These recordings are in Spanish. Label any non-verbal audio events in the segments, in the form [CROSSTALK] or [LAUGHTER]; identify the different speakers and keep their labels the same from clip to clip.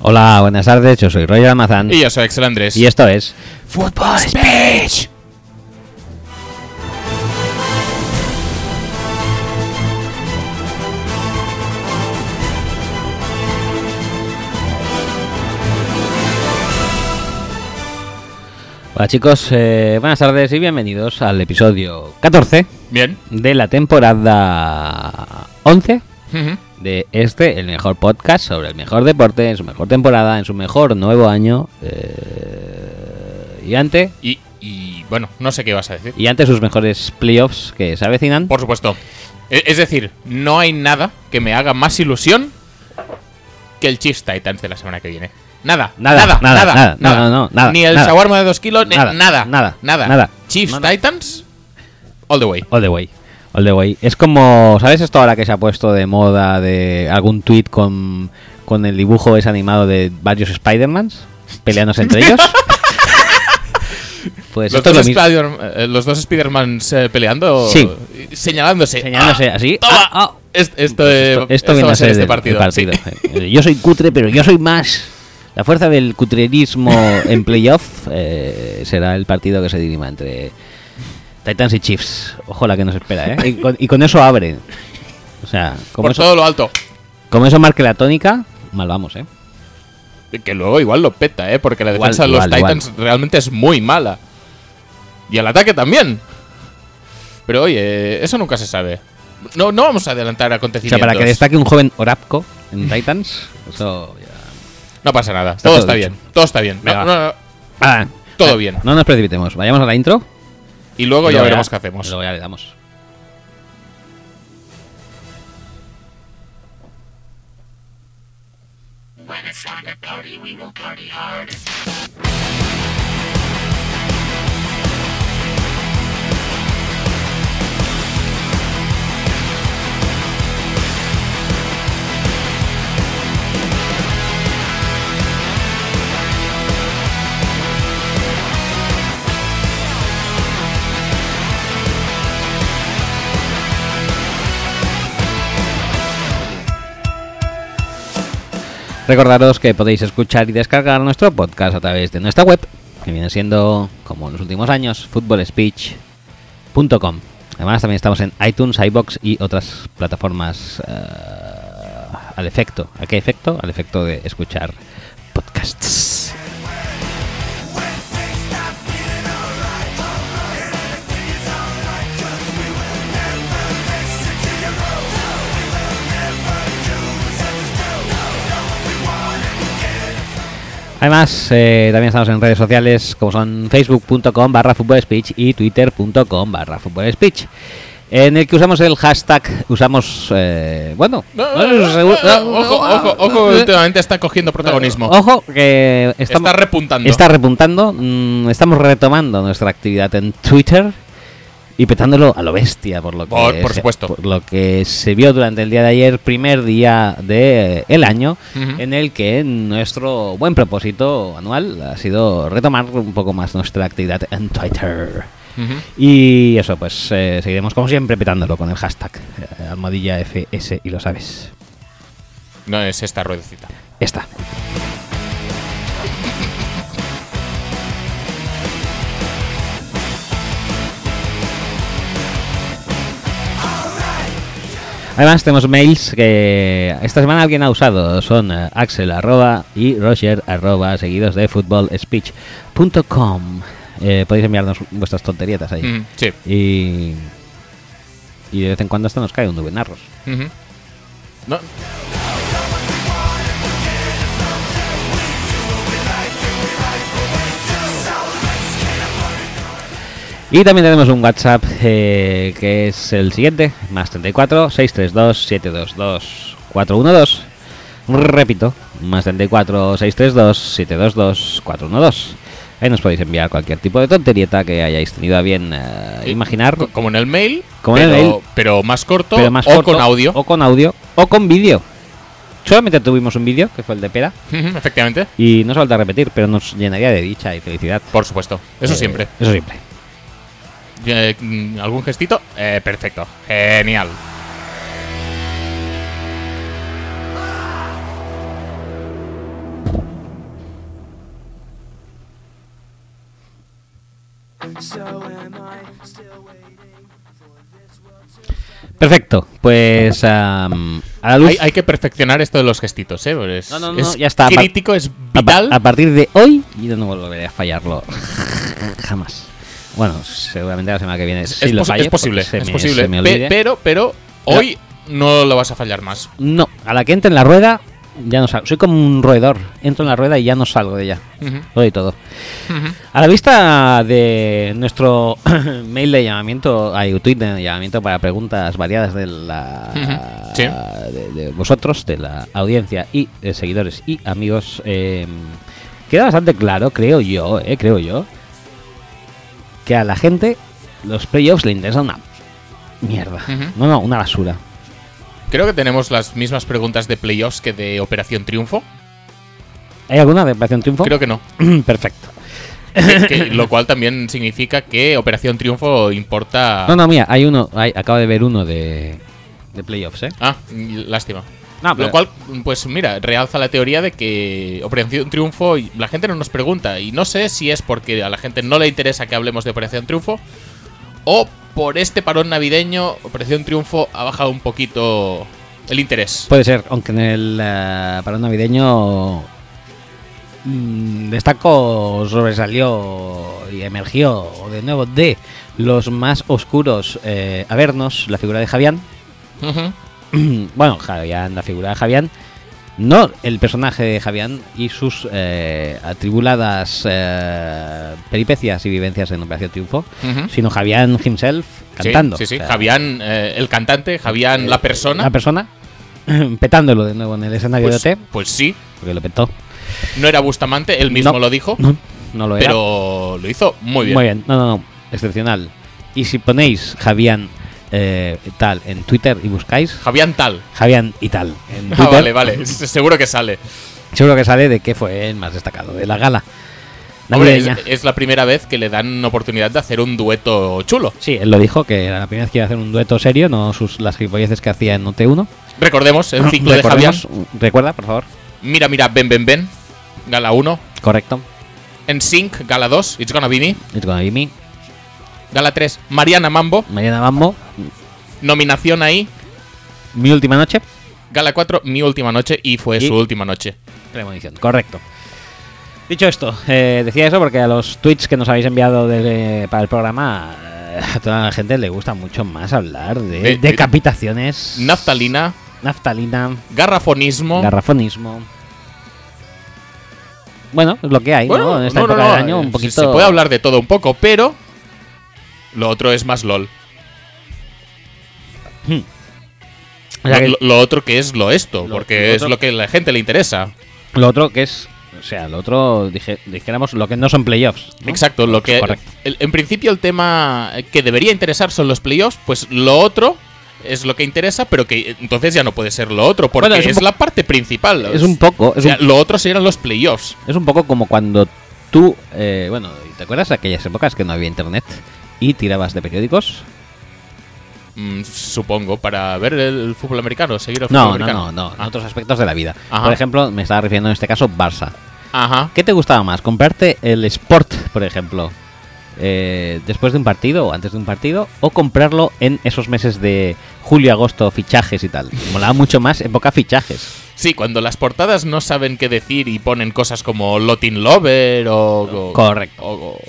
Speaker 1: Hola, buenas tardes, yo soy Roger Almazán
Speaker 2: Y yo soy Axel Andrés.
Speaker 1: y esto es...
Speaker 2: Football Speech.
Speaker 1: Hola chicos, eh, buenas tardes y bienvenidos al episodio 14
Speaker 2: Bien.
Speaker 1: de la temporada 11
Speaker 2: Ujú.
Speaker 1: de este, el mejor podcast sobre el mejor deporte, en su mejor temporada, en su mejor nuevo año. eh, y ante.
Speaker 2: y, y, bueno, no sé qué vas a decir.
Speaker 1: Y ante sus mejores playoffs que se avecinan.
Speaker 2: Por supuesto. E- Es decir, no hay nada que me haga más ilusión que el Chiefs Titans de la semana que viene. Nada,
Speaker 1: Nada,
Speaker 2: nada,
Speaker 1: nada,
Speaker 2: nada,
Speaker 1: nada, no, no, no, nada,
Speaker 2: Ni el
Speaker 1: nada.
Speaker 2: shawarma de dos kilos, ni-
Speaker 1: Nada,
Speaker 2: nada, nada,
Speaker 1: nada, nada.
Speaker 2: Chiefs
Speaker 1: No, Pues no.
Speaker 2: Titans, all the way.
Speaker 1: All the way. All the way. Es como, ¿sabes esto ahora que se ha puesto de moda de algún tweet con, con el dibujo es animado de varios Spider-Mans peleándose
Speaker 2: [LAUGHS]
Speaker 1: entre ellos? Pues
Speaker 2: los,
Speaker 1: esto es lo
Speaker 2: dos
Speaker 1: mismo.
Speaker 2: Spider- eh, los dos Spider-Mans eh, peleando,
Speaker 1: Sí.
Speaker 2: eh, señalándose.
Speaker 1: Señalándose
Speaker 2: ¡Ah!
Speaker 1: así.
Speaker 2: ¡Toma!
Speaker 1: Ah, ah.
Speaker 2: Es- esto,
Speaker 1: Pues
Speaker 2: eh,
Speaker 1: esto, esto
Speaker 2: esto
Speaker 1: viene
Speaker 2: va
Speaker 1: a
Speaker 2: a ser
Speaker 1: ser
Speaker 2: este
Speaker 1: el- el
Speaker 2: partido.
Speaker 1: partido.
Speaker 2: sí.
Speaker 1: Eh, Yo soy cutre, pero yo soy más. La fuerza del cutrerismo en playoff eh, será el partido que se dirima entre Titans y Chiefs. Ojo la que nos espera, ¿eh? Y con, y con eso abre. O sea, como
Speaker 2: Por
Speaker 1: eso,
Speaker 2: todo lo alto.
Speaker 1: como eso marque la tónica, mal vamos, ¿eh?
Speaker 2: Que luego igual lo peta, ¿eh? Porque la
Speaker 1: Igual,
Speaker 2: defensa de los
Speaker 1: igual,
Speaker 2: Titans realmente es muy mala. Y el ataque también. Pero oye, eso nunca se sabe. No, no vamos a adelantar
Speaker 1: O
Speaker 2: acontecimientos.
Speaker 1: sea, para que destaque un joven Orapco en Titans, eso ya-
Speaker 2: No pasa nada.
Speaker 1: Está
Speaker 2: todo,
Speaker 1: todo
Speaker 2: está
Speaker 1: dicho.
Speaker 2: bien. Todo está bien.
Speaker 1: Venga,
Speaker 2: No, no, no.
Speaker 1: Ah,
Speaker 2: Todo bien.
Speaker 1: No nos precipitemos, vayamos a la intro.
Speaker 2: Y luego
Speaker 1: y
Speaker 2: ya veremos qué hacemos.
Speaker 1: Luego ya le damos. Recordaros que podéis escuchar y descargar nuestro podcast a través de nuestra web, que viene siendo, como en los últimos años, footballspeech.com. Además, también estamos en iTunes, iBox y otras plataformas eh, al efecto. ¿A qué efecto? Al efecto de escuchar podcasts. Además, eh, también estamos en redes sociales como son facebook.com barra speech y twitter.com barra speech En el que usamos el hashtag, usamos, eh, bueno,
Speaker 2: No,
Speaker 1: no,
Speaker 2: no, no,
Speaker 1: seguro-
Speaker 2: no, no, ojo, ojo, ojo,
Speaker 1: eh,
Speaker 2: últimamente está cogiendo protagonismo.
Speaker 1: Ojo, que estamos,
Speaker 2: está repuntando.
Speaker 1: está repuntando. mm, estamos retomando nuestra actividad en Twitter y petándolo a lo bestia, por lo que,
Speaker 2: Por- por
Speaker 1: se,
Speaker 2: supuesto.
Speaker 1: por lo que se vio durante el día de ayer, primer día de, eh, el año,
Speaker 2: Ujú.
Speaker 1: en el que nuestro buen propósito anual ha sido retomar un poco más nuestra actividad en Twitter.
Speaker 2: Ujú.
Speaker 1: Y eso, pues eh, seguiremos como siempre petándolo con el hashtag eh, almohadilla FS y lo sabes.
Speaker 2: No es esta ruedecita.
Speaker 1: Esta. Además tenemos mails que esta semana alguien ha usado. Son eh, Axel arroba y Roger arroba seguidos de footballspeech.com. Eh, podéis enviarnos vuestras tonterietas ahí.
Speaker 2: Ujú, Sí.
Speaker 1: Y, y de vez en cuando hasta nos cae un dubenarros.
Speaker 2: Ujú. No,
Speaker 1: Y también tenemos un WhatsApp eh, que es el siguiente, más 34 632 722 412. Repito, más 34 632 722 412. Ahí nos podéis enviar cualquier tipo de tonterieta que hayáis tenido a bien eh,
Speaker 2: Sí,
Speaker 1: imaginar,
Speaker 2: co- Como en el mail,
Speaker 1: Como en
Speaker 2: pero,
Speaker 1: el mail.
Speaker 2: pero más corto
Speaker 1: pero más
Speaker 2: o
Speaker 1: corto,
Speaker 2: con audio.
Speaker 1: O con audio, o con vídeo. Solamente tuvimos un vídeo, que fue el de Pera,
Speaker 2: Ujú, Efectivamente,
Speaker 1: y no se vuelve a repetir, pero nos llenaría de dicha y felicidad.
Speaker 2: por supuesto. Eso
Speaker 1: Eh,
Speaker 2: siempre.
Speaker 1: Eso siempre.
Speaker 2: Eh, mm, ¿Algún gestito? Eh, perfecto. Genial.
Speaker 1: Perfecto, pues am, a la luz.
Speaker 2: Hay, hay que perfeccionar esto de los gestitos, ¿eh? Porque Es,
Speaker 1: No, no, no,
Speaker 2: es
Speaker 1: ya está.
Speaker 2: crítico, es
Speaker 1: a, pa-
Speaker 2: vital.
Speaker 1: a partir de hoy yo no volveré a fallarlo [LAUGHS] jamás. Bueno, seguramente la semana que viene
Speaker 2: es,
Speaker 1: sí lo
Speaker 2: posi-
Speaker 1: falle,
Speaker 2: es posible,
Speaker 1: porque se
Speaker 2: es
Speaker 1: me-
Speaker 2: posible.
Speaker 1: se me
Speaker 2: Pe-
Speaker 1: olvide.
Speaker 2: pero, pero, hoy no lo vas a fallar más.
Speaker 1: No, a la que entre en la rueda, ya no salgo. Soy como un roedor. Entro en la rueda y ya no salgo de ella.
Speaker 2: Ujú,
Speaker 1: Todo y todo.
Speaker 2: ujú.
Speaker 1: A la vista de nuestro [CLEARS THROAT] mail de llamamiento, hay un tweet de llamamiento para preguntas variadas de la
Speaker 2: Ujú, sí.
Speaker 1: de, de vosotros, de la audiencia y de seguidores y amigos, eh, queda bastante claro, creo yo, eh, creo yo, que a la gente los playoffs le interesa una mierda,
Speaker 2: Ujú.
Speaker 1: no, no, una basura.
Speaker 2: Creo que tenemos las mismas preguntas de playoffs que de Operación Triunfo.
Speaker 1: ¿Hay alguna de Operación Triunfo?
Speaker 2: Creo
Speaker 1: [LAUGHS]
Speaker 2: que no.
Speaker 1: [CLEARS THROAT] Perfecto.
Speaker 2: Que- que- lo cual también significa que Operación Triunfo importa.
Speaker 1: No, no, mira, hay uno, hay- acabo de ver uno de, de playoffs, ¿eh?
Speaker 2: Ah, y- lástima.
Speaker 1: No, pero-
Speaker 2: Lo cual, pues mira, realza la teoría de que Operación Triunfo, y la gente no nos pregunta, y no sé si es porque a la gente no le interesa que hablemos de Operación Triunfo, o por este parón navideño, Operación Triunfo ha bajado un poquito el interés.
Speaker 1: Puede ser, aunque en el eh, parón navideño mm, destaco, sobresalió y emergió de nuevo de los más oscuros eh, Avernos, la figura de Javián. [CLEARS THROAT]
Speaker 2: Ujú.
Speaker 1: bueno, Javián, la figura de Javián. No el personaje de Javián y sus eh, atribuladas eh, peripecias y vivencias en Operación Triunfo,
Speaker 2: Ujú.
Speaker 1: sino Javián himself
Speaker 2: Sí,
Speaker 1: cantando.
Speaker 2: Sí, sí,
Speaker 1: O sea,
Speaker 2: Javián, eh, el cantante, Javián,
Speaker 1: eh,
Speaker 2: la persona.
Speaker 1: La persona, [CLEARS THROAT] petándolo de nuevo en el escenario
Speaker 2: pues,
Speaker 1: de OT,
Speaker 2: pues sí,
Speaker 1: porque lo petó.
Speaker 2: no era Bustamante, él mismo
Speaker 1: No.
Speaker 2: lo dijo,
Speaker 1: No, no lo era.
Speaker 2: pero lo hizo muy bien.
Speaker 1: No, no, no. Excepcional. Y si ponéis Javián eh, tal en Twitter y buscáis
Speaker 2: Javián Tal.
Speaker 1: Javián y tal en
Speaker 2: Ah,
Speaker 1: Twitter,
Speaker 2: vale, vale, [LAUGHS] se- seguro que sale.
Speaker 1: seguro que sale de que fue el más destacado de la gala.
Speaker 2: Hombre, es, eh,
Speaker 1: Navideña.
Speaker 2: es la primera vez que le dan oportunidad de hacer un dueto chulo.
Speaker 1: Sí, él lo dijo, que era la primera vez que iba a hacer un dueto serio, no sus, las gilipolleces que hacía en OT1.
Speaker 2: Recordemos el ciclo de Javián.
Speaker 1: Ah, Recordemos- Recuerda, por favor.
Speaker 2: Mira, mira, ven, ven, ven. Gala 1.
Speaker 1: Correcto.
Speaker 2: En Sync, Gala 2. It's gonna be me.
Speaker 1: It's gonna be me.
Speaker 2: Gala 3. Mariana Mambo.
Speaker 1: Mariana Bambo.
Speaker 2: Nominación ahí.
Speaker 1: Mi última noche.
Speaker 2: Gala 4. Mi última noche. Y fue
Speaker 1: Y-
Speaker 2: su última noche.
Speaker 1: Premonición, correcto. Dicho esto, eh, decía eso porque a los tweets que nos habéis enviado de- para el programa, eh, a toda la gente le gusta mucho más hablar de
Speaker 2: Eh,
Speaker 1: decapitaciones,
Speaker 2: Naftalina.
Speaker 1: naftalina,
Speaker 2: Garrafonismo.
Speaker 1: garrafonismo. Bueno, es lo que hay, ¿no? En esta
Speaker 2: no, no,
Speaker 1: época
Speaker 2: no,
Speaker 1: del año,
Speaker 2: eh,
Speaker 1: un
Speaker 2: se-
Speaker 1: poquito.
Speaker 2: Se puede hablar de todo un poco, pero. Lo otro es más LOL.
Speaker 1: O sea, que
Speaker 2: lo, lo otro que es lo esto,
Speaker 1: Lo-
Speaker 2: porque
Speaker 1: lo
Speaker 2: es
Speaker 1: otro-
Speaker 2: lo que a la gente le interesa.
Speaker 1: lo otro que es. O sea, lo otro, dije- dijéramos, lo que no son playoffs. ¿no?
Speaker 2: Exacto, lo que.
Speaker 1: Correcto.
Speaker 2: el- en principio, el tema que debería interesar son los playoffs, pues lo otro es lo que interesa, pero que entonces ya no puede ser lo otro, porque
Speaker 1: Bueno, es
Speaker 2: es,
Speaker 1: un po-
Speaker 2: la parte principal.
Speaker 1: Es un poco.
Speaker 2: O
Speaker 1: Es
Speaker 2: sea,
Speaker 1: un
Speaker 2: lo otro serían los playoffs.
Speaker 1: Es un poco como cuando tú, eh, bueno, ¿te acuerdas de aquellas épocas que no había internet y tirabas de periódicos?
Speaker 2: Mm, supongo, para ver el fútbol americano, seguir el fútbol
Speaker 1: No, no, no,
Speaker 2: americano.
Speaker 1: no, en
Speaker 2: Ah,
Speaker 1: otros aspectos de la vida.
Speaker 2: Ajá.
Speaker 1: Por ejemplo, me estaba refiriendo en este caso Barça.
Speaker 2: Ajá.
Speaker 1: ¿Qué te gustaba más? ¿Comprarte el Sport, por ejemplo, eh, después de un partido o antes de un partido? ¿O comprarlo en esos meses de julio, agosto, fichajes y tal? Molaba mucho más época fichajes.
Speaker 2: Sí, cuando las portadas no saben qué decir y ponen cosas como Lotin Lover o. o-
Speaker 1: Correcto.
Speaker 2: o- o-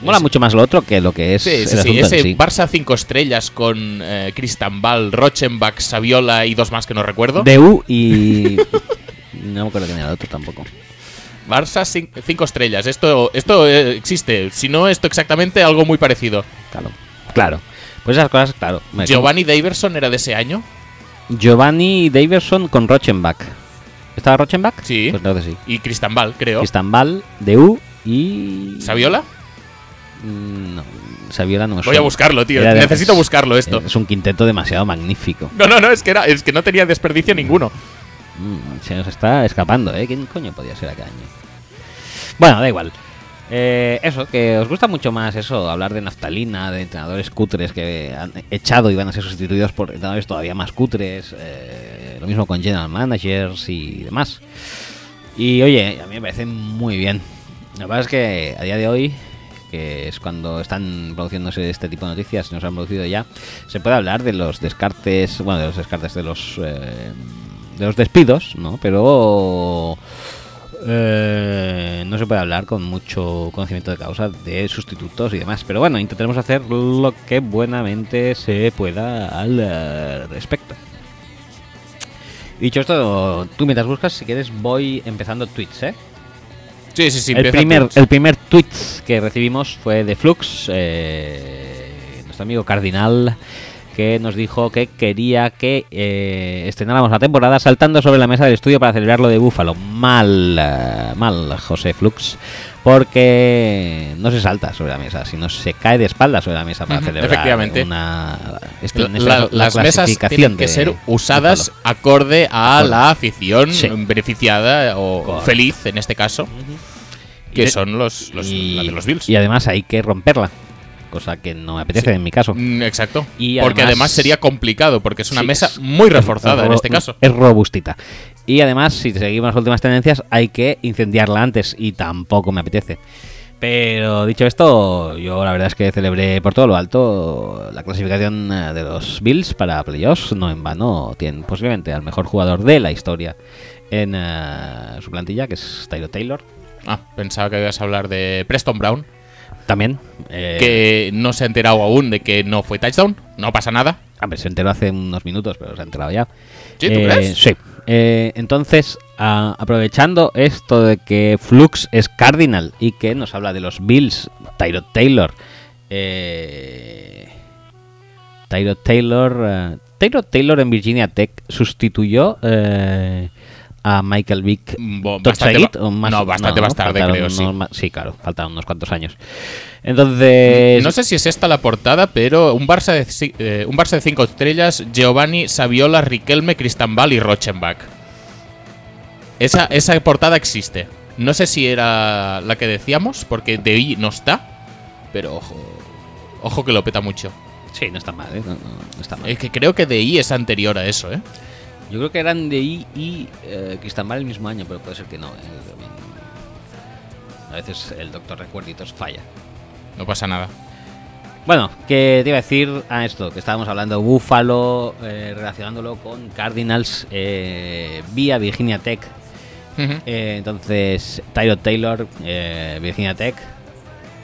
Speaker 1: Mola
Speaker 2: Sí.
Speaker 1: mucho más lo otro que lo que es
Speaker 2: Sí,
Speaker 1: el
Speaker 2: sí, sí,
Speaker 1: asunto en
Speaker 2: ese
Speaker 1: sí.
Speaker 2: Barça 5 estrellas con eh, Cristambal, Rochenbach, Saviola y dos más que no recuerdo.
Speaker 1: DU y... [LAUGHS] no me acuerdo quién era el otro tampoco.
Speaker 2: Barça 5 estrellas. Esto, esto eh, existe. Si no, esto exactamente algo muy parecido.
Speaker 1: Claro, claro. Pues esas cosas, claro. Me-
Speaker 2: Giovanni Daverson era de ese año.
Speaker 1: Giovanni Daverson con Rochenbach. ¿Estaba Rochenbach?
Speaker 2: Sí.
Speaker 1: Pues creo que sí.
Speaker 2: Y Cristambal, creo.
Speaker 1: Cristambal, DU y.
Speaker 2: ¿Saviola?
Speaker 1: Mm, No, Saviola no me
Speaker 2: Voy
Speaker 1: suena.
Speaker 2: a buscarlo, tío.
Speaker 1: Era de-
Speaker 2: Necesito buscarlo esto.
Speaker 1: Es un quinteto demasiado magnífico.
Speaker 2: No, no, no, es que, era, es que no tenía desperdicio ninguno.
Speaker 1: Mm, se nos está escapando, ¿eh? ¿Quién coño podía ser aquel año? Bueno, da igual. Eh, eso, que os gusta mucho más eso, hablar de naftalina, de entrenadores cutres que han echado y van a ser sustituidos por entrenadores todavía más cutres. eh, lo mismo con general managers y demás. Y oye, a mí me parece muy bien. Lo que pasa es que a día de hoy que es cuando están produciéndose este tipo de noticias, nos han producido ya, se puede hablar de los descartes, bueno, de los descartes de los, eh, de los despidos, ¿no? Pero eh, no se puede hablar con mucho conocimiento de causa de sustitutos y demás. Pero bueno, intentaremos hacer lo que buenamente se pueda al eh, respecto. Dicho esto, tú mientras buscas, si quieres, voy empezando tweets, ¿eh?
Speaker 2: Sí, sí, sí.
Speaker 1: el,
Speaker 2: empieza
Speaker 1: primer,
Speaker 2: Twitch.
Speaker 1: el primer tweet que recibimos fue de Flux, eh, nuestro amigo Cardinal, que nos dijo que quería que eh, estrenáramos la temporada saltando sobre la mesa del estudio para celebrar lo de Búfalo. Mal, eh, mal, José Flux, porque no se salta sobre la mesa, sino se cae de espaldas sobre la mesa para
Speaker 2: Ujú,
Speaker 1: celebrar
Speaker 2: efectivamente.
Speaker 1: una. este- en
Speaker 2: La-
Speaker 1: este caso, la
Speaker 2: las mesas
Speaker 1: clasificación
Speaker 2: tienen que
Speaker 1: de
Speaker 2: ser usadas
Speaker 1: Búfalo.
Speaker 2: acorde a
Speaker 1: Acorde.
Speaker 2: la afición
Speaker 1: Sí.
Speaker 2: beneficiada o
Speaker 1: Correcto.
Speaker 2: feliz, en este caso,
Speaker 1: Y
Speaker 2: que
Speaker 1: de-
Speaker 2: son los, los- la de los Bills.
Speaker 1: y además hay que romperla, cosa que no me apetece
Speaker 2: Sí.
Speaker 1: en mi caso.
Speaker 2: Mm, Exacto.
Speaker 1: Y
Speaker 2: porque
Speaker 1: además-
Speaker 2: además sería complicado, porque es una
Speaker 1: Sí,
Speaker 2: mesa
Speaker 1: es-
Speaker 2: muy reforzada en
Speaker 1: ro-
Speaker 2: este caso.
Speaker 1: Es robustita. Y además, si seguimos las últimas tendencias, hay que incendiarla antes y tampoco me apetece. Pero dicho esto, yo la verdad es que celebré por todo lo alto la clasificación eh, de los Bills para playoffs. No en vano, tienen posiblemente al mejor jugador de la historia en eh, su plantilla, que es Tyro Taylor.
Speaker 2: Ah, pensaba que ibas a hablar de Preston Brown,
Speaker 1: También. eh,
Speaker 2: que no se ha enterado aún de que no fue touchdown. No pasa nada.
Speaker 1: A ver, se enteró hace unos minutos, pero se ha enterado ya.
Speaker 2: ¿Sí, tú
Speaker 1: Eh,
Speaker 2: crees?
Speaker 1: Sí. Eh, entonces, a- aprovechando esto de que Flux es Cardinal y que nos habla de los Bills, Tyro Taylor. Eh, Tyro Taylor. eh, Tyro Taylor en Virginia Tech sustituyó eh, a Michael Vick.
Speaker 2: Mm, bo-
Speaker 1: Todd
Speaker 2: bastante
Speaker 1: Said,
Speaker 2: ba-
Speaker 1: o más-
Speaker 2: no, bastante
Speaker 1: no,
Speaker 2: más tarde,
Speaker 1: faltaron
Speaker 2: creo, sí.
Speaker 1: unos ma- sí, claro, faltaron unos cuantos años. Entonces.
Speaker 2: No sé si es esta la portada, pero un Barça de, ci- eh, un Barça de cinco estrellas, Giovanni, Saviola, Riquelme, Cristambal y Rochenbach. Esa, esa portada existe. No sé si era la que decíamos, porque de hoy no está, pero ojo, ojo que lo peta mucho.
Speaker 1: Sí, no está mal, ¿eh? No, no, no está mal.
Speaker 2: Es que creo que DI es anterior a eso, ¿eh?
Speaker 1: Yo creo que eran de I y eh, Cristambal el mismo año, pero puede ser que no. eh, también. A veces el doctor recuerditos falla.
Speaker 2: No pasa nada.
Speaker 1: Bueno, que te iba a decir a esto, que estábamos hablando Búfalo, eh, relacionándolo con Cardinals eh, vía Virginia Tech.
Speaker 2: Ujú.
Speaker 1: Eh, entonces, Tyro Taylor, eh, Virginia Tech.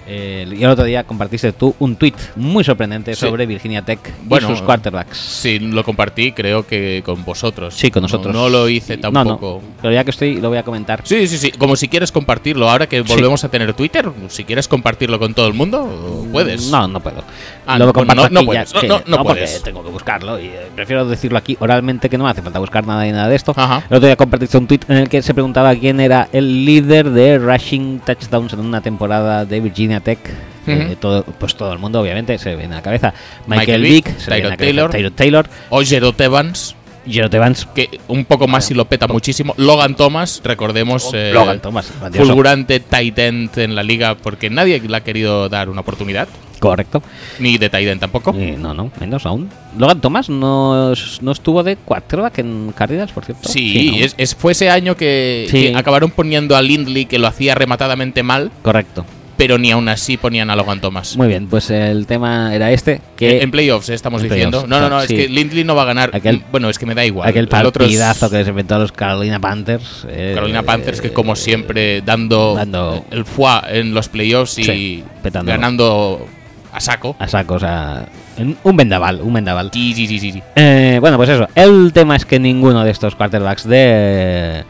Speaker 1: Eh, y el otro día compartiste tú un tweet muy sorprendente
Speaker 2: Sí.
Speaker 1: sobre Virginia Tech
Speaker 2: Bueno,
Speaker 1: y sus quarterbacks.
Speaker 2: Sí, lo compartí, creo que con vosotros.
Speaker 1: Sí, con
Speaker 2: No-
Speaker 1: nosotros.
Speaker 2: No, lo hice
Speaker 1: Y- no, no,
Speaker 2: tampoco.
Speaker 1: pero ya que estoy, lo voy a comentar.
Speaker 2: Sí, sí, sí. Como si quieres compartirlo ahora que
Speaker 1: Sí.
Speaker 2: volvemos a tener Twitter, si quieres compartirlo con todo el mundo, puedes.
Speaker 1: No, no puedo.
Speaker 2: Ah,
Speaker 1: Lo
Speaker 2: no,
Speaker 1: comparto
Speaker 2: no, no
Speaker 1: aquí ya
Speaker 2: puedes, no,
Speaker 1: que-
Speaker 2: no, no
Speaker 1: porque
Speaker 2: puedes.
Speaker 1: tengo que buscarlo y eh, prefiero decirlo aquí oralmente que no me hace falta buscar nada ni nada de esto.
Speaker 2: Ajá.
Speaker 1: El otro día compartiste un tweet en el que se preguntaba quién era el líder de rushing touchdowns en una temporada de Virginia Tech. Eh,
Speaker 2: Ujú.
Speaker 1: todo, pues todo el mundo, obviamente, se le viene a la cabeza.
Speaker 2: Michael
Speaker 1: Michael,
Speaker 2: Vick,
Speaker 1: Vick, se le viene a la
Speaker 2: Tyrod
Speaker 1: cabeza
Speaker 2: Taylor.
Speaker 1: Tyrod Taylor,
Speaker 2: O Gerald Evans,
Speaker 1: Gerald Evans,
Speaker 2: que un poco más y lo peta muchísimo. Logan Thomas, recordemos. eh,
Speaker 1: Oh, Logan Thomas. grandioso.
Speaker 2: Fulgurante tight end en la liga porque nadie le ha querido dar una oportunidad,
Speaker 1: Correcto.
Speaker 2: ni de tight end tampoco.
Speaker 1: Eh, no, no, menos aún. Logan Thomas no, es- no estuvo de quarterback en Cardinals, por cierto.
Speaker 2: Sí,
Speaker 1: ¿no?
Speaker 2: es, es- fue ese año que,
Speaker 1: Sí.
Speaker 2: que acabaron poniendo a Lindley que lo hacía rematadamente mal,
Speaker 1: Correcto.
Speaker 2: pero ni aún así ponían a Logan Thomas.
Speaker 1: Muy bien, pues el tema era este, que
Speaker 2: En- en playoffs eh, estamos
Speaker 1: en
Speaker 2: diciendo.
Speaker 1: playoffs,
Speaker 2: no, no, no,
Speaker 1: sí.
Speaker 2: es que Lindley no va a ganar.
Speaker 1: Aquel-
Speaker 2: Mm, bueno, es que me da igual.
Speaker 1: aquel
Speaker 2: El otro es-
Speaker 1: partidazo que se inventó a los Carolina Panthers. eh,
Speaker 2: Carolina Panthers que
Speaker 1: eh,
Speaker 2: como siempre dando,
Speaker 1: dando-
Speaker 2: el foie en los playoffs y
Speaker 1: Sí, petando.
Speaker 2: ganando a saco.
Speaker 1: A saco, o sea, en un vendaval, un vendaval.
Speaker 2: Sí, sí, sí, sí, sí.
Speaker 1: Eh, bueno, pues eso, el tema es que ninguno de estos quarterbacks de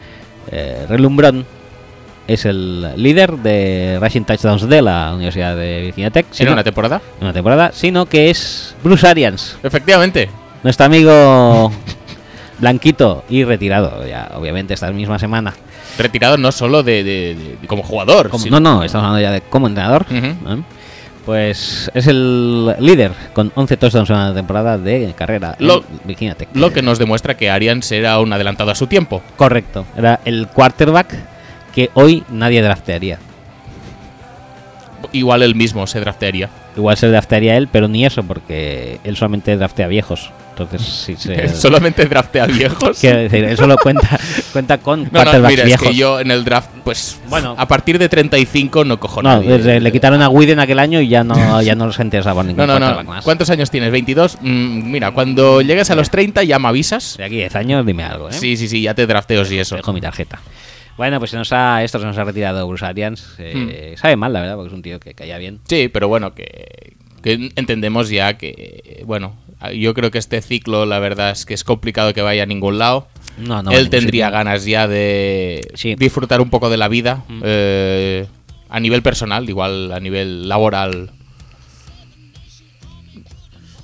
Speaker 1: eh, Relumbrón es el líder de rushing touchdowns de la Universidad de Virginia Tech.
Speaker 2: ¿Era
Speaker 1: sino-
Speaker 2: una temporada?
Speaker 1: en una temporada, sino que es Bruce Arians,
Speaker 2: Efectivamente.
Speaker 1: Nuestro
Speaker 2: [LAUGHS]
Speaker 1: amigo Blanquito y retirado, ya obviamente esta misma semana.
Speaker 2: Retirado no solo de, de- de- como jugador.
Speaker 1: Como-
Speaker 2: sino-
Speaker 1: No, no, estamos hablando ya de como entrenador.
Speaker 2: Ujú.
Speaker 1: ¿eh? Pues es el líder con 11 touchdowns en la temporada de carrera. en
Speaker 2: Lo-
Speaker 1: Virginia Tech.
Speaker 2: Lo que nos demuestra que Arians era un adelantado a su tiempo.
Speaker 1: Correcto, era el quarterback que hoy nadie draftearía.
Speaker 2: Igual él mismo se draftearía.
Speaker 1: Igual se draftearía él, pero ni eso, porque él solamente draftea viejos. Entonces, si
Speaker 2: [LAUGHS]
Speaker 1: se.
Speaker 2: Solamente draftea viejos.
Speaker 1: Quiero decir, él solo cuenta, cuenta con
Speaker 2: [LAUGHS] No, no,
Speaker 1: quarterbacks
Speaker 2: mira,
Speaker 1: viejos.
Speaker 2: es que yo en el draft, pues.
Speaker 1: Bueno.
Speaker 2: A partir de 35 no cojo
Speaker 1: no,
Speaker 2: nadie.
Speaker 1: desde- le quitaron a Widen aquel año y ya no, ya no los interesaba ningún
Speaker 2: [LAUGHS] No, no,
Speaker 1: quarterback
Speaker 2: no.
Speaker 1: más.
Speaker 2: ¿Cuántos años tienes? ¿22? Mm, mira, cuando llegues a los 30 ya me avisas.
Speaker 1: De aquí a 10 años, dime algo, ¿eh?
Speaker 2: Sí, sí, sí, ya te drafteos y eso.
Speaker 1: Dejo mi tarjeta. Bueno, pues se nos ha, esto se nos ha retirado Bruce Arians. Eh,
Speaker 2: Hmm.
Speaker 1: Sabe mal, la verdad, porque es un tío que caía bien.
Speaker 2: Sí, pero bueno, que, que entendemos ya que, bueno, yo creo que este ciclo, la verdad es que es complicado que vaya a ningún lado.
Speaker 1: No, no.
Speaker 2: Él
Speaker 1: no,
Speaker 2: tendría
Speaker 1: sí.
Speaker 2: ganas ya de
Speaker 1: Sí. Mm.
Speaker 2: disfrutar un poco de la vida eh, a nivel personal, igual a nivel laboral.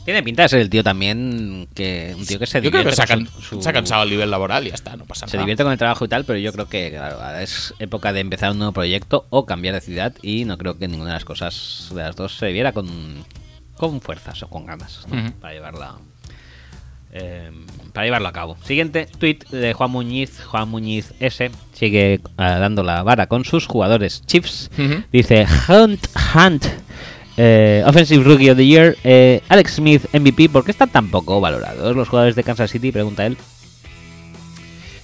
Speaker 1: Tiene pinta de ser el tío también que. Un tío que se
Speaker 2: Yo creo
Speaker 1: divierte
Speaker 2: que se ha,
Speaker 1: con
Speaker 2: can-
Speaker 1: su-
Speaker 2: se ha cansado a nivel laboral y ya está, no pasa
Speaker 1: Se
Speaker 2: nada.
Speaker 1: divierte con el trabajo y tal, pero yo creo que claro, ahora es época de empezar un nuevo proyecto o cambiar de ciudad y no creo que ninguna de las cosas de las dos se viera con, con fuerzas o con ganas ¿no?
Speaker 2: Ujú.
Speaker 1: para llevarla eh, para llevarlo a cabo. Siguiente tweet de Juan Muñiz, Juan Muñiz S sigue ah, dando la vara con sus jugadores Chiefs.
Speaker 2: Ujú.
Speaker 1: Dice Hunt Hunt eh, Offensive Rookie of the Year eh, Alex Smith MVP ¿Por qué están tan poco valorados los jugadores de Kansas City? Pregunta él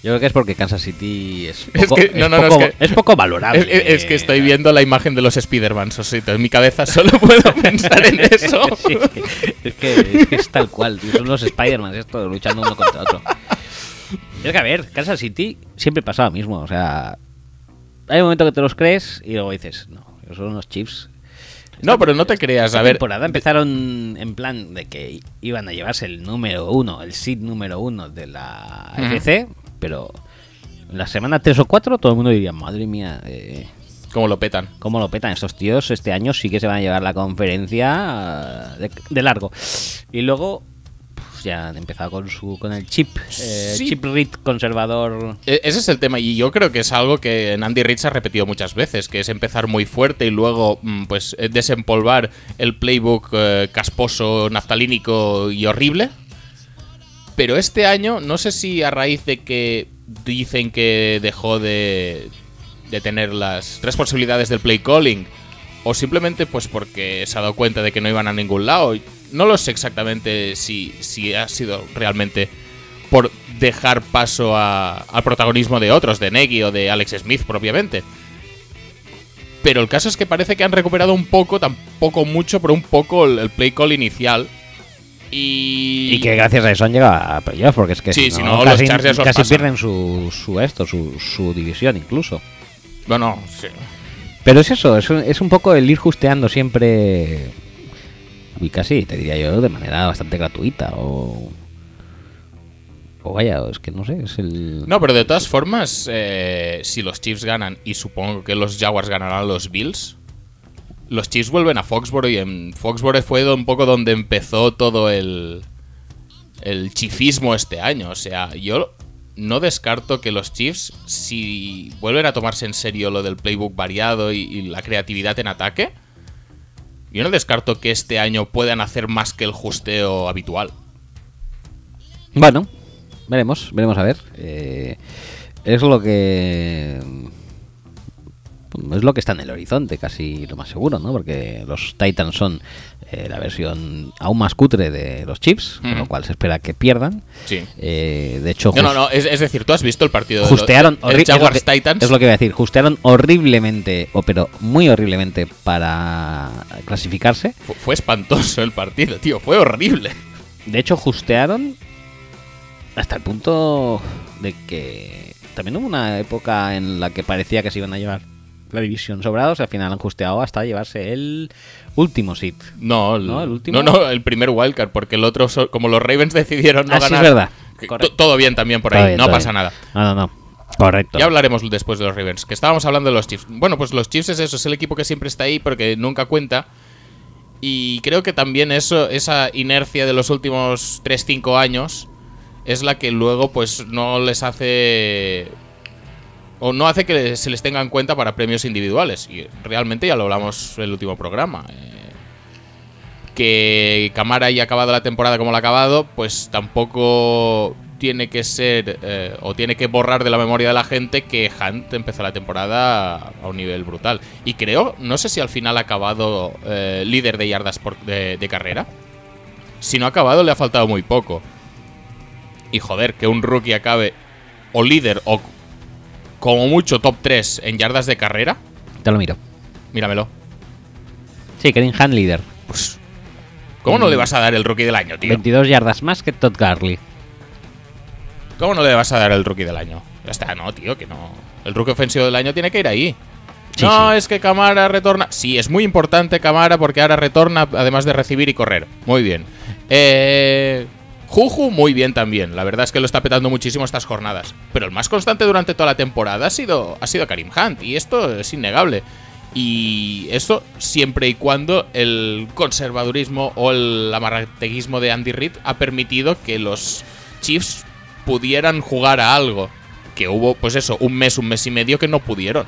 Speaker 1: Yo creo que es porque Kansas City es
Speaker 2: [LAUGHS] Es
Speaker 1: poco,
Speaker 2: que- no,
Speaker 1: es
Speaker 2: no, no,
Speaker 1: poco-
Speaker 2: es que-
Speaker 1: es poco valorable
Speaker 2: Es, es- es que
Speaker 1: [LAUGHS]
Speaker 2: estoy viendo la imagen de los Spider-Man, Sosito. En mi cabeza solo [LAUGHS] puedo pensar en eso.
Speaker 1: Sí, es, que, es que- es que es tal cual, tío, son los Spider-Man esto, luchando uno contra otro. Es que a ver, Kansas City siempre pasa lo mismo, o sea, hay un momento que te los crees y luego dices, no, esos son unos chips.
Speaker 2: No, pero no te creas.
Speaker 1: Esta
Speaker 2: A ver,
Speaker 1: temporada empezaron en plan de que iban a llevarse el número uno, el seed número uno de la
Speaker 2: Ujú.
Speaker 1: FC, pero en la semana 3 o 4 todo el mundo diría, madre mía, eh,
Speaker 2: cómo lo petan.
Speaker 1: cómo lo petan estos tíos, este año sí que se van a llevar la conferencia eh, de, de largo. Y luego pues, ya han empezado con su con el chip, eh,
Speaker 2: Sí.
Speaker 1: chip read conservador.
Speaker 2: E- Ese es el tema y yo creo que es algo que en Andy Reid se ha repetido muchas veces, que es empezar muy fuerte y luego mm, pues eh, desempolvar el playbook eh, casposo, naftalínico y horrible. Pero este año, no sé si a raíz de que dicen que dejó de, de tener las responsabilidades del play calling o simplemente pues porque se ha dado cuenta de que no iban a ningún lado. No lo sé exactamente si, si ha sido realmente por dejar paso a- al protagonismo de otros, de Negi o de Alex Smith propiamente. Pero el caso es que parece que han recuperado un poco, tampoco mucho, pero un poco el, el play call inicial. Y,
Speaker 1: Y que gracias a eso han llegado a playoffs, porque es que
Speaker 2: Sí, si no, los
Speaker 1: casi,
Speaker 2: Chargers los
Speaker 1: casi
Speaker 2: pasan.
Speaker 1: pierden su, su esto, su, su división incluso.
Speaker 2: Bueno, sí.
Speaker 1: Pero es eso, es un, es un poco el ir justeando siempre. Y casi, te diría yo, de manera bastante gratuita. O. O vaya, es que no sé, es el.
Speaker 2: No, pero de todas formas, eh, si los Chiefs ganan, y supongo que los Jaguars ganarán a los Bills, los Chiefs vuelven a Foxborough y en Foxborough fue un poco donde empezó todo el, el chifismo este año. O sea, yo no descarto que los Chiefs, si vuelven a tomarse en serio lo del playbook variado y, y la creatividad en ataque, yo no descarto que este año puedan hacer más que el justeo habitual.
Speaker 1: Bueno, veremos, veremos a ver. Eh, es lo que. Es lo que está en el horizonte, casi lo más seguro, ¿no? Porque los Titans son eh, la versión aún más cutre de los Chips, con lo
Speaker 2: Ujú.
Speaker 1: cual se espera que pierdan.
Speaker 2: Sí.
Speaker 1: Eh, de hecho,
Speaker 2: No, no,
Speaker 1: jus-
Speaker 2: no, es, es decir, tú has visto el partido de los-
Speaker 1: Justearon
Speaker 2: el
Speaker 1: horri- es lo
Speaker 2: Jaguars
Speaker 1: que-
Speaker 2: Titans.
Speaker 1: Es lo que iba a decir. Justearon horriblemente, o pero muy horriblemente para clasificarse.
Speaker 2: Fu- Fue espantoso el partido, tío. Fue horrible.
Speaker 1: De hecho, justearon hasta el punto de que también hubo una época en la que parecía que se iban a llevar la división sobrados. y Al final han justeado hasta llevarse el último sit.
Speaker 2: No, el,
Speaker 1: ¿No? ¿El último?
Speaker 2: No, no, el primer wildcard, porque el otro, so- como los Ravens decidieron no
Speaker 1: Ah, sí,
Speaker 2: ganar.
Speaker 1: es verdad.
Speaker 2: que to-
Speaker 1: Correcto.
Speaker 2: Todo bien también por ahí,
Speaker 1: Todo bien,
Speaker 2: no
Speaker 1: todo
Speaker 2: pasa
Speaker 1: bien.
Speaker 2: nada.
Speaker 1: No, no, no. Correcto.
Speaker 2: Ya hablaremos después de los Ravens, que estábamos hablando de los Chiefs. Bueno, pues los Chiefs es eso, es el equipo que siempre está ahí porque nunca cuenta. Y creo que también eso, esa inercia de los últimos 3-5 años es la que luego pues no les hace... O no hace que se les tenga en cuenta para premios individuales. Y realmente ya lo hablamos en el último programa. eh, que Camara haya acabado la temporada como la ha acabado, pues tampoco tiene que ser eh, o tiene que borrar de la memoria de la gente que Hunt empezó la temporada a un nivel brutal. Y creo, no sé si al final ha acabado eh, líder de yardas por- de, de carrera. Si no ha acabado, le ha faltado muy poco. Y joder, que un rookie acabe o líder o como mucho top 3 en yardas de carrera.
Speaker 1: Te lo miro.
Speaker 2: Míramelo.
Speaker 1: Sí, Greenham líder.
Speaker 2: Pues, ¿Cómo no le vas a dar el rookie del año, tío?
Speaker 1: 22 yardas más que Todd Gurley.
Speaker 2: ¿Cómo no le vas a dar el rookie del año? Ya está, no, tío, que no. El rookie ofensivo del año tiene que ir ahí.
Speaker 1: Sí,
Speaker 2: no,
Speaker 1: sí.
Speaker 2: es que Camara retorna. Sí, es muy importante Camara porque ahora retorna además de recibir y correr. Muy bien. Eh, Juju, muy bien también. La verdad es que lo está petando muchísimo estas jornadas. Pero el más constante durante toda la temporada ha sido, ha sido Karim Hunt. Y esto es innegable. Y eso siempre y cuando el conservadurismo o el amarrateguismo de Andy Reid ha permitido que los Chiefs pudieran jugar a algo. Que hubo, pues eso, un mes, un mes y medio que no pudieron.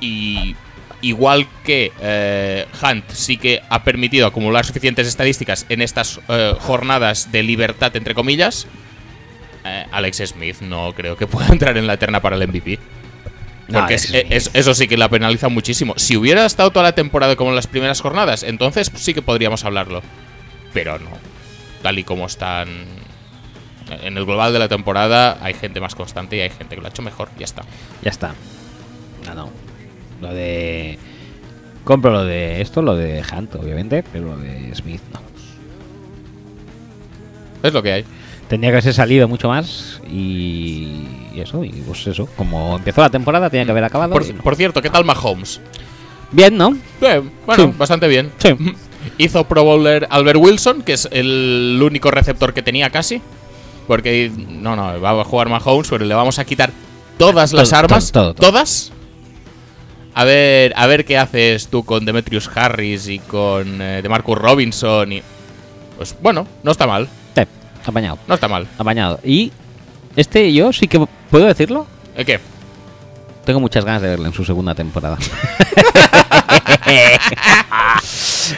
Speaker 2: Y igual que eh, Hunt sí que ha permitido acumular suficientes estadísticas en estas eh, jornadas de libertad, entre comillas, eh, Alex Smith no creo que pueda [LAUGHS] entrar en la terna para el MVP.
Speaker 1: No,
Speaker 2: Porque
Speaker 1: Alex
Speaker 2: es- es-
Speaker 1: Smith.
Speaker 2: eso sí que la penaliza muchísimo. Si hubiera estado toda la temporada como en las primeras jornadas, entonces sí que podríamos hablarlo. Pero no. Tal y como están en el global de la temporada, hay gente más constante y hay gente que lo ha hecho mejor. Ya está.
Speaker 1: Ya está. No, no. Lo de. Compro lo de esto, lo de Hunt, obviamente, pero lo de Smith no.
Speaker 2: Es lo que hay.
Speaker 1: Tendría que haberse salido mucho más y. y eso, y pues eso. Como empezó la temporada, tenía que haber acabado. y
Speaker 2: Por,
Speaker 1: no.
Speaker 2: por cierto, ¿qué tal Mahomes?
Speaker 1: Bien, ¿no?
Speaker 2: Eh, bueno,
Speaker 1: Sí.
Speaker 2: bastante bien.
Speaker 1: Sí.
Speaker 2: Hizo Pro Bowler Albert Wilson, que es el único receptor que tenía casi. Porque no, no, va a jugar Mahomes, pero le vamos a quitar todas las
Speaker 1: Todo,
Speaker 2: armas.
Speaker 1: todo, todo, todo.
Speaker 2: Todas. A ver, a ver qué haces tú con Demetrius Harris y con eh, DeMarcus Robinson y pues bueno, no está mal,
Speaker 1: Sí, apañado.
Speaker 2: no está mal.
Speaker 1: Apañado. Y. Este yo sí que. ¿Puedo decirlo?
Speaker 2: ¿Eh, ¿Qué?
Speaker 1: Tengo muchas ganas de verlo en su segunda
Speaker 2: [LAUGHS]
Speaker 1: temporada. [LAUGHS]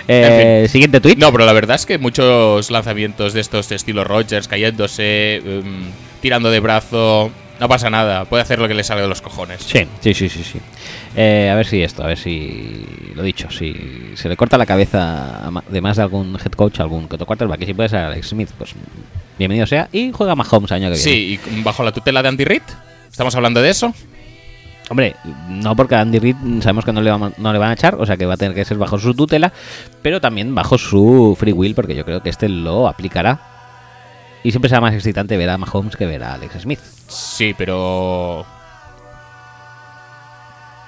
Speaker 1: Eh, Siguiente tweet.
Speaker 2: No, pero la verdad es que muchos lanzamientos de estos de estilo Rogers cayéndose, em, tirando de brazo, no pasa nada, puede hacer lo que le salga de los cojones.
Speaker 1: Sí, sí, sí, sí. sí. Eh, a ver si esto, a ver si. Lo dicho, si se le corta la cabeza a ma- de más de algún head coach, algún que otro quarterback, que si puede ser Alex Smith, pues bienvenido sea. Y juega Mahomes año que viene.
Speaker 2: Sí, y bajo la tutela de Andy Reid. ¿Estamos hablando de eso?
Speaker 1: Hombre, no porque a Andy Reid mm, sabemos que no le, vamos- no le van a echar, o sea que va a tener que ser bajo su tutela, pero también bajo su free will, porque yo creo que este lo aplicará. Y siempre será más excitante ver a Mahomes que ver a Alex Smith.
Speaker 2: Sí, pero.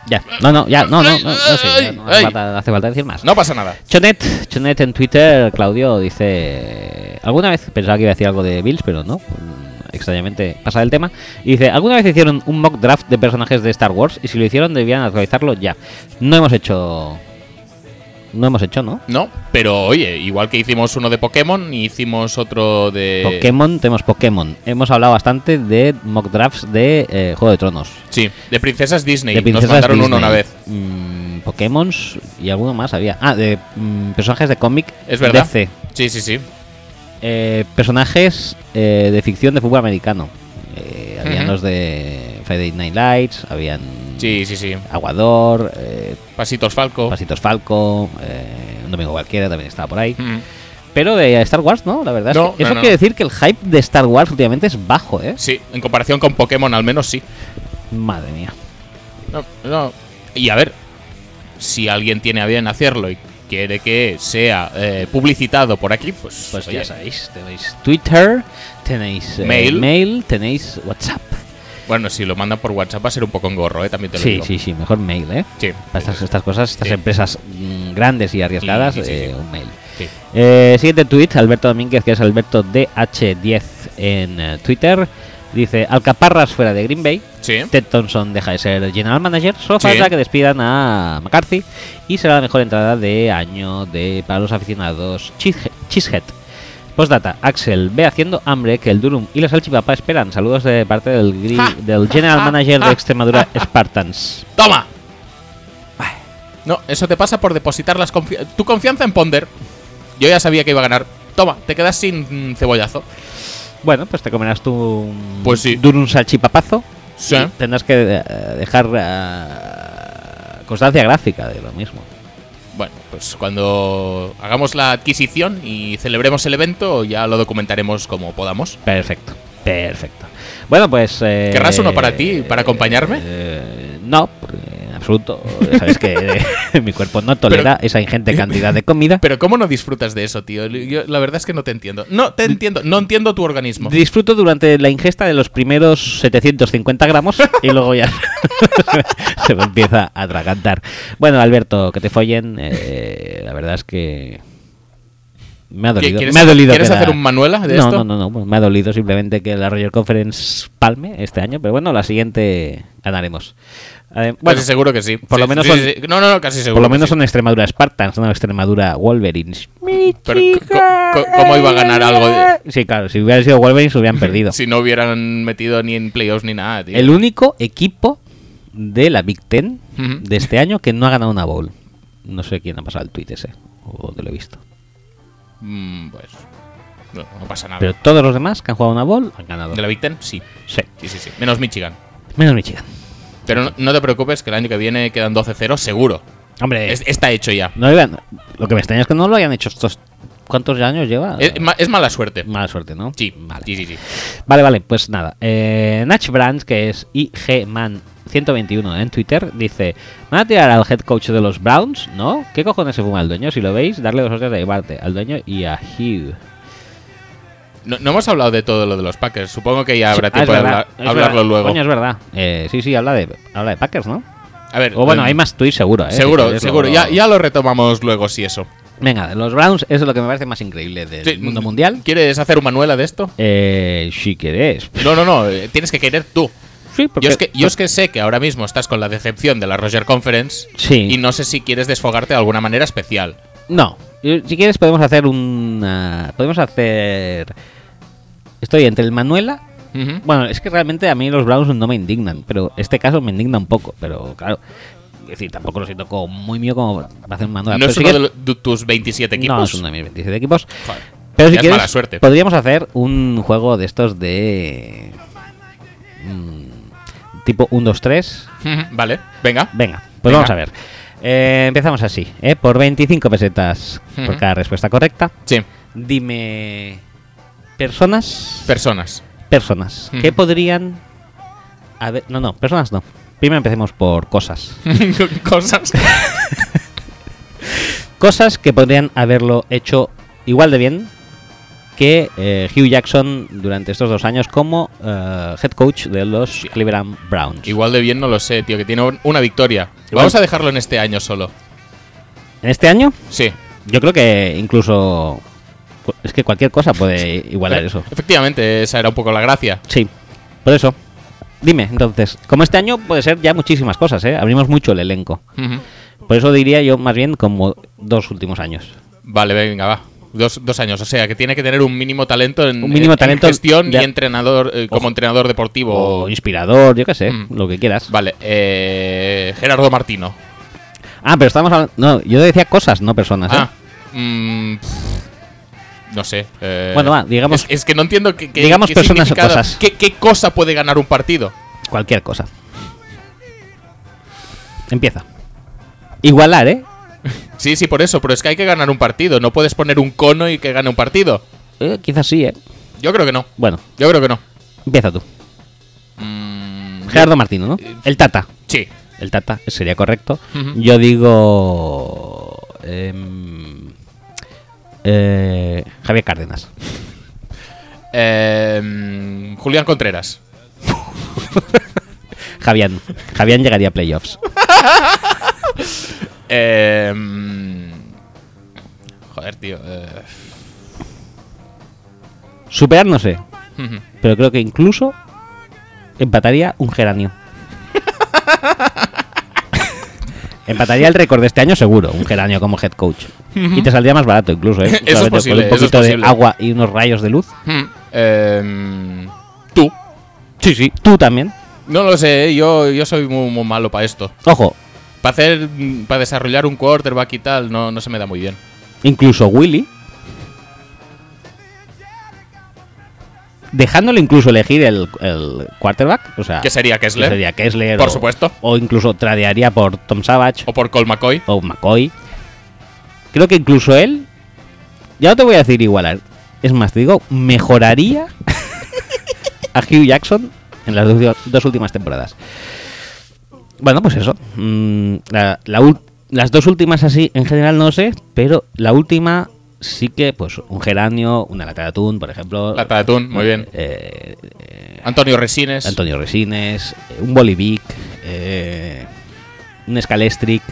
Speaker 1: Ya, no, no, ya, no, no, no, no, sé, ya no hace
Speaker 2: Ay.
Speaker 1: falta- hace falta decir más.
Speaker 2: No pasa nada.
Speaker 1: Chonet, Chonet en Twitter, Claudio dice. Alguna vez pensaba que iba a decir algo de Bills, pero no. mm, Extrañamente pasa el tema. Y dice: ¿Alguna vez hicieron un mock draft de personajes de Star Wars? Y si lo hicieron, debían actualizarlo ya. No hemos hecho. No hemos hecho, ¿no?
Speaker 2: No, pero oye, igual que hicimos uno de Pokémon, hicimos otro de.
Speaker 1: Pokémon, tenemos Pokémon. Hemos hablado bastante de mock drafts de eh, Juego de Tronos.
Speaker 2: Sí, de Princesas Disney.
Speaker 1: de
Speaker 2: Nos
Speaker 1: princesas
Speaker 2: mandaron uno
Speaker 1: Disney.
Speaker 2: una vez.
Speaker 1: Mm, Pokémons y alguno más había. Ah, de mm, personajes de cómic.
Speaker 2: Es verdad.
Speaker 1: DC.
Speaker 2: Sí, sí, sí.
Speaker 1: Eh, personajes eh, de ficción de fútbol americano. Eh, habían
Speaker 2: Ujú.
Speaker 1: los de Friday Night Lights, habían
Speaker 2: Sí, Oh. sí, sí.
Speaker 1: Aguador, eh,
Speaker 2: Pasitos Falco.
Speaker 1: Pasitos Falco, eh, un domingo cualquiera también estaba por ahí.
Speaker 2: Mm.
Speaker 1: Pero de Star Wars, ¿no? La verdad
Speaker 2: No,
Speaker 1: es que
Speaker 2: no,
Speaker 1: eso
Speaker 2: no.
Speaker 1: quiere decir que el hype de Star Wars últimamente es bajo, ¿eh?
Speaker 2: Sí, en comparación con Pokémon, al menos sí.
Speaker 1: Madre mía.
Speaker 2: No, no. Y a ver, si alguien tiene a bien hacerlo y quiere que sea eh, publicitado por aquí, pues.
Speaker 1: Pues
Speaker 2: oye,
Speaker 1: ya sabéis, tenéis Twitter, tenéis eh,
Speaker 2: Mail.
Speaker 1: mail, tenéis WhatsApp.
Speaker 2: Bueno, si lo mandan por WhatsApp va a ser un poco engorro, ¿eh? También te lo
Speaker 1: Sí,
Speaker 2: digo.
Speaker 1: sí, sí, mejor mail, ¿eh?
Speaker 2: Sí.
Speaker 1: Para estas, estas cosas, estas
Speaker 2: Sí.
Speaker 1: empresas mm, grandes y arriesgadas,
Speaker 2: Sí, sí, sí,
Speaker 1: eh,
Speaker 2: sí.
Speaker 1: un mail.
Speaker 2: Sí.
Speaker 1: Eh, siguiente tweet, Alberto Domínguez, que es Alberto DH10 en eh, Twitter. Dice, Alcaparras fuera de Green Bay,
Speaker 2: Sí.
Speaker 1: Ted Thompson deja de ser general manager, solo
Speaker 2: Sí.
Speaker 1: falta que despidan a McCarthy y será la mejor entrada de año de para los aficionados cheese- Cheesehead. Postdata, Axel ve haciendo hambre que el Durum y la salchipapa esperan. Saludos de parte del, gri-
Speaker 2: Ja.
Speaker 1: del general manager de Extremadura Spartans.
Speaker 2: ¡Toma! No, eso te pasa por depositar las confi- tu confianza en Ponder. Yo ya sabía que iba a ganar. Toma, te quedas sin mm, cebollazo.
Speaker 1: Bueno, pues te comerás tú un
Speaker 2: Pues sí.
Speaker 1: Durum salchipapazo.
Speaker 2: Sí.
Speaker 1: Y Tendrás que eh, dejar eh, constancia gráfica de lo mismo.
Speaker 2: Bueno, pues cuando hagamos la adquisición y celebremos el evento, ya lo documentaremos como podamos.
Speaker 1: Perfecto. Perfecto. Bueno, pues. eh,
Speaker 2: ¿Querrás uno para ti, para acompañarme?
Speaker 1: eh, no, porque en absoluto. Sabes que
Speaker 2: [LAUGHS]
Speaker 1: eh, mi cuerpo no tolera esa ingente cantidad de comida.
Speaker 2: Pero ¿cómo no disfrutas de eso, tío? Yo, la verdad es que no te entiendo. No te entiendo, no entiendo tu organismo.
Speaker 1: Disfruto durante la ingesta de los primeros 750 gramos y luego ya [LAUGHS] se me empieza a atragantar. Bueno, Alberto, que te follen. eh, la verdad es que. Me ha
Speaker 2: ¿Qué,
Speaker 1: dolido.
Speaker 2: quieres-
Speaker 1: me ha dolido
Speaker 2: ¿Quieres
Speaker 1: que la-
Speaker 2: hacer un Manuela de
Speaker 1: no,
Speaker 2: esto?
Speaker 1: No, no, no. bueno, Me ha dolido simplemente que la Royal Conference palme este año, pero bueno, la siguiente ganaremos. Adem- bueno,
Speaker 2: casi seguro que Pues sí.
Speaker 1: por lo
Speaker 2: Sí,
Speaker 1: menos
Speaker 2: sí,
Speaker 1: son-
Speaker 2: sí, sí. No, no, no, casi seguro.
Speaker 1: por lo
Speaker 2: que
Speaker 1: menos
Speaker 2: sí.
Speaker 1: son Extremadura Spartans, no Extremadura Wolverines.
Speaker 2: Pero, c- co- co- ¿cómo iba a ganar algo de-
Speaker 1: Sí, claro, si hubieran sido Wolverines hubieran perdido.
Speaker 2: Si no hubieran metido ni en playoffs ni nada, tío.
Speaker 1: El único equipo de la Big Ten
Speaker 2: Ujú.
Speaker 1: de este año que no ha ganado una bowl. No sé quién ha pasado el tweet ese, o dónde lo he visto.
Speaker 2: Mm, pues. No, no pasa nada.
Speaker 1: Pero todos los demás que han jugado una bowl han ganado.
Speaker 2: ¿De la Big Ten? Sí.
Speaker 1: Sí,
Speaker 2: Sí, sí, sí. Menos Michigan.
Speaker 1: menos Michigan.
Speaker 2: Pero no, no te preocupes que el año que viene quedan 12-0, seguro.
Speaker 1: Hombre,
Speaker 2: Es- está hecho ya.
Speaker 1: No iban- Lo que me extraña es que no lo hayan hecho estos. ¿Cuántos años lleva?
Speaker 2: Es, ma- es mala suerte.
Speaker 1: Mala suerte, ¿no?
Speaker 2: Sí,
Speaker 1: Vale,
Speaker 2: sí, sí, sí.
Speaker 1: vale, vale, pues nada. Eh, Nach Brands, que es IGman121 en Twitter, dice: ¿Van a tirar al head coach de los Browns? ¿No? ¿Qué cojones se fuma el dueño? Si lo veis, darle dos hostias de llevarte al dueño y a Hugh.
Speaker 2: No, no hemos hablado de todo lo de los Packers. Supongo que ya habrá
Speaker 1: Sí, ah, es
Speaker 2: tiempo de
Speaker 1: verdad,
Speaker 2: hablar-
Speaker 1: es
Speaker 2: hablarlo
Speaker 1: verdad.
Speaker 2: luego.
Speaker 1: Coño, es verdad. Eh, sí, sí, habla de, habla de Packers, ¿no?
Speaker 2: A ver.
Speaker 1: O bueno,
Speaker 2: em,
Speaker 1: hay más tweets seguro, ¿eh? Si
Speaker 2: Seguro,
Speaker 1: quieres,
Speaker 2: seguro.
Speaker 1: luego-
Speaker 2: Ya, ya lo retomamos luego, si eso.
Speaker 1: Venga, los Browns eso es lo que me parece más increíble del
Speaker 2: Sí, mm,
Speaker 1: mundo mundial.
Speaker 2: ¿Quieres hacer un Manuela de esto?
Speaker 1: Eh, si querés.
Speaker 2: No, no, no. eh, Tienes que querer tú.
Speaker 1: Sí, porque-
Speaker 2: Yo es, que, yo es que sé que ahora mismo estás con la decepción de la Roger Conference
Speaker 1: Sí.
Speaker 2: y no sé si quieres desfogarte de alguna manera especial.
Speaker 1: No. Eh, Si quieres podemos hacer una... Podemos hacer... Estoy entre el Manuela...
Speaker 2: Ujú.
Speaker 1: Bueno, es que realmente a mí los Browns no me indignan, pero este caso me indigna un poco, pero claro... Es decir, tampoco lo siento como muy mío como va a hacer Manuela.
Speaker 2: ¿No
Speaker 1: Ah, pero
Speaker 2: es
Speaker 1: si
Speaker 2: uno de,
Speaker 1: quieres-
Speaker 2: lo- de tus 27 equipos?
Speaker 1: No, es uno de mis 27 equipos.
Speaker 2: Joder,
Speaker 1: Pero si
Speaker 2: ya es
Speaker 1: quieres,
Speaker 2: mala suerte.
Speaker 1: podríamos hacer un juego de estos de... mm, tipo 1, 2, 3...
Speaker 2: Ujú, Vale, venga.
Speaker 1: Venga, pues
Speaker 2: Venga.
Speaker 1: vamos a ver. Eh, empezamos así, ¿eh? por 25 pesetas por
Speaker 2: Ujú.
Speaker 1: cada respuesta correcta.
Speaker 2: Sí,
Speaker 1: Dime personas,
Speaker 2: personas. [LAUGHS]
Speaker 1: personas
Speaker 2: Ujú.
Speaker 1: que podrían a ver, no, no, personas no. Primero empecemos por cosas.
Speaker 2: Cosas.
Speaker 1: Cosas que podrían haberlo hecho igual de bien que eh, Hugh Jackson durante estos dos años como eh, head coach de los Cleveland Browns.
Speaker 2: Igual de bien no lo sé, tío, que tiene un- una victoria.
Speaker 1: Igual-
Speaker 2: Vamos a dejarlo en este año solo.
Speaker 1: En este año,
Speaker 2: Sí.
Speaker 1: yo creo que incluso cu- es que cualquier cosa puede igualar eso.
Speaker 2: Eh, Efectivamente, esa era un poco la gracia.
Speaker 1: Sí, por eso. Dime, entonces, como este año puede ser ya muchísimas cosas, ¿eh? Abrimos mucho el elenco.
Speaker 2: Ujú.
Speaker 1: Por eso diría yo más bien como dos últimos años.
Speaker 2: Vale, venga, va. Dos, dos años, o sea, que tiene que tener un mínimo talento en,
Speaker 1: Un mínimo
Speaker 2: en
Speaker 1: talento
Speaker 2: gestión
Speaker 1: de-
Speaker 2: y entrenador, eh, como entrenador deportivo.
Speaker 1: O inspirador, yo qué sé,
Speaker 2: Mm.
Speaker 1: lo que quieras.
Speaker 2: Vale, eh, Gerardo Martino.
Speaker 1: Ah, pero estamos hablando... No, yo decía cosas, no personas. ¿eh?
Speaker 2: Ah, mm, pff, no sé. eh,
Speaker 1: Bueno, va, digamos-
Speaker 2: Es, es que no entiendo qué, qué-
Speaker 1: digamos
Speaker 2: qué
Speaker 1: personas o
Speaker 2: significado-
Speaker 1: cosas.
Speaker 2: Qué, qué cosa puede ganar un partido?
Speaker 1: Cualquier cosa. Empieza. Igualar, ¿eh?
Speaker 2: Sí, sí, por eso, pero es que hay que ganar un partido. No puedes poner un cono y que gane un partido.
Speaker 1: Eh, Quizás sí, ¿eh?
Speaker 2: Yo creo que no.
Speaker 1: Bueno,
Speaker 2: Yo creo que no.
Speaker 1: empieza tú.
Speaker 2: Mm,
Speaker 1: Gerardo Martino, ¿no? El Tata.
Speaker 2: sí.
Speaker 1: El Tata sería correcto.
Speaker 2: Ujú.
Speaker 1: Yo digo. em, eh, Javier Cárdenas.
Speaker 2: Eh, mm, Julián Contreras.
Speaker 1: Javián. Javián llegaría a playoffs.
Speaker 2: Eh, mm, joder, tío. eh, [LAUGHS]
Speaker 1: Superar no sé,
Speaker 2: ujú.
Speaker 1: pero creo que incluso empataría un
Speaker 2: [LAUGHS]
Speaker 1: geranio. empataría el récord de este año seguro, un geranio como head coach. Y te saldría más barato incluso,
Speaker 2: [LAUGHS]
Speaker 1: ¿eh?
Speaker 2: Eso es
Speaker 1: Solamente
Speaker 2: posible,
Speaker 1: Con un
Speaker 2: eso es
Speaker 1: poquito de
Speaker 2: posible.
Speaker 1: agua y unos rayos de luz.
Speaker 2: Mm, eh, mm, Tú.
Speaker 1: Sí, sí. Tú también.
Speaker 2: No lo sé, eh, yo, yo soy muy, muy malo para esto.
Speaker 1: Ojo,
Speaker 2: Para hacer, para desarrollar un quarterback y tal, no, no se me da muy bien.
Speaker 1: incluso Willy, dejándole incluso elegir el, el quarterback, o sea,
Speaker 2: ¿Qué sería
Speaker 1: que
Speaker 2: Kessler?
Speaker 1: sería Kessler,
Speaker 2: Por
Speaker 1: o-
Speaker 2: supuesto.
Speaker 1: o incluso tradearía por Tom Savage
Speaker 2: ¿O por Cole McCoy?
Speaker 1: o McCoy. Creo que incluso él, ya no te voy a decir igualar, es más, te digo, mejoraría [LAUGHS] a Hugh Jackson en las dos, dos últimas temporadas. Bueno, pues eso. Mm, la- la ul- las dos últimas así, en general no sé, pero la última sí que, pues, un geranio, una lata de atún, por ejemplo.
Speaker 2: Lata de atún, muy bien.
Speaker 1: Eh, eh,
Speaker 2: Antonio Resines.
Speaker 1: Antonio Resines, eh, un Bolivic, eh, un Scalestric.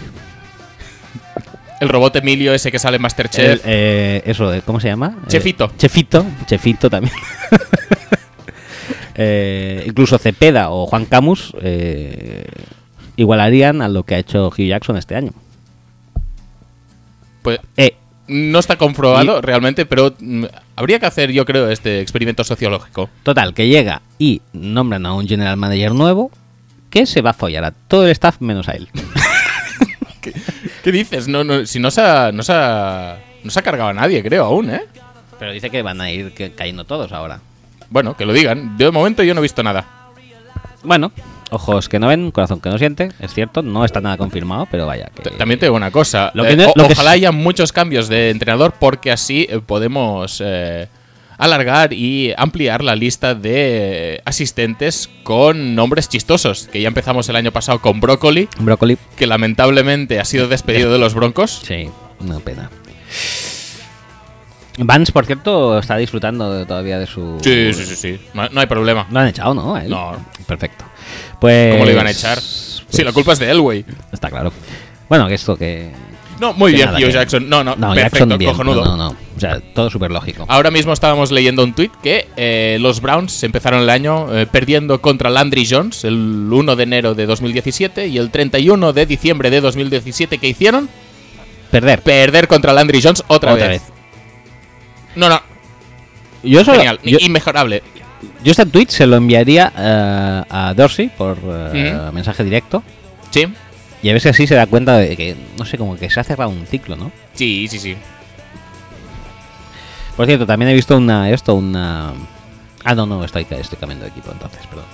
Speaker 2: El robot Emilio, ese que sale en
Speaker 1: el,
Speaker 2: Masterchef.
Speaker 1: eh, eso, eh, ¿cómo se llama? Eh,
Speaker 2: Chefito.
Speaker 1: Chefito, Chefito también. [LAUGHS] Eh, incluso Cepeda o Juan Camus eh, igualarían a lo que ha hecho Hugh Jackson este año.
Speaker 2: Pues
Speaker 1: Eh,
Speaker 2: no está comprobado realmente, pero mm, habría que hacer, yo creo, este experimento sociológico.
Speaker 1: Total, que llega y nombran a un general manager nuevo que se va a follar a todo el staff menos a él.
Speaker 2: ¿Qué dices? No, no, si no se ha, no se ha- no se ha cargado a nadie, creo, aún, ¿eh?
Speaker 1: Pero dice que van a ir que- cayendo todos ahora.
Speaker 2: Bueno, que lo digan. De momento yo no he visto nada.
Speaker 1: Bueno, ojos que no ven, corazón que no siente, es cierto, no está nada confirmado, pero vaya que...
Speaker 2: T- También te digo una cosa.
Speaker 1: Lo que
Speaker 2: Eh,
Speaker 1: no-
Speaker 2: o-
Speaker 1: lo que
Speaker 2: ojalá
Speaker 1: es-
Speaker 2: haya muchos cambios de entrenador porque así eh, podemos eh, alargar y ampliar la lista de asistentes con nombres chistosos. Que ya empezamos el año pasado con Brócoli,
Speaker 1: Brócoli.
Speaker 2: que lamentablemente ha sido despedido de los Broncos.
Speaker 1: Sí, una pena. Vance, por cierto, está disfrutando de- todavía de su...
Speaker 2: Sí, sí, sí, sí. No, no hay problema.
Speaker 1: Lo han echado, ¿no? A él?
Speaker 2: No.
Speaker 1: Perfecto. Pues...
Speaker 2: ¿Cómo lo iban a echar?
Speaker 1: pues,
Speaker 2: Sí, la culpa es de Elway.
Speaker 1: Está claro. Bueno, que esto que...
Speaker 2: No, muy
Speaker 1: que
Speaker 2: bien,
Speaker 1: nada,
Speaker 2: Hugh
Speaker 1: que-
Speaker 2: Jackson. No, no,
Speaker 1: No,
Speaker 2: perfecto,
Speaker 1: Jackson bien.
Speaker 2: cojonudo. Ah,
Speaker 1: No, no, no. O sea, todo súper lógico.
Speaker 2: Ahora mismo estábamos leyendo un tuit que eh, los Browns empezaron el año eh, perdiendo contra Landry Jones el 1 de enero de 2017 y el 31 de diciembre de 2017 que hicieron
Speaker 1: Perder.
Speaker 2: perder contra Landry Jones otra,
Speaker 1: Otra
Speaker 2: vez.
Speaker 1: vez.
Speaker 2: No, no,
Speaker 1: Yo solo...
Speaker 2: genial,
Speaker 1: yo-
Speaker 2: inmejorable.
Speaker 1: Yo este tweet se lo enviaría eh, a Dorsey por eh,
Speaker 2: Ujú.
Speaker 1: mensaje directo.
Speaker 2: Sí,
Speaker 1: Y a veces así se da cuenta de que, no sé, como que se ha cerrado un ciclo, ¿no?
Speaker 2: sí, sí, sí.
Speaker 1: Por cierto, también he visto una. Esto, una. Ah, no, no, estoy, estoy cambiando de equipo entonces, perdón.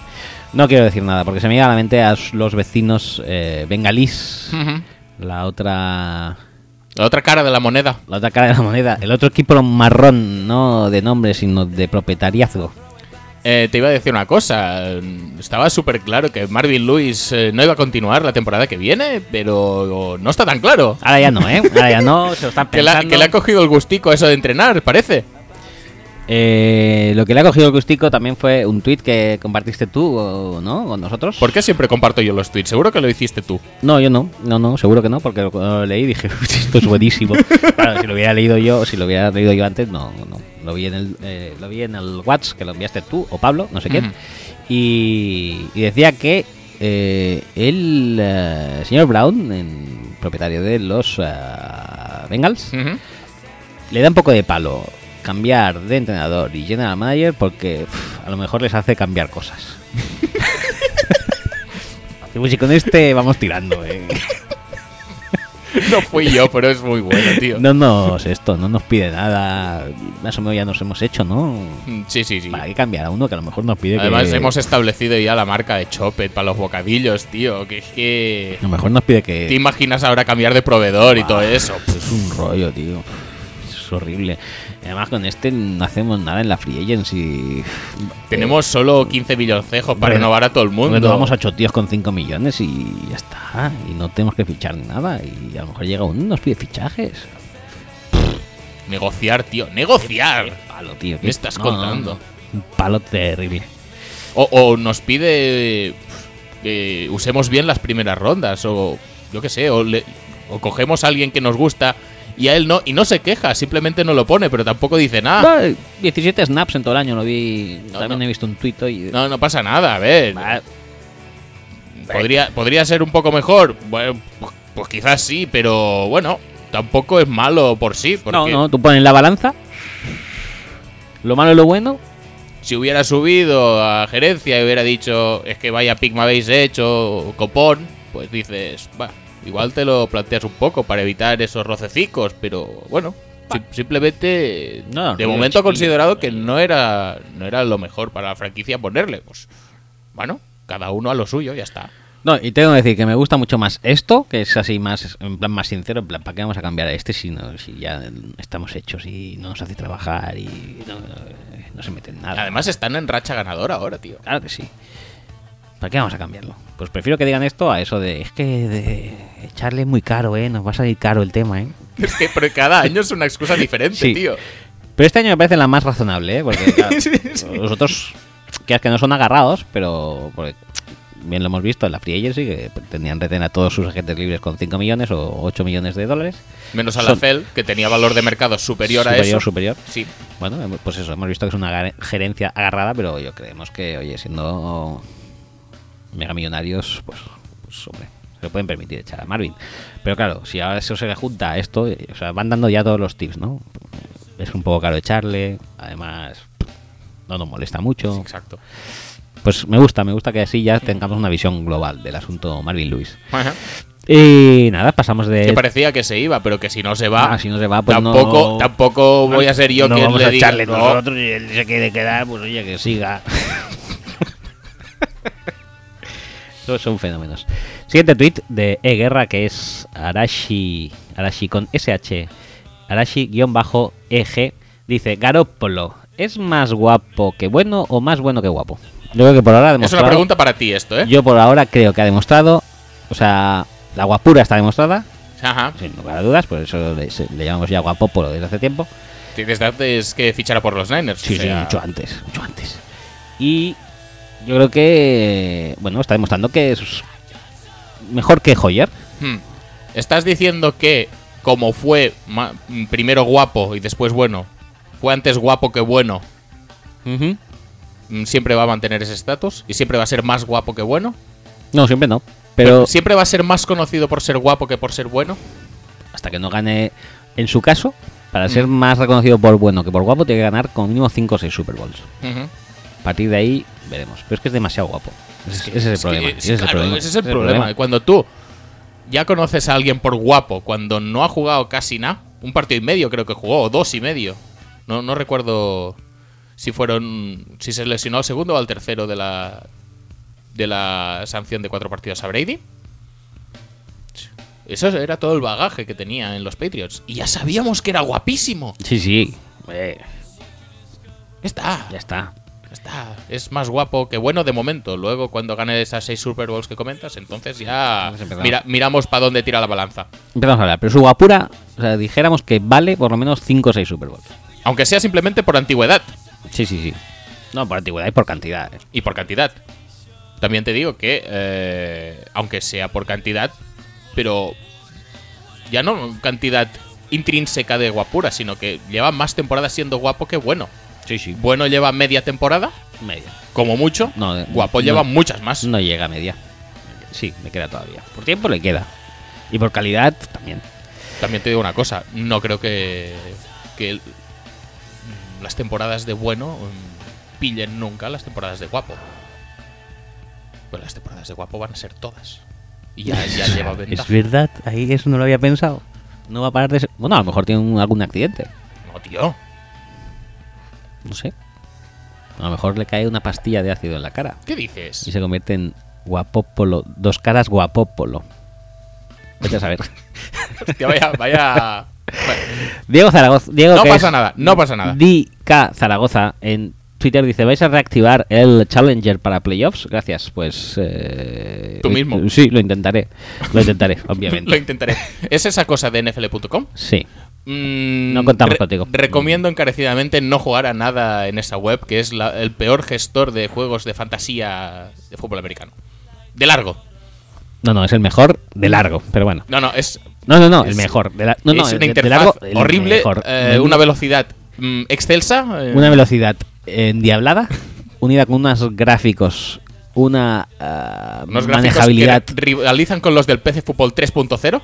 Speaker 1: No quiero decir nada, porque se me llega a la mente a los vecinos eh, bengalís,
Speaker 2: Ujú.
Speaker 1: la otra.
Speaker 2: La otra cara de la moneda.
Speaker 1: La otra cara de la moneda, el otro equipo marrón, no de nombre, sino de propietariazgo.
Speaker 2: Eh, te iba a decir una cosa. Estaba súper claro que Marvin Lewis eh, no iba a continuar la temporada que viene, pero no está tan claro.
Speaker 1: Ahora ya no, ¿eh? Ahora ya no, se lo están
Speaker 2: Que, la-
Speaker 1: pensando.
Speaker 2: que le ha cogido el gustico a eso de entrenar, parece.
Speaker 1: Eh, lo que le ha cogido el gustico también fue un tweet que compartiste tú, o- ¿no? Con nosotros.
Speaker 2: ¿Por qué siempre comparto yo los tweets? Seguro que lo hiciste tú.
Speaker 1: No, yo no, no, no, seguro que no, porque lo, cuando lo leí dije, [LAUGHS] esto es buenísimo. claro, si lo hubiera leído yo, si lo hubiera leído yo antes, no, no. Lo vi en el, eh, lo vi en el WhatsApp que lo enviaste tú o Pablo, no sé quién,
Speaker 2: Ujú.
Speaker 1: y, y decía que eh, el eh, señor Brown, en- propietario de los ah, Bengals,
Speaker 2: Ujú.
Speaker 1: le da un poco de palo cambiar de entrenador y general manager porque uf, a lo mejor les hace cambiar cosas. [LAUGHS] Y pues, si con este vamos tirando, eh.
Speaker 2: [LAUGHS] No fui yo, pero es muy bueno, tío.
Speaker 1: No nos esto, no nos pide nada. Más o menos ya nos hemos hecho, ¿no?
Speaker 2: Mm, Sí, sí, sí.
Speaker 1: ¿Para qué cambiar a uno que a lo mejor nos pide que-
Speaker 2: Además, hemos establecido ya la marca de Chopet para los bocadillos, tío. Que es que.
Speaker 1: A lo mejor nos pide que...
Speaker 2: ¿Te imaginas ahora cambiar de proveedor y todo eso?
Speaker 1: Es un rollo, tío. Es horrible. Además, con este no hacemos nada en la free agency.
Speaker 2: Tenemos solo 15 villancejos para
Speaker 1: Reno-
Speaker 2: renovar a todo el mundo.
Speaker 1: Renovamos a 8 tíos con 5 millones y ya está. Y no tenemos que fichar nada. Y a lo mejor llega uno y nos pide fichajes.
Speaker 2: Negociar, tío. Negociar.
Speaker 1: Palo, tío.
Speaker 2: ¿Me estás contando?
Speaker 1: Un palo terrible.
Speaker 2: O, o nos pide pf, que usemos bien las primeras rondas, o yo qué sé, o, le- o cogemos a alguien que nos gusta y a él no, y no se queja, simplemente no lo pone, pero tampoco dice nada.
Speaker 1: No, 17 snaps en todo el año, lo vi.
Speaker 2: Ah. No,
Speaker 1: También
Speaker 2: no.
Speaker 1: he visto un tuit Ah, y...
Speaker 2: No, no pasa nada, a ver.
Speaker 1: Va,
Speaker 2: ¿Podría, podría ser un poco mejor. Bueno, pues, pues quizás sí, pero bueno, tampoco es malo por sí,
Speaker 1: No,
Speaker 2: porque
Speaker 1: no, tú pones la balanza. Lo malo y lo bueno.
Speaker 2: si hubiera subido a gerencia y hubiera dicho, es que vaya pick me habéis hecho, o copón, pues dices, va, igual te lo planteas un poco para evitar esos rocecicos, pero bueno, si- simplemente
Speaker 1: No,
Speaker 2: de
Speaker 1: no,
Speaker 2: momento ha
Speaker 1: chiquillo.
Speaker 2: considerado que no era, no era lo mejor para la franquicia ponerle, pues bueno, cada uno a lo suyo, ya está.
Speaker 1: No, y tengo que decir que me gusta mucho más esto, que es así más, en plan más sincero, en plan, ¿para qué vamos a cambiar a este si, no, si ya estamos hechos y no nos hace trabajar y no, no se mete en nada?
Speaker 2: Además están en racha ganadora ahora, tío. [LAUGHS]
Speaker 1: Claro que sí. ¿Para qué vamos a cambiarlo? Pues prefiero que digan esto a eso de, es que de echarle es muy caro, ¿eh? Nos va a salir caro el tema, ¿eh?
Speaker 2: Es que pero cada año es una excusa diferente,
Speaker 1: Sí.
Speaker 2: tío.
Speaker 1: Pero este año me parece la más razonable, ¿eh?
Speaker 2: [LAUGHS]
Speaker 1: Porque claro,
Speaker 2: Sí, sí.
Speaker 1: los otros, que es que no son agarrados, pero porque bien lo hemos visto en la Free Agency, que tenían reten a todos sus agentes libres con 5 millones o 8 millones de dólares.
Speaker 2: Menos a
Speaker 1: Son-
Speaker 2: la FEL, que tenía valor de mercado superior, a eso.
Speaker 1: superior, superior.
Speaker 2: Sí.
Speaker 1: Bueno, hemos- pues eso, hemos visto que es una gar- gerencia agarrada, pero yo creemos que, oye, siendo megamillonarios, pues, pues hombre, se lo pueden permitir echar a Marvin. Pero claro, si ahora eso se le junta a esto, eh, o sea, van dando ya todos los tips, ¿no? Es un poco caro echarle, además no nos molesta mucho.
Speaker 2: Exacto.
Speaker 1: Pues me gusta, me gusta que así ya tengamos una visión global del asunto Marvin Lewis.
Speaker 2: Ajá.
Speaker 1: Y nada, pasamos de...
Speaker 2: Que parecía que se iba, pero que si no se va.
Speaker 1: Ah, si no se va, pues
Speaker 2: tampoco,
Speaker 1: no-
Speaker 2: Tampoco voy a ser yo
Speaker 1: no
Speaker 2: quien
Speaker 1: vamos
Speaker 2: le
Speaker 1: a
Speaker 2: diga.
Speaker 1: echarle
Speaker 2: no.
Speaker 1: nosotros y él se quiere quedar, pues oye, que [LAUGHS] siga. Todos son fenómenos. Siguiente tweet de E Guerra que es Arashi, Arashi con SH, Arashi-EG, E dice Garópolo, ¿es más guapo que bueno o más bueno que guapo? Yo creo que por ahora ha
Speaker 2: Es una
Speaker 1: demostrado,
Speaker 2: pregunta para ti esto, ¿eh?
Speaker 1: yo por ahora creo que ha demostrado, o sea, la guapura está demostrada,
Speaker 2: Ajá.
Speaker 1: sin lugar a dudas, por eso le, se- le llamamos ya guapópolo desde hace tiempo.
Speaker 2: Tienes antes que fichara por los Niners.
Speaker 1: Sí,
Speaker 2: o sea,
Speaker 1: sí, mucho antes, mucho antes. Y yo creo que, bueno, está demostrando que es mejor que Hoyer.
Speaker 2: hmm. Estás diciendo que como fue ma- mm, primero guapo y después bueno, fue antes guapo que bueno, mm, siempre va a mantener ese estatus y siempre va a ser más guapo que bueno.
Speaker 1: No, siempre no. Pero
Speaker 2: siempre va a ser más conocido por ser guapo que por ser bueno.
Speaker 1: hasta que no gane, en su caso, para ser más reconocido por bueno que por guapo, tiene que ganar con mínimo 5 o 6 Super Bowls.
Speaker 2: Ujú.
Speaker 1: A partir de ahí veremos. Pero es que es demasiado guapo. Ese, ese es
Speaker 2: que-
Speaker 1: el problema. ese es el
Speaker 2: claro,
Speaker 1: problema.
Speaker 2: ese es el problema. Cuando tú ya conoces a alguien por guapo, cuando no ha jugado casi nada, un partido y medio creo que jugó, o dos y medio. No, no recuerdo si fueron. si se lesionó al segundo o al tercero de la. de la sanción de cuatro partidos a Brady. Eso era todo el bagaje que tenía en los Patriots. Y ya sabíamos que era guapísimo.
Speaker 1: Sí, sí. Eh,
Speaker 2: Ya está.
Speaker 1: ya está.
Speaker 2: Ya está. Es más guapo que bueno de momento. Luego, cuando gane esas seis Super Bowls que comentas, entonces ya
Speaker 1: Vamos a empezar.
Speaker 2: mira- miramos para dónde tira la balanza.
Speaker 1: Empezamos a hablar. Pero su guapura, o sea, dijéramos que vale por lo menos 5 o 6 Super Bowls.
Speaker 2: Aunque sea simplemente por antigüedad
Speaker 1: Sí, sí, sí. No, por antigüedad y por cantidad. eh.
Speaker 2: y por cantidad. También te digo que, eh, aunque sea por cantidad, pero ya no cantidad intrínseca de guapura, sino que lleva más temporadas siendo guapo que bueno.
Speaker 1: Sí, sí.
Speaker 2: Bueno lleva media temporada,
Speaker 1: Media.
Speaker 2: como mucho.
Speaker 1: No, eh,
Speaker 2: guapo
Speaker 1: no.
Speaker 2: lleva muchas más.
Speaker 1: No llega a media. Sí, me queda todavía. Por tiempo le queda. Y por calidad también.
Speaker 2: También te digo una cosa, no creo que, que el- las temporadas de bueno mm, pillen nunca las temporadas de guapo. Pero las temporadas de guapo van a ser todas.
Speaker 1: [LAUGHS]
Speaker 2: Y ya, ya lleva ventaja.
Speaker 1: verdad, ahí eso no lo había pensado. No va a parar de ser... Bueno, a lo mejor tiene un- algún accidente.
Speaker 2: No, tío.
Speaker 1: No sé. A lo mejor le cae una pastilla de ácido en la cara.
Speaker 2: ¿Qué
Speaker 1: Y
Speaker 2: dices?
Speaker 1: se convierte en guapópolo. Dos caras guapópolo. Vete a saber.
Speaker 2: Hostia, vaya, vaya.
Speaker 1: [LAUGHS]
Speaker 2: Bueno,
Speaker 1: Diego Zaragoza. Diego,
Speaker 2: No
Speaker 1: que
Speaker 2: pasa
Speaker 1: es
Speaker 2: nada, no pasa nada.
Speaker 1: DK Zaragoza en Twitter dice: ¿Vais a reactivar el Challenger para playoffs? Gracias, pues. eh,
Speaker 2: Tú mismo.
Speaker 1: Sí, lo intentaré. Lo
Speaker 2: [LAUGHS]
Speaker 1: intentaré, obviamente.
Speaker 2: Lo intentaré. Es esa cosa de NFL.com.
Speaker 1: Sí.
Speaker 2: Mm,
Speaker 1: No contamos contigo.
Speaker 2: Recomiendo encarecidamente no jugar a nada en esa web, que es la- el peor gestor de juegos de fantasía de fútbol americano. De largo.
Speaker 1: No, no, es el mejor de largo, pero bueno.
Speaker 2: No, no, es,
Speaker 1: No, no, no, el
Speaker 2: Es-
Speaker 1: mejor. de la- no, no,
Speaker 2: es
Speaker 1: el de-
Speaker 2: una
Speaker 1: de
Speaker 2: interfaz
Speaker 1: largo, el
Speaker 2: horrible,
Speaker 1: mejor.
Speaker 2: eh, una velocidad mm, excelsa. eh,
Speaker 1: Una velocidad endiablada, unida con unos gráficos, una ah,
Speaker 2: unos gráficos
Speaker 1: manejabilidad
Speaker 2: que rivalizan con los del PC Fútbol 3.0.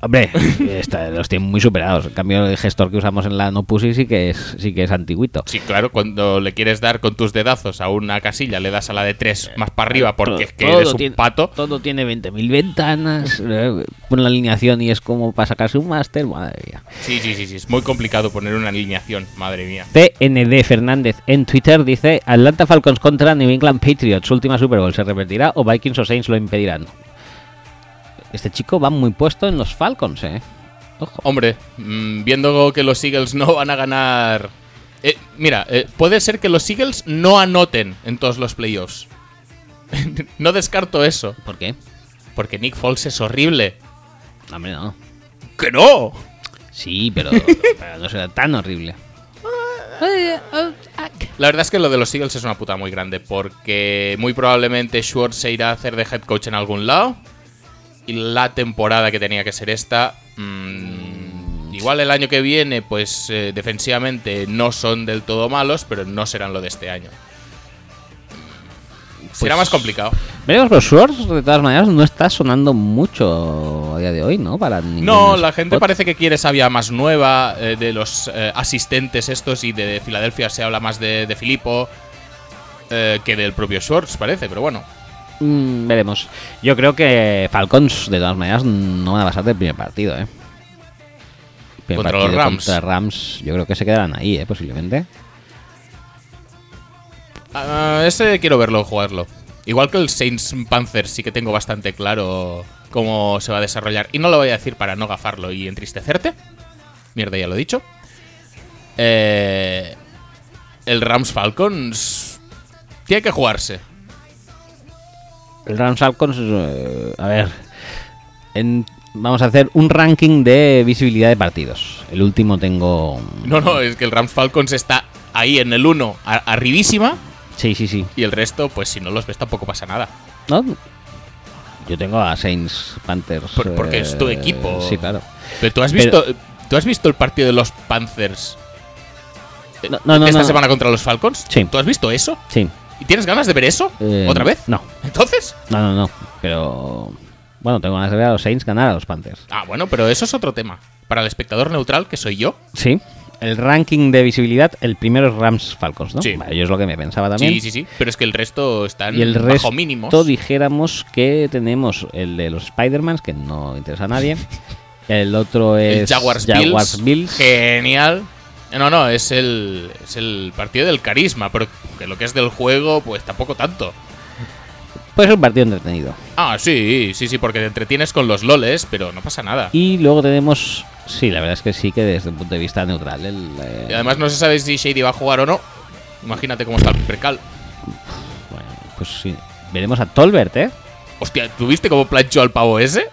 Speaker 1: Hombre, [LAUGHS] está- los tienen muy superados. En cambio, el gestor que usamos en la No Pussy sí que es, sí que es antiguito.
Speaker 2: Sí, claro, cuando le quieres dar con tus dedazos a una casilla, le das a la de tres más para arriba porque
Speaker 1: Todo-
Speaker 2: es que
Speaker 1: todo
Speaker 2: eres un
Speaker 1: tiene-
Speaker 2: pato.
Speaker 1: Todo tiene 20.000 ventanas, [LAUGHS] eh, pon la alineación y es como para sacarse un máster, madre mía.
Speaker 2: Sí, sí, sí, sí, es muy complicado poner una alineación, madre mía.
Speaker 1: TND Fernández en Twitter dice Atlanta Falcons contra New England Patriots, última Super Bowl, ¿se repetirá o Vikings o Saints lo impedirán? Este chico va muy puesto en los Falcons, eh. Ojo.
Speaker 2: Hombre, mm, viendo que los Eagles no van a ganar... Eh, mira, eh, puede ser que los Eagles no anoten en todos los playoffs. [LAUGHS] no descarto eso,
Speaker 1: ¿Por qué?
Speaker 2: porque Nick Foles es horrible.
Speaker 1: Hombre, no.
Speaker 2: ¡Que no!
Speaker 1: Sí, [LAUGHS] pero, pero no será tan horrible.
Speaker 2: La verdad es que lo de los Eagles es una puta muy grande, porque muy probablemente Schwartz se irá a hacer de head coach en algún lado. Y la temporada que tenía que ser esta. mm, igual el año que viene, pues eh, defensivamente no son del todo malos, pero no serán lo de este año. Será más complicado.
Speaker 1: Veremos, pero Schwartz, de todas maneras, no está sonando mucho a día de hoy, ¿no? Para ningún
Speaker 2: No, la gente
Speaker 1: spot.
Speaker 2: parece que quiere sabia más nueva eh, de los eh, asistentes estos y de Filadelfia se habla más de, de Filippo eh, que del propio Schwartz, parece, pero bueno.
Speaker 1: Mm, veremos. Yo creo que Falcons, de todas maneras, no van a pasar del primer partido, ¿eh? Primer
Speaker 2: Contra los Rams.
Speaker 1: Contra Rams, yo creo que se quedarán ahí, ¿eh? Posiblemente.
Speaker 2: Ah, ese quiero verlo, jugarlo. Igual que el Saints Panzer, sí que tengo bastante claro cómo se va a desarrollar. Y no lo voy a decir para no gafarlo y entristecerte. Mierda, ya lo he dicho. Eh, el Rams Falcons tiene que jugarse.
Speaker 1: El Rams Falcons, eh, a ver. en- vamos a hacer un ranking de visibilidad de partidos. El último tengo.
Speaker 2: No, no, es que el Rams Falcons está ahí en el 1, arribísima.
Speaker 1: Sí, sí, sí.
Speaker 2: Y el resto, pues si no los ves tampoco pasa nada.
Speaker 1: ¿No? Yo tengo a Saints Panthers. eh,
Speaker 2: Por- porque es tu equipo.
Speaker 1: Sí, claro.
Speaker 2: Pero tú has
Speaker 1: Pero-
Speaker 2: visto, ¿tú has visto el partido de los Panthers eh,
Speaker 1: No, no, no,
Speaker 2: esta
Speaker 1: no.
Speaker 2: semana contra los Falcons.
Speaker 1: Sí.
Speaker 2: ¿Tú has visto eso?
Speaker 1: Sí.
Speaker 2: ¿Y tienes ganas de ver eso?
Speaker 1: Eh,
Speaker 2: ¿Otra vez?
Speaker 1: No,
Speaker 2: ¿Entonces?
Speaker 1: no, no, no. Pero. Bueno, tengo ganas de ver a los Saints ganar a los Panthers.
Speaker 2: Ah, bueno, pero eso es otro tema. Para el espectador neutral, que soy yo,
Speaker 1: Sí. El ranking de visibilidad, el primero es Rams Falcons, ¿no?
Speaker 2: Sí.
Speaker 1: Vale, yo es lo que me pensaba también.
Speaker 2: sí, sí, sí. Pero es que el resto están
Speaker 1: Y el
Speaker 2: bajo
Speaker 1: resto,
Speaker 2: mínimos.
Speaker 1: dijéramos que tenemos el de los Spider-Man, que no interesa a
Speaker 2: [LAUGHS]
Speaker 1: nadie. El otro es
Speaker 2: el Jaguars,
Speaker 1: Jaguars Bills.
Speaker 2: Genial. No, no, es el, es el partido del carisma, pero que lo que es del juego, pues tampoco tanto.
Speaker 1: Pues es un partido entretenido.
Speaker 2: Ah, sí, sí, sí, porque te entretienes con los loles, pero no pasa nada. Y,
Speaker 1: Y luego tenemos, sí, la verdad es que sí que desde un punto de vista neutral. El, eh,
Speaker 2: además no se sabe si Shady va a jugar o no. Imagínate cómo está el percal.
Speaker 1: bueno, pues sí. Veremos a Tolbert, ¿eh?
Speaker 2: Hostia, ¿tuviste cómo planchó al pavo ese?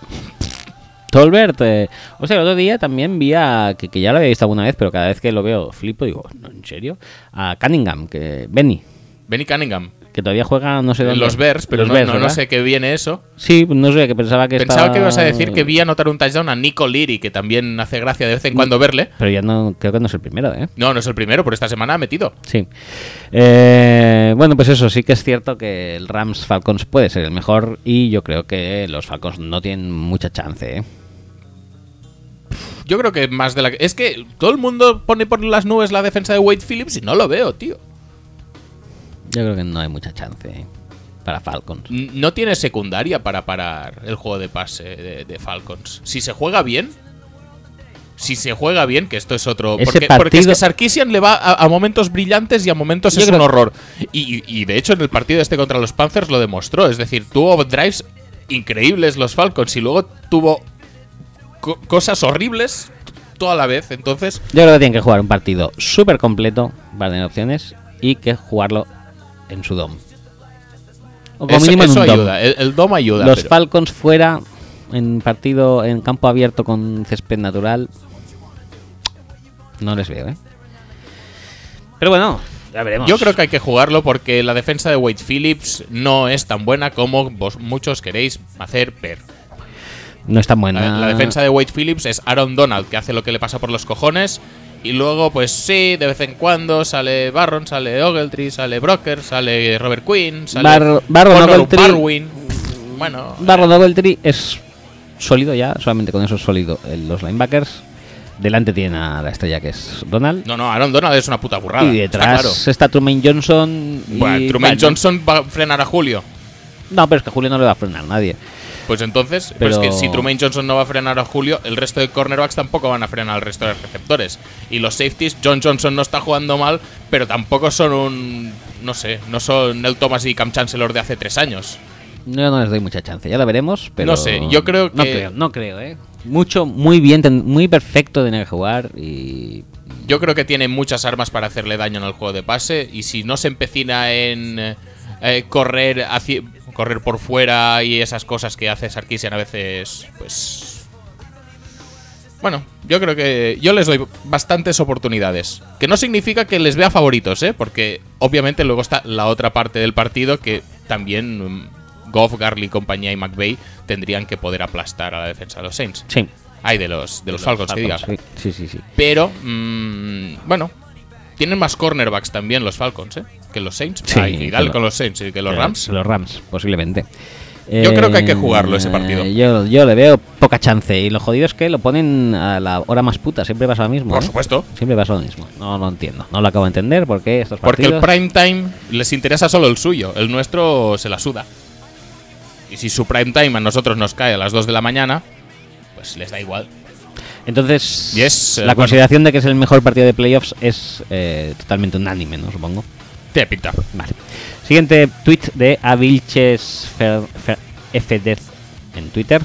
Speaker 1: Tolbert, eh, o sea, el otro día también vi a, que, que ya lo había visto alguna vez, pero cada vez que lo veo flipo, digo, "No, ¿en serio? A Cunningham, que Benny,
Speaker 2: Benny Cunningham.
Speaker 1: que todavía juega no sé dónde.
Speaker 2: los Bears, pero
Speaker 1: Los
Speaker 2: no,
Speaker 1: Bears,
Speaker 2: no- no
Speaker 1: ¿verdad?
Speaker 2: sé qué viene eso.
Speaker 1: Sí, no sé, que pensaba que
Speaker 2: Pensaba
Speaker 1: estaba-
Speaker 2: que ibas a decir que vi anotar un touchdown a Nico Liri, que también hace gracia de vez en cuando verle.
Speaker 1: Pero ya no, creo que no es el primero, ¿eh?
Speaker 2: No, no es el primero, por esta semana ha metido.
Speaker 1: Sí. Eh, bueno, pues eso, sí que es cierto que el Rams Falcons puede ser el mejor y yo creo que los Falcons no tienen mucha chance, ¿eh?
Speaker 2: Yo creo que más de la que. Es que todo el mundo pone por las nubes la defensa de Wade Phillips y no lo veo, tío.
Speaker 1: Yo creo que no hay mucha chance ¿eh? para Falcons.
Speaker 2: N- No tiene secundaria para parar el juego de pase de, de Falcons. Si se juega bien. Si se juega bien, que esto es otro.
Speaker 1: Ese
Speaker 2: Porque, porque es
Speaker 1: partido-
Speaker 2: que Sarkisian le va a, a momentos brillantes y a momentos
Speaker 1: Yo
Speaker 2: es
Speaker 1: creo-
Speaker 2: un horror. Y, y- y de hecho, en el partido este contra los Panthers lo demostró. Es decir, tuvo drives increíbles los Falcons y luego tuvo co- cosas horribles toda la vez. Entonces,
Speaker 1: Yo creo que tienen que jugar un partido súper completo para tener opciones y que jugarlo en su dom. O como
Speaker 2: eso,
Speaker 1: mínimo en
Speaker 2: eso
Speaker 1: un dom.
Speaker 2: ayuda. El, el Dom ayuda.
Speaker 1: Los
Speaker 2: pero-
Speaker 1: Falcons fuera en partido en campo abierto con césped natural. No les veo, ¿eh? Pero bueno, ya veremos.
Speaker 2: Yo creo que hay que jugarlo porque la defensa de Wade Phillips no es tan buena como vos muchos queréis hacer ver.
Speaker 1: no es tan buena.
Speaker 2: La, la defensa de Wade Phillips es Aaron Donald, que hace lo que le pasa por los cojones. Y luego, pues sí, de vez en cuando sale Barron, sale Ogletree, sale Brocker, sale Robert Quinn, sale
Speaker 1: Bar- Barron,
Speaker 2: Connor
Speaker 1: Ogletree.
Speaker 2: Barwin. Bueno,
Speaker 1: Barron Ogletree es sólido ya, solamente con eso sólido, eh, los linebackers. Delante tiene a la estrella que es Donald.
Speaker 2: No, no, Aaron Donald es una puta burrada.
Speaker 1: y
Speaker 2: está
Speaker 1: detrás
Speaker 2: claro.
Speaker 1: está, Truman Johnson. y-
Speaker 2: Bueno, Truman
Speaker 1: bueno,
Speaker 2: Johnson va a frenar a Julio.
Speaker 1: No, pero es que Julio no le va a frenar nadie.
Speaker 2: Pues entonces,
Speaker 1: Pero-
Speaker 2: pero es que si Truman Johnson no va a frenar a Julio, el resto de cornerbacks tampoco van a frenar al resto de receptores. Y los safeties, John Johnson no está jugando mal, pero tampoco son un. No sé, no son Nel Thomas y Cam Chancellor de hace tres años.
Speaker 1: Yo no les doy mucha chance, ya la veremos, pero...
Speaker 2: No sé, yo creo
Speaker 1: No
Speaker 2: que-
Speaker 1: creo, no creo, ¿eh? Mucho, muy bien, ten- muy perfecto tener que jugar y...
Speaker 2: Yo creo que tiene muchas armas para hacerle daño en el juego de pase y si no se empecina en eh, eh, correr hacia- correr por fuera y esas cosas que hace Sarkisian a veces, pues bueno, yo creo que yo les doy bastantes oportunidades, que no significa que les vea favoritos, ¿eh? porque obviamente luego está la otra parte del partido que también mm, Goff, Garley, compañía y McVay tendrían que poder aplastar a la defensa de los Saints.
Speaker 1: Sí.
Speaker 2: Ay, de los de los, Falcons, que diga.
Speaker 1: Sí, sí, sí. sí.
Speaker 2: Pero, mm, bueno, tienen más cornerbacks también los Falcons, ¿eh? Que los Saints.
Speaker 1: Sí,
Speaker 2: Ay, y dale
Speaker 1: claro.
Speaker 2: con los Saints y que los
Speaker 1: Eh,
Speaker 2: Rams.
Speaker 1: Los Rams, posiblemente. Eh,
Speaker 2: Yo creo que hay que jugarlo, ese partido.
Speaker 1: Yo, yo le veo poca chance. Y lo jodido es que lo ponen a la hora más puta. Siempre pasa lo mismo.
Speaker 2: Por
Speaker 1: ¿eh?
Speaker 2: supuesto.
Speaker 1: Siempre pasa lo mismo. No lo entiendo. No lo acabo de entender porque estos
Speaker 2: Porque el
Speaker 1: partidos.
Speaker 2: prime time les interesa solo el suyo. El nuestro se la suda. Y si su prime time a nosotros nos cae a las 2 de la mañana, pues les da igual.
Speaker 1: Entonces,
Speaker 2: Yes, eh,
Speaker 1: la
Speaker 2: bueno.
Speaker 1: consideración de que es el mejor partido de playoffs es eh, totalmente unánime, ¿no? Supongo.
Speaker 2: Te pinta.
Speaker 1: Vale. Siguiente tweet de Avilches Fer- Fer- FD en Twitter.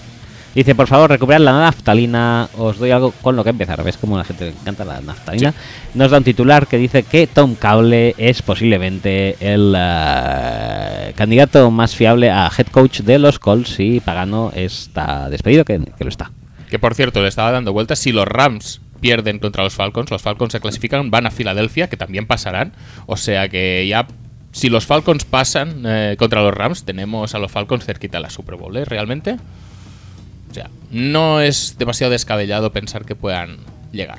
Speaker 1: Dice, por favor, recuperad la naftalina. Os doy algo con lo que empezar. ¿Ves cómo a la gente le encanta la naftalina? Nos da un titular que dice que Tom Cable es posiblemente el eh, candidato más fiable a head coach de los Colts si Pagano está despedido, que, que lo está.
Speaker 2: Que por cierto, le estaba dando vueltas. Si los Rams pierden contra los Falcons, los Falcons se clasifican, van a Filadelfia, que también pasarán. O sea que ya. Si los Falcons pasan eh, contra los Rams, tenemos a los Falcons cerquita a la Super Bowl, ¿eh? Realmente. O sea, no es demasiado descabellado pensar que puedan llegar.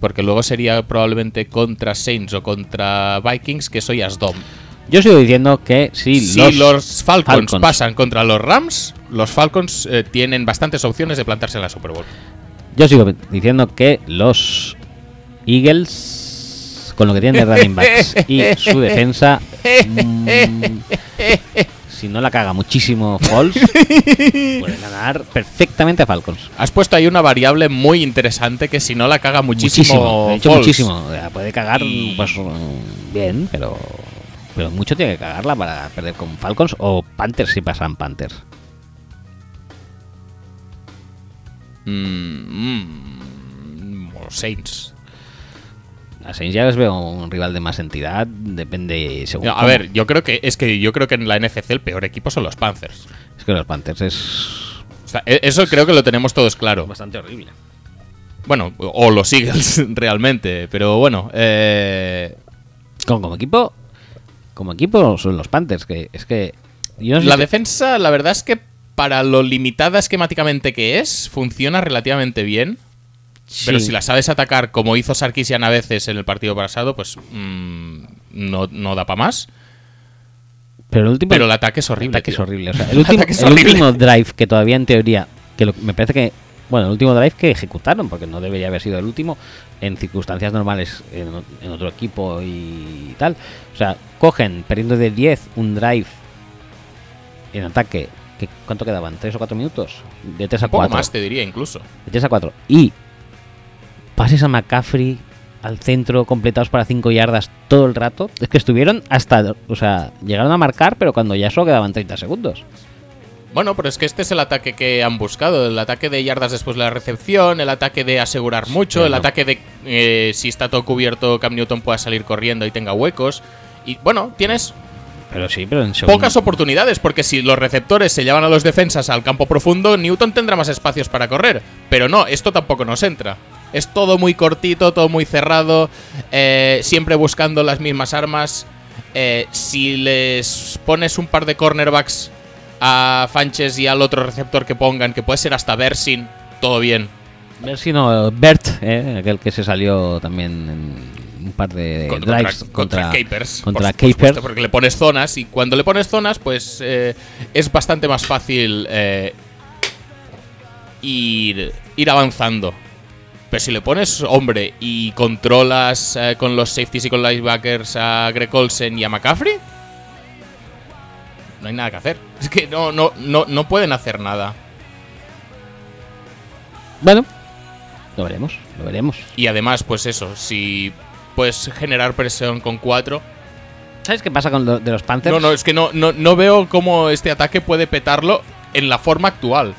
Speaker 2: Porque luego sería probablemente contra Saints o contra Vikings, que soy Asdom.
Speaker 1: Yo sigo diciendo que si,
Speaker 2: Si los, Falcons,
Speaker 1: Falcons-
Speaker 2: pasan contra los Rams, los Falcons eh, tienen bastantes opciones de plantarse en la Super Bowl.
Speaker 1: Yo sigo diciendo que los Eagles, con lo que tienen de running backs y su defensa, mm, si no la caga muchísimo Falls, pueden ganar perfectamente a Falcons.
Speaker 2: Has puesto ahí una variable muy interesante que si no la caga muchísimo.
Speaker 1: de hecho,
Speaker 2: Foles.
Speaker 1: muchísimo. O sea, Puede cagar
Speaker 2: Y-
Speaker 1: pues, mm, bien, pero, pero mucho tiene que cagarla para perder con Falcons o Panthers si pasan Panthers.
Speaker 2: Mm, mm, o Saints.
Speaker 1: A Saints ya les veo un rival de más entidad, depende según.
Speaker 2: No, a
Speaker 1: cómo.
Speaker 2: ver, yo creo que es que yo creo que en la NFC el peor equipo son los Panthers.
Speaker 1: Es que los Panthers es
Speaker 2: O sea, e- eso creo que lo tenemos todos claro.
Speaker 1: bastante horrible.
Speaker 2: Bueno, o los Eagles [LAUGHS] realmente, pero bueno, eh,
Speaker 1: Como, como equipo, como equipo son los Panthers, que es que yo no sé
Speaker 2: la
Speaker 1: si-
Speaker 2: defensa, la verdad es que para lo limitada esquemáticamente que es, funciona relativamente bien. Pero
Speaker 1: sí.
Speaker 2: si la sabes atacar como hizo Sarkisian a veces en el partido pasado, pues mm, no, no da para más.
Speaker 1: pero el último
Speaker 2: Pero el ataque es
Speaker 1: el
Speaker 2: horrible.
Speaker 1: ataque es
Speaker 2: tío.
Speaker 1: horrible, o
Speaker 2: [LAUGHS]
Speaker 1: sea, el, último,
Speaker 2: ataque es
Speaker 1: el
Speaker 2: horrible.
Speaker 1: último drive que todavía en teoría que lo- me parece que bueno, el último drive que ejecutaron porque no debería haber sido el último en circunstancias normales en, o- en otro equipo y tal. O sea, cogen perdiendo de 10 un drive en ataque que ¿cuánto quedaban? ¿Tres o cuatro minutos? De 3 a
Speaker 2: Un poco
Speaker 1: 4.
Speaker 2: más, te diría incluso.
Speaker 1: de 3 a 4. Y pases a McCaffrey al centro completados para 5 yardas todo el rato. Es que estuvieron hasta. O sea, llegaron a marcar, pero cuando ya solo quedaban 30 segundos.
Speaker 2: Bueno, pero es que este es el ataque que han buscado. El ataque de yardas después de la recepción, el ataque de asegurar mucho,
Speaker 1: pero
Speaker 2: el
Speaker 1: no.
Speaker 2: ataque de eh, si está todo cubierto, Cam Newton pueda salir corriendo y tenga huecos. Y bueno, tienes
Speaker 1: Pero sí, pero en segundo.
Speaker 2: pocas oportunidades, porque si los receptores se llevan a los defensas al campo profundo, Newton tendrá más espacios para correr. Pero no, esto tampoco nos entra. Es todo muy cortito, todo muy cerrado, eh, siempre buscando las mismas armas. Eh, si les pones un par de cornerbacks a Fanches y al otro receptor que pongan, que puede ser hasta Bersin, todo bien.
Speaker 1: Ver si no, Bert, eh, aquel que se salió también en un par de
Speaker 2: Con-
Speaker 1: drives contra,
Speaker 2: contra, contra Capers.
Speaker 1: contra
Speaker 2: por- por
Speaker 1: Capers.
Speaker 2: supuesto, porque le pones zonas y cuando le pones zonas, pues eh, es bastante más fácil eh, ir, ir avanzando. Pero si le pones hombre y controlas eh, con los safeties y con los linebackers a Greg Olsen y a McCaffrey, no hay nada que hacer. [LAUGHS] Es que no, no, no, no pueden hacer nada.
Speaker 1: Bueno, lo veremos, lo veremos.
Speaker 2: Y además, pues eso, si puedes generar presión con cuatro,
Speaker 1: ¿Sabes qué pasa con lo de los Panthers?
Speaker 2: No, no, es que no, no, no veo cómo este ataque puede petarlo en la forma actual.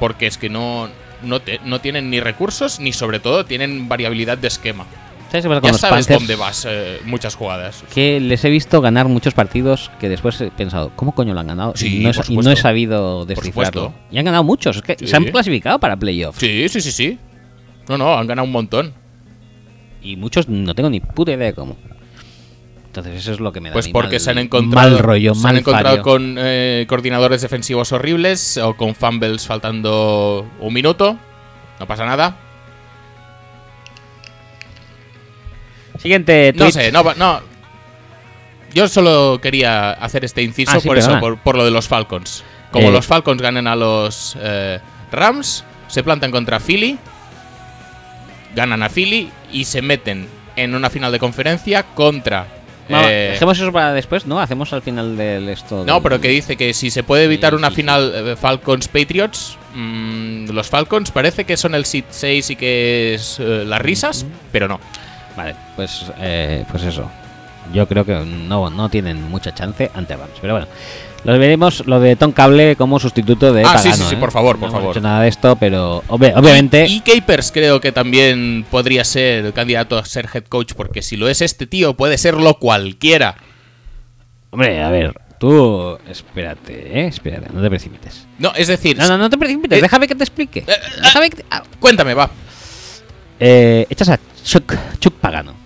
Speaker 2: Porque es que no, no, te- no tienen ni recursos, ni sobre todo tienen variabilidad de esquema.
Speaker 1: ¿Sabes qué pasa con
Speaker 2: Ya
Speaker 1: los
Speaker 2: sabes
Speaker 1: Panthers?
Speaker 2: dónde vas eh, muchas jugadas.
Speaker 1: Que les he visto ganar muchos partidos que después he pensado, ¿cómo coño lo han ganado?
Speaker 2: Sí,
Speaker 1: y, no he,
Speaker 2: por
Speaker 1: y no he
Speaker 2: supuesto.
Speaker 1: sabido descifrarlo.
Speaker 2: supuesto.
Speaker 1: Y han ganado muchos, es que
Speaker 2: Sí.
Speaker 1: se han clasificado para playoffs.
Speaker 2: Sí, sí, sí, sí. No, no, han ganado un montón.
Speaker 1: Y muchos no tengo ni puta idea de cómo. Entonces eso es lo que me da
Speaker 2: Pues
Speaker 1: a mí
Speaker 2: porque
Speaker 1: mal-
Speaker 2: se han encontrado,
Speaker 1: mal rollo,
Speaker 2: se
Speaker 1: mal
Speaker 2: han encontrado
Speaker 1: fallo.
Speaker 2: con eh, coordinadores defensivos horribles o con fumbles faltando un minuto. No pasa nada.
Speaker 1: Siguiente tweet.
Speaker 2: No sé, no, va- no. Yo solo quería hacer este inciso
Speaker 1: Ah, sí,
Speaker 2: por eso,
Speaker 1: perdona.
Speaker 2: por, por lo de los Falcons. Como
Speaker 1: Eh.
Speaker 2: los Falcons ganan a los eh, Rams, se plantan contra Philly, ganan a Philly y se meten en una final de conferencia contra.
Speaker 1: Vamos,
Speaker 2: eh,
Speaker 1: Dejemos eso para después, ¿no? Hacemos al final del esto.
Speaker 2: no,
Speaker 1: del-
Speaker 2: pero que dice que si se puede evitar
Speaker 1: Sí,
Speaker 2: una
Speaker 1: sí,
Speaker 2: final eh, Falcons-Patriots, mm, los Falcons parece que son el seed 6 y que es eh, las risas, pero no.
Speaker 1: Vale, pues, eh, pues eso. Yo creo que no, no tienen mucha chance ante Rams. Pero bueno, lo veremos lo de Tom Cable como sustituto de.
Speaker 2: Ah, sí,
Speaker 1: Pagano,
Speaker 2: sí, sí,
Speaker 1: ¿eh?
Speaker 2: por favor, por
Speaker 1: no hemos
Speaker 2: favor.
Speaker 1: dicho nada de esto, pero obvi- obviamente.
Speaker 2: Y Capers creo que también podría ser candidato a ser head coach, porque si lo es este tío, puede serlo cualquiera.
Speaker 1: Hombre, a ver, tú. Espérate, ¿eh? Espérate, no te precipites.
Speaker 2: No, es decir,
Speaker 1: No, no, no te precipites,
Speaker 2: Eh,
Speaker 1: déjame que te explique.
Speaker 2: eh,
Speaker 1: Déjame que te- ah,
Speaker 2: cuéntame, va.
Speaker 1: eh, echas a Chuck, Chuck Pagano.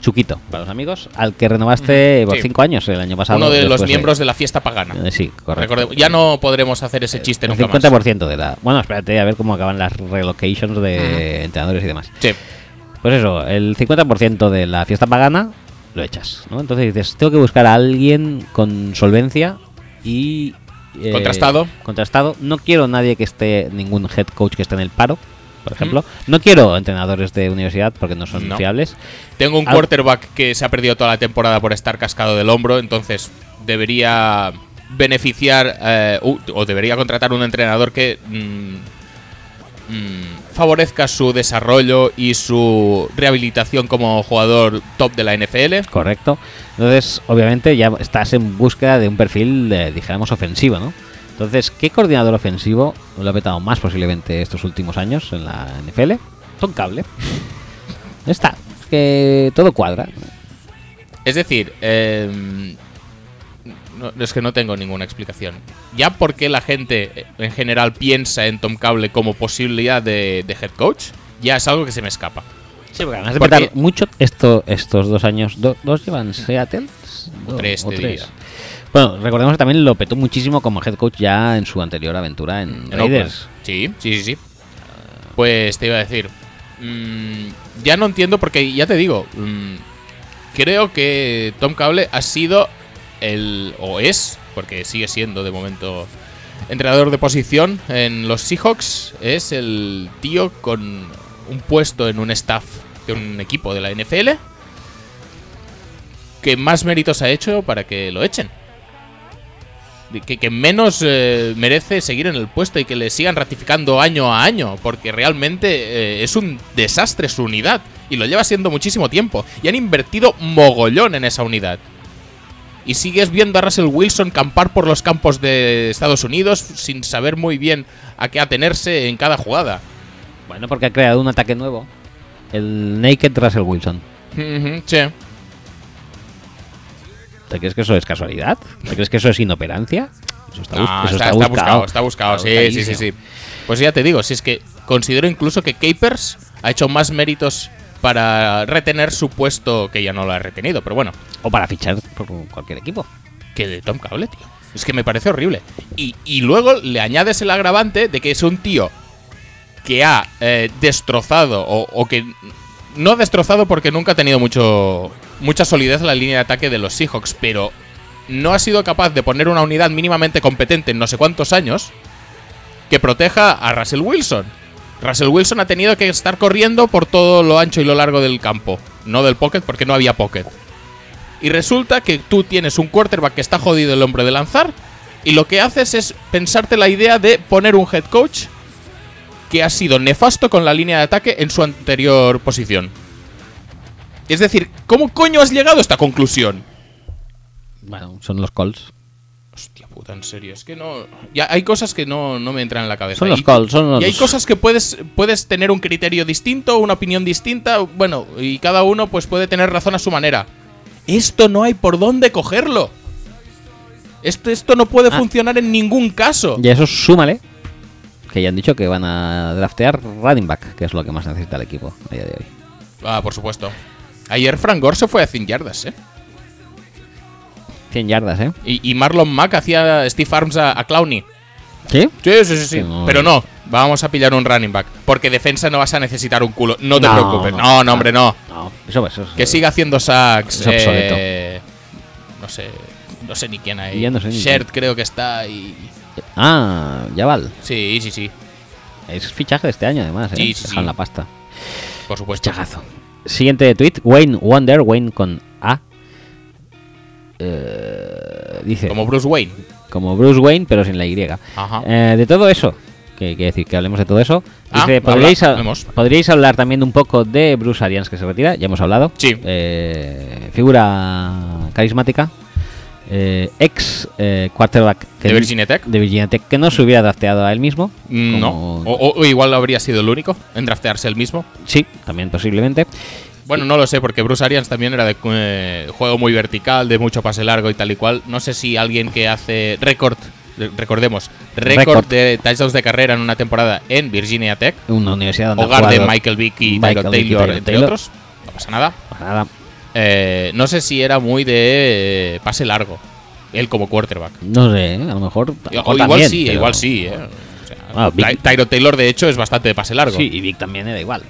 Speaker 1: Chuquito, para los amigos, al que renovaste por
Speaker 2: Sí.
Speaker 1: cinco años el año pasado.
Speaker 2: Uno de
Speaker 1: después
Speaker 2: los miembros de la fiesta pagana.
Speaker 1: Eh, sí, correcto.
Speaker 2: Recordemos, ya no podremos hacer ese chiste
Speaker 1: El
Speaker 2: nunca
Speaker 1: 50%
Speaker 2: más.
Speaker 1: de la. Bueno, espérate a ver cómo acaban las relocations de entrenadores y demás.
Speaker 2: Sí.
Speaker 1: Pues eso, el 50% de la fiesta pagana lo echas, ¿no? Entonces dices, tengo que buscar a alguien con solvencia y. eh,
Speaker 2: Contrastado.
Speaker 1: Contrastado. No quiero nadie que esté, ningún head coach que esté en el paro, por ejemplo. No quiero entrenadores de universidad porque no son
Speaker 2: No.
Speaker 1: fiables.
Speaker 2: Tengo un
Speaker 1: Al-
Speaker 2: quarterback que se ha perdido toda la temporada por estar cascado del hombro, entonces debería beneficiar eh, u- o debería contratar un entrenador que mm, mm, favorezca su desarrollo y su rehabilitación como jugador top de la NFL.
Speaker 1: Correcto. Entonces, obviamente, ya estás en búsqueda de un perfil, eh, dijéramos, ofensivo, ¿no? Entonces, ¿qué coordinador ofensivo lo ha petado más posiblemente estos últimos años en la NFL? Son cable. Ya Está. Es que todo cuadra.
Speaker 2: Es decir, eh, no- es que no tengo ninguna explicación. Ya porque la gente eh, en general piensa en Tom Cable como posibilidad de- de head coach, ya es algo que se me escapa.
Speaker 1: Sí, porque además de
Speaker 2: Porque-
Speaker 1: petar mucho esto, estos dos años. do- ¿Dos llevan Seattle? Do-
Speaker 2: tres, te diría.
Speaker 1: Bueno, recordemos que también lo petó muchísimo como head coach ya en su anterior aventura en,
Speaker 2: En
Speaker 1: Raiders.
Speaker 2: Oakland. Sí, sí, sí, sí. Pues te iba a decir. mm, ya no entiendo porque ya te digo. mm, creo que Tom Cable ha sido el. o es, porque sigue siendo de momento. Entrenador de posición en los Seahawks. Es el tío con un puesto en un staff de un equipo de la NFL. Que más méritos ha hecho para que lo echen de que, que menos eh, merece seguir en el puesto y que le sigan ratificando año a año, porque realmente eh, es un desastre su unidad y lo lleva siendo muchísimo tiempo y han invertido mogollón en esa unidad. Y sigues viendo a Russell Wilson campar por los campos de Estados Unidos sin saber muy bien a qué atenerse en cada jugada.
Speaker 1: Bueno, porque ha creado un ataque nuevo. El Naked Russell Wilson.
Speaker 2: Ujú, sí.
Speaker 1: ¿Te crees que eso es casualidad? ¿Te crees que eso es inoperancia? Eso está, bus- eso
Speaker 2: No, Ah, está,
Speaker 1: está
Speaker 2: está buscado, está buscado,
Speaker 1: Está
Speaker 2: sí, sí, sí, sí.
Speaker 1: buscadísimo.
Speaker 2: Pues ya te digo, si es que considero incluso que Capers ha hecho más méritos para retener su puesto que ya no lo ha retenido, pero bueno,
Speaker 1: O para fichar por cualquier equipo.
Speaker 2: que de Tom Cable, tío. Es que me parece horrible. Y, y luego le añades el agravante de que es un tío que ha eh, destrozado o, o que no destrozado porque nunca ha tenido mucho, mucha solidez la línea de ataque de los Seahawks, pero no ha sido capaz de poner una unidad mínimamente competente en no sé cuántos años que proteja a Russell Wilson. Russell Wilson ha tenido que estar corriendo por todo lo ancho y lo largo del campo, no del pocket porque no había pocket. Y resulta que tú tienes un quarterback que está jodido el hombre de lanzar y lo que haces es pensarte la idea de poner un head coach que ha sido nefasto con la línea de ataque en su anterior posición. Es decir, ¿cómo coño has llegado a esta conclusión?
Speaker 1: Bueno, son los calls.
Speaker 2: Hostia puta, en serio, es que no. Ya hay cosas que no, no me entran en la cabeza.
Speaker 1: Son los
Speaker 2: Y-
Speaker 1: calls, son los.
Speaker 2: y hay cosas que puedes, puedes tener un criterio distinto, una opinión distinta, bueno, y cada uno pues puede tener razón a su manera. Esto no hay por dónde cogerlo. Esto, esto no puede
Speaker 1: Ah.
Speaker 2: funcionar en ningún caso.
Speaker 1: Y a eso súmale que ya han dicho que van a draftear running back, que es lo que más necesita el equipo a día de hoy.
Speaker 2: Ah, por supuesto. Ayer Frank Gore se fue a 100 yardas, ¿eh?
Speaker 1: 100 yardas, ¿eh?
Speaker 2: Y, y Marlon Mack hacía Steve Arms a, a Clowney.
Speaker 1: ¿Sí?
Speaker 2: Sí, sí, sí, sí.
Speaker 1: Sí, no.
Speaker 2: Pero no, vamos a pillar un running back. Porque defensa no vas a necesitar un culo. No te
Speaker 1: No,
Speaker 2: preocupes.
Speaker 1: no.
Speaker 2: No, no, hombre, no.
Speaker 1: No, eso, eso. eso-
Speaker 2: Que siga haciendo sacks.
Speaker 1: Es obsoleto.
Speaker 2: eh, no sé. No sé ni quién hay.
Speaker 1: Ya no sé ni
Speaker 2: Shert creo que está y.
Speaker 1: Ah, Yaval.
Speaker 2: Sí, sí, sí.
Speaker 1: Es fichaje de este año, además, ¿eh?
Speaker 2: Sí, sí,
Speaker 1: Dejan
Speaker 2: sí.
Speaker 1: la pasta.
Speaker 2: Por supuesto.
Speaker 1: Chagazo. Siguiente tweet, Wayne Wonder, Wayne con A. Eh, dice, como,
Speaker 2: Como Bruce Wayne.
Speaker 1: Bruce Wayne, pero sin la Y.
Speaker 2: Ajá.
Speaker 1: Eh, de todo eso, que quiere decir que hablemos de todo eso.
Speaker 2: Ah,
Speaker 1: Dice,
Speaker 2: habla,
Speaker 1: ¿podríais, ha-
Speaker 2: hablemos.
Speaker 1: podríais hablar también un poco de Bruce Arians que se retira, ya hemos hablado.
Speaker 2: Sí.
Speaker 1: Eh, figura carismática. Eh, ex eh, quarterback que-
Speaker 2: De Virginia Tech.
Speaker 1: de Virginia Tech, que no se hubiera drafteado a él mismo.
Speaker 2: Mm, No.
Speaker 1: como-
Speaker 2: O, o- o igual habría sido el único en draftearse el mismo.
Speaker 1: Sí, también posiblemente.
Speaker 2: Bueno, no lo sé, porque Bruce Arians también era de eh, juego muy vertical, de mucho pase largo y tal y cual. No sé si alguien que hace récord, re- recordemos, récord
Speaker 1: Récord.
Speaker 2: de touchdowns de carrera en una temporada en Virginia Tech,
Speaker 1: Una universidad donde ha
Speaker 2: hogar de
Speaker 1: jugado-
Speaker 2: Michael Vick y
Speaker 1: Michael
Speaker 2: Tyrod
Speaker 1: Vick y
Speaker 2: Taylor,
Speaker 1: Tyrod
Speaker 2: entre
Speaker 1: Taylor.
Speaker 2: otros, no pasa nada.
Speaker 1: Para nada.
Speaker 2: Eh, no sé si era muy de eh, pase largo, él como quarterback.
Speaker 1: No sé, ¿eh? a lo mejor. a lo
Speaker 2: O
Speaker 1: mejor
Speaker 2: igual
Speaker 1: también,
Speaker 2: sí,
Speaker 1: pero-
Speaker 2: igual sí. eh. O sea,
Speaker 1: Ah, Vic-
Speaker 2: Ty- Tyrod Taylor, de hecho, es bastante de pase largo.
Speaker 1: Sí, y Vic también era igual.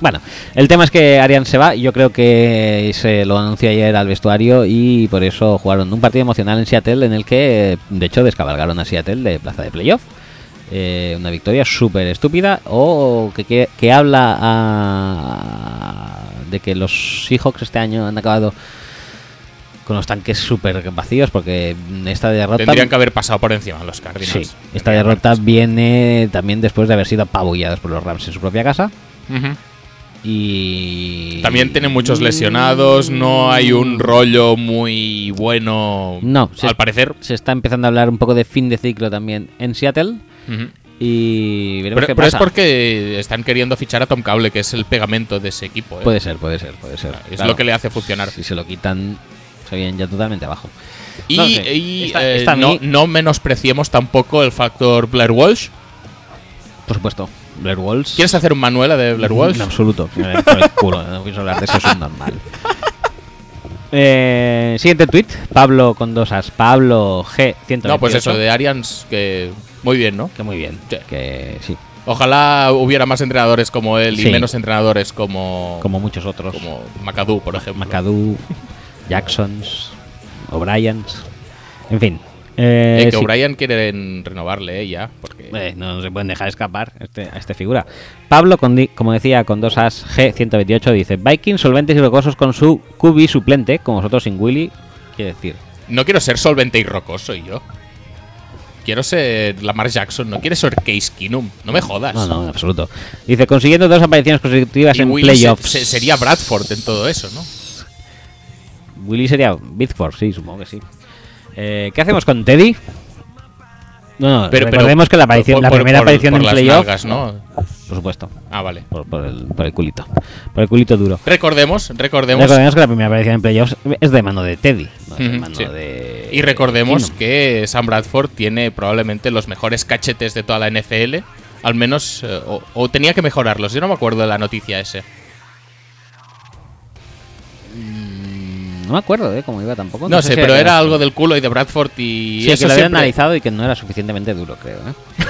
Speaker 1: Bueno, el tema es que Arians se va. Yo creo que se lo anunció ayer al vestuario y por eso jugaron un partido emocional en Seattle en el que, de hecho, descabalgaron a Seattle de plaza de playoff. Eh, una victoria súper estúpida o que, que, que habla a- de que los Seahawks este año han acabado con los tanques súper vacíos porque esta derrota
Speaker 2: Tendrían que haber pasado por encima los Cardinals.
Speaker 1: Sí, esta
Speaker 2: Tendrían que haber
Speaker 1: derrota
Speaker 2: pasado.
Speaker 1: viene también después de haber sido apabullados por los Rams en su propia casa.
Speaker 2: Ujú.
Speaker 1: Y.
Speaker 2: También tiene muchos lesionados, no hay un rollo muy bueno.
Speaker 1: No, sí.
Speaker 2: al parecer.
Speaker 1: Se está empezando a hablar un poco de fin de ciclo también en Seattle.
Speaker 2: Ujú.
Speaker 1: Y veremos
Speaker 2: Pero,
Speaker 1: qué
Speaker 2: pero es
Speaker 1: pasa.
Speaker 2: porque están queriendo fichar a Tom Cable, que es el pegamento de ese equipo. ¿eh?
Speaker 1: Puede ser, puede ser, puede ser.
Speaker 2: Es
Speaker 1: Claro.
Speaker 2: lo que le hace funcionar.
Speaker 1: Si se lo quitan, se vienen ya totalmente abajo.
Speaker 2: Y,
Speaker 1: No sé.
Speaker 2: y,
Speaker 1: Está-
Speaker 2: eh,
Speaker 1: está a
Speaker 2: no,
Speaker 1: mí-
Speaker 2: no menospreciemos tampoco el factor Blair Walsh.
Speaker 1: Por supuesto, Blair Walsh.
Speaker 2: ¿Quieres hacer un Manuela de Blair Walsh?
Speaker 1: En absoluto. [LAUGHS] Me la por el culo, No pienso hablar de eso, es un normal. Eh, siguiente tweet, Pablo con dos as, Pablo G128.
Speaker 2: No, pues eso, de Arians, que muy bien, ¿no?
Speaker 1: Que muy bien.
Speaker 2: Sí.
Speaker 1: Que sí,
Speaker 2: Ojalá hubiera más entrenadores como él y
Speaker 1: Sí.
Speaker 2: menos entrenadores como,
Speaker 1: como muchos otros.
Speaker 2: como McAdoo, por ejemplo.
Speaker 1: McAdoo, Jacksons, O'Briens. En fin. Eh,
Speaker 2: Eh, que
Speaker 1: sí.
Speaker 2: O'Brien quieren renovarle eh, ya, porque
Speaker 1: Eh, no se pueden dejar escapar este, a esta figura. Pablo, con di- como decía, con dos as G128, dice: Vikings solventes y rocosos con su QB suplente, con vosotros sin Willy. Quiere decir,
Speaker 2: no quiero ser solvente y rocoso soy yo. Quiero ser Lamar Jackson, no quiero ser Case Keenum, no me jodas.
Speaker 1: No, no, en absoluto. Dice, consiguiendo dos apariciones consecutivas
Speaker 2: Y
Speaker 1: en
Speaker 2: Willy se-
Speaker 1: playoffs.
Speaker 2: se- sería Bradford en todo eso, ¿no?
Speaker 1: Willy sería Bitford, sí, supongo que sí. Eh, ¿Qué hacemos con Teddy? No, no, recordemos que la, aparición,
Speaker 2: por-
Speaker 1: la
Speaker 2: por-
Speaker 1: primera
Speaker 2: por-
Speaker 1: aparición
Speaker 2: por
Speaker 1: en
Speaker 2: las
Speaker 1: playoff,
Speaker 2: nalgas, ¿no?
Speaker 1: por supuesto,
Speaker 2: Ah, vale.
Speaker 1: por, por el, por el culito, por el culito duro.
Speaker 2: Recordemos, recordemos.
Speaker 1: Recordemos que la primera aparición en playoffs es de mano de Teddy, no es de
Speaker 2: Ujú,
Speaker 1: mano
Speaker 2: sí.
Speaker 1: de-
Speaker 2: y recordemos
Speaker 1: Keenum.
Speaker 2: que Sam Bradford tiene probablemente los mejores cachetes de toda la NFL. Al menos, eh, o, o tenía que mejorarlos. Yo no me acuerdo de la noticia ese.
Speaker 1: No me acuerdo de cómo iba tampoco.
Speaker 2: No sé, pero
Speaker 1: si
Speaker 2: era algo del culo y de Bradford y
Speaker 1: Sí, que
Speaker 2: eso
Speaker 1: lo había
Speaker 2: siempre-
Speaker 1: analizado y que no era suficientemente duro, creo. ¿eh?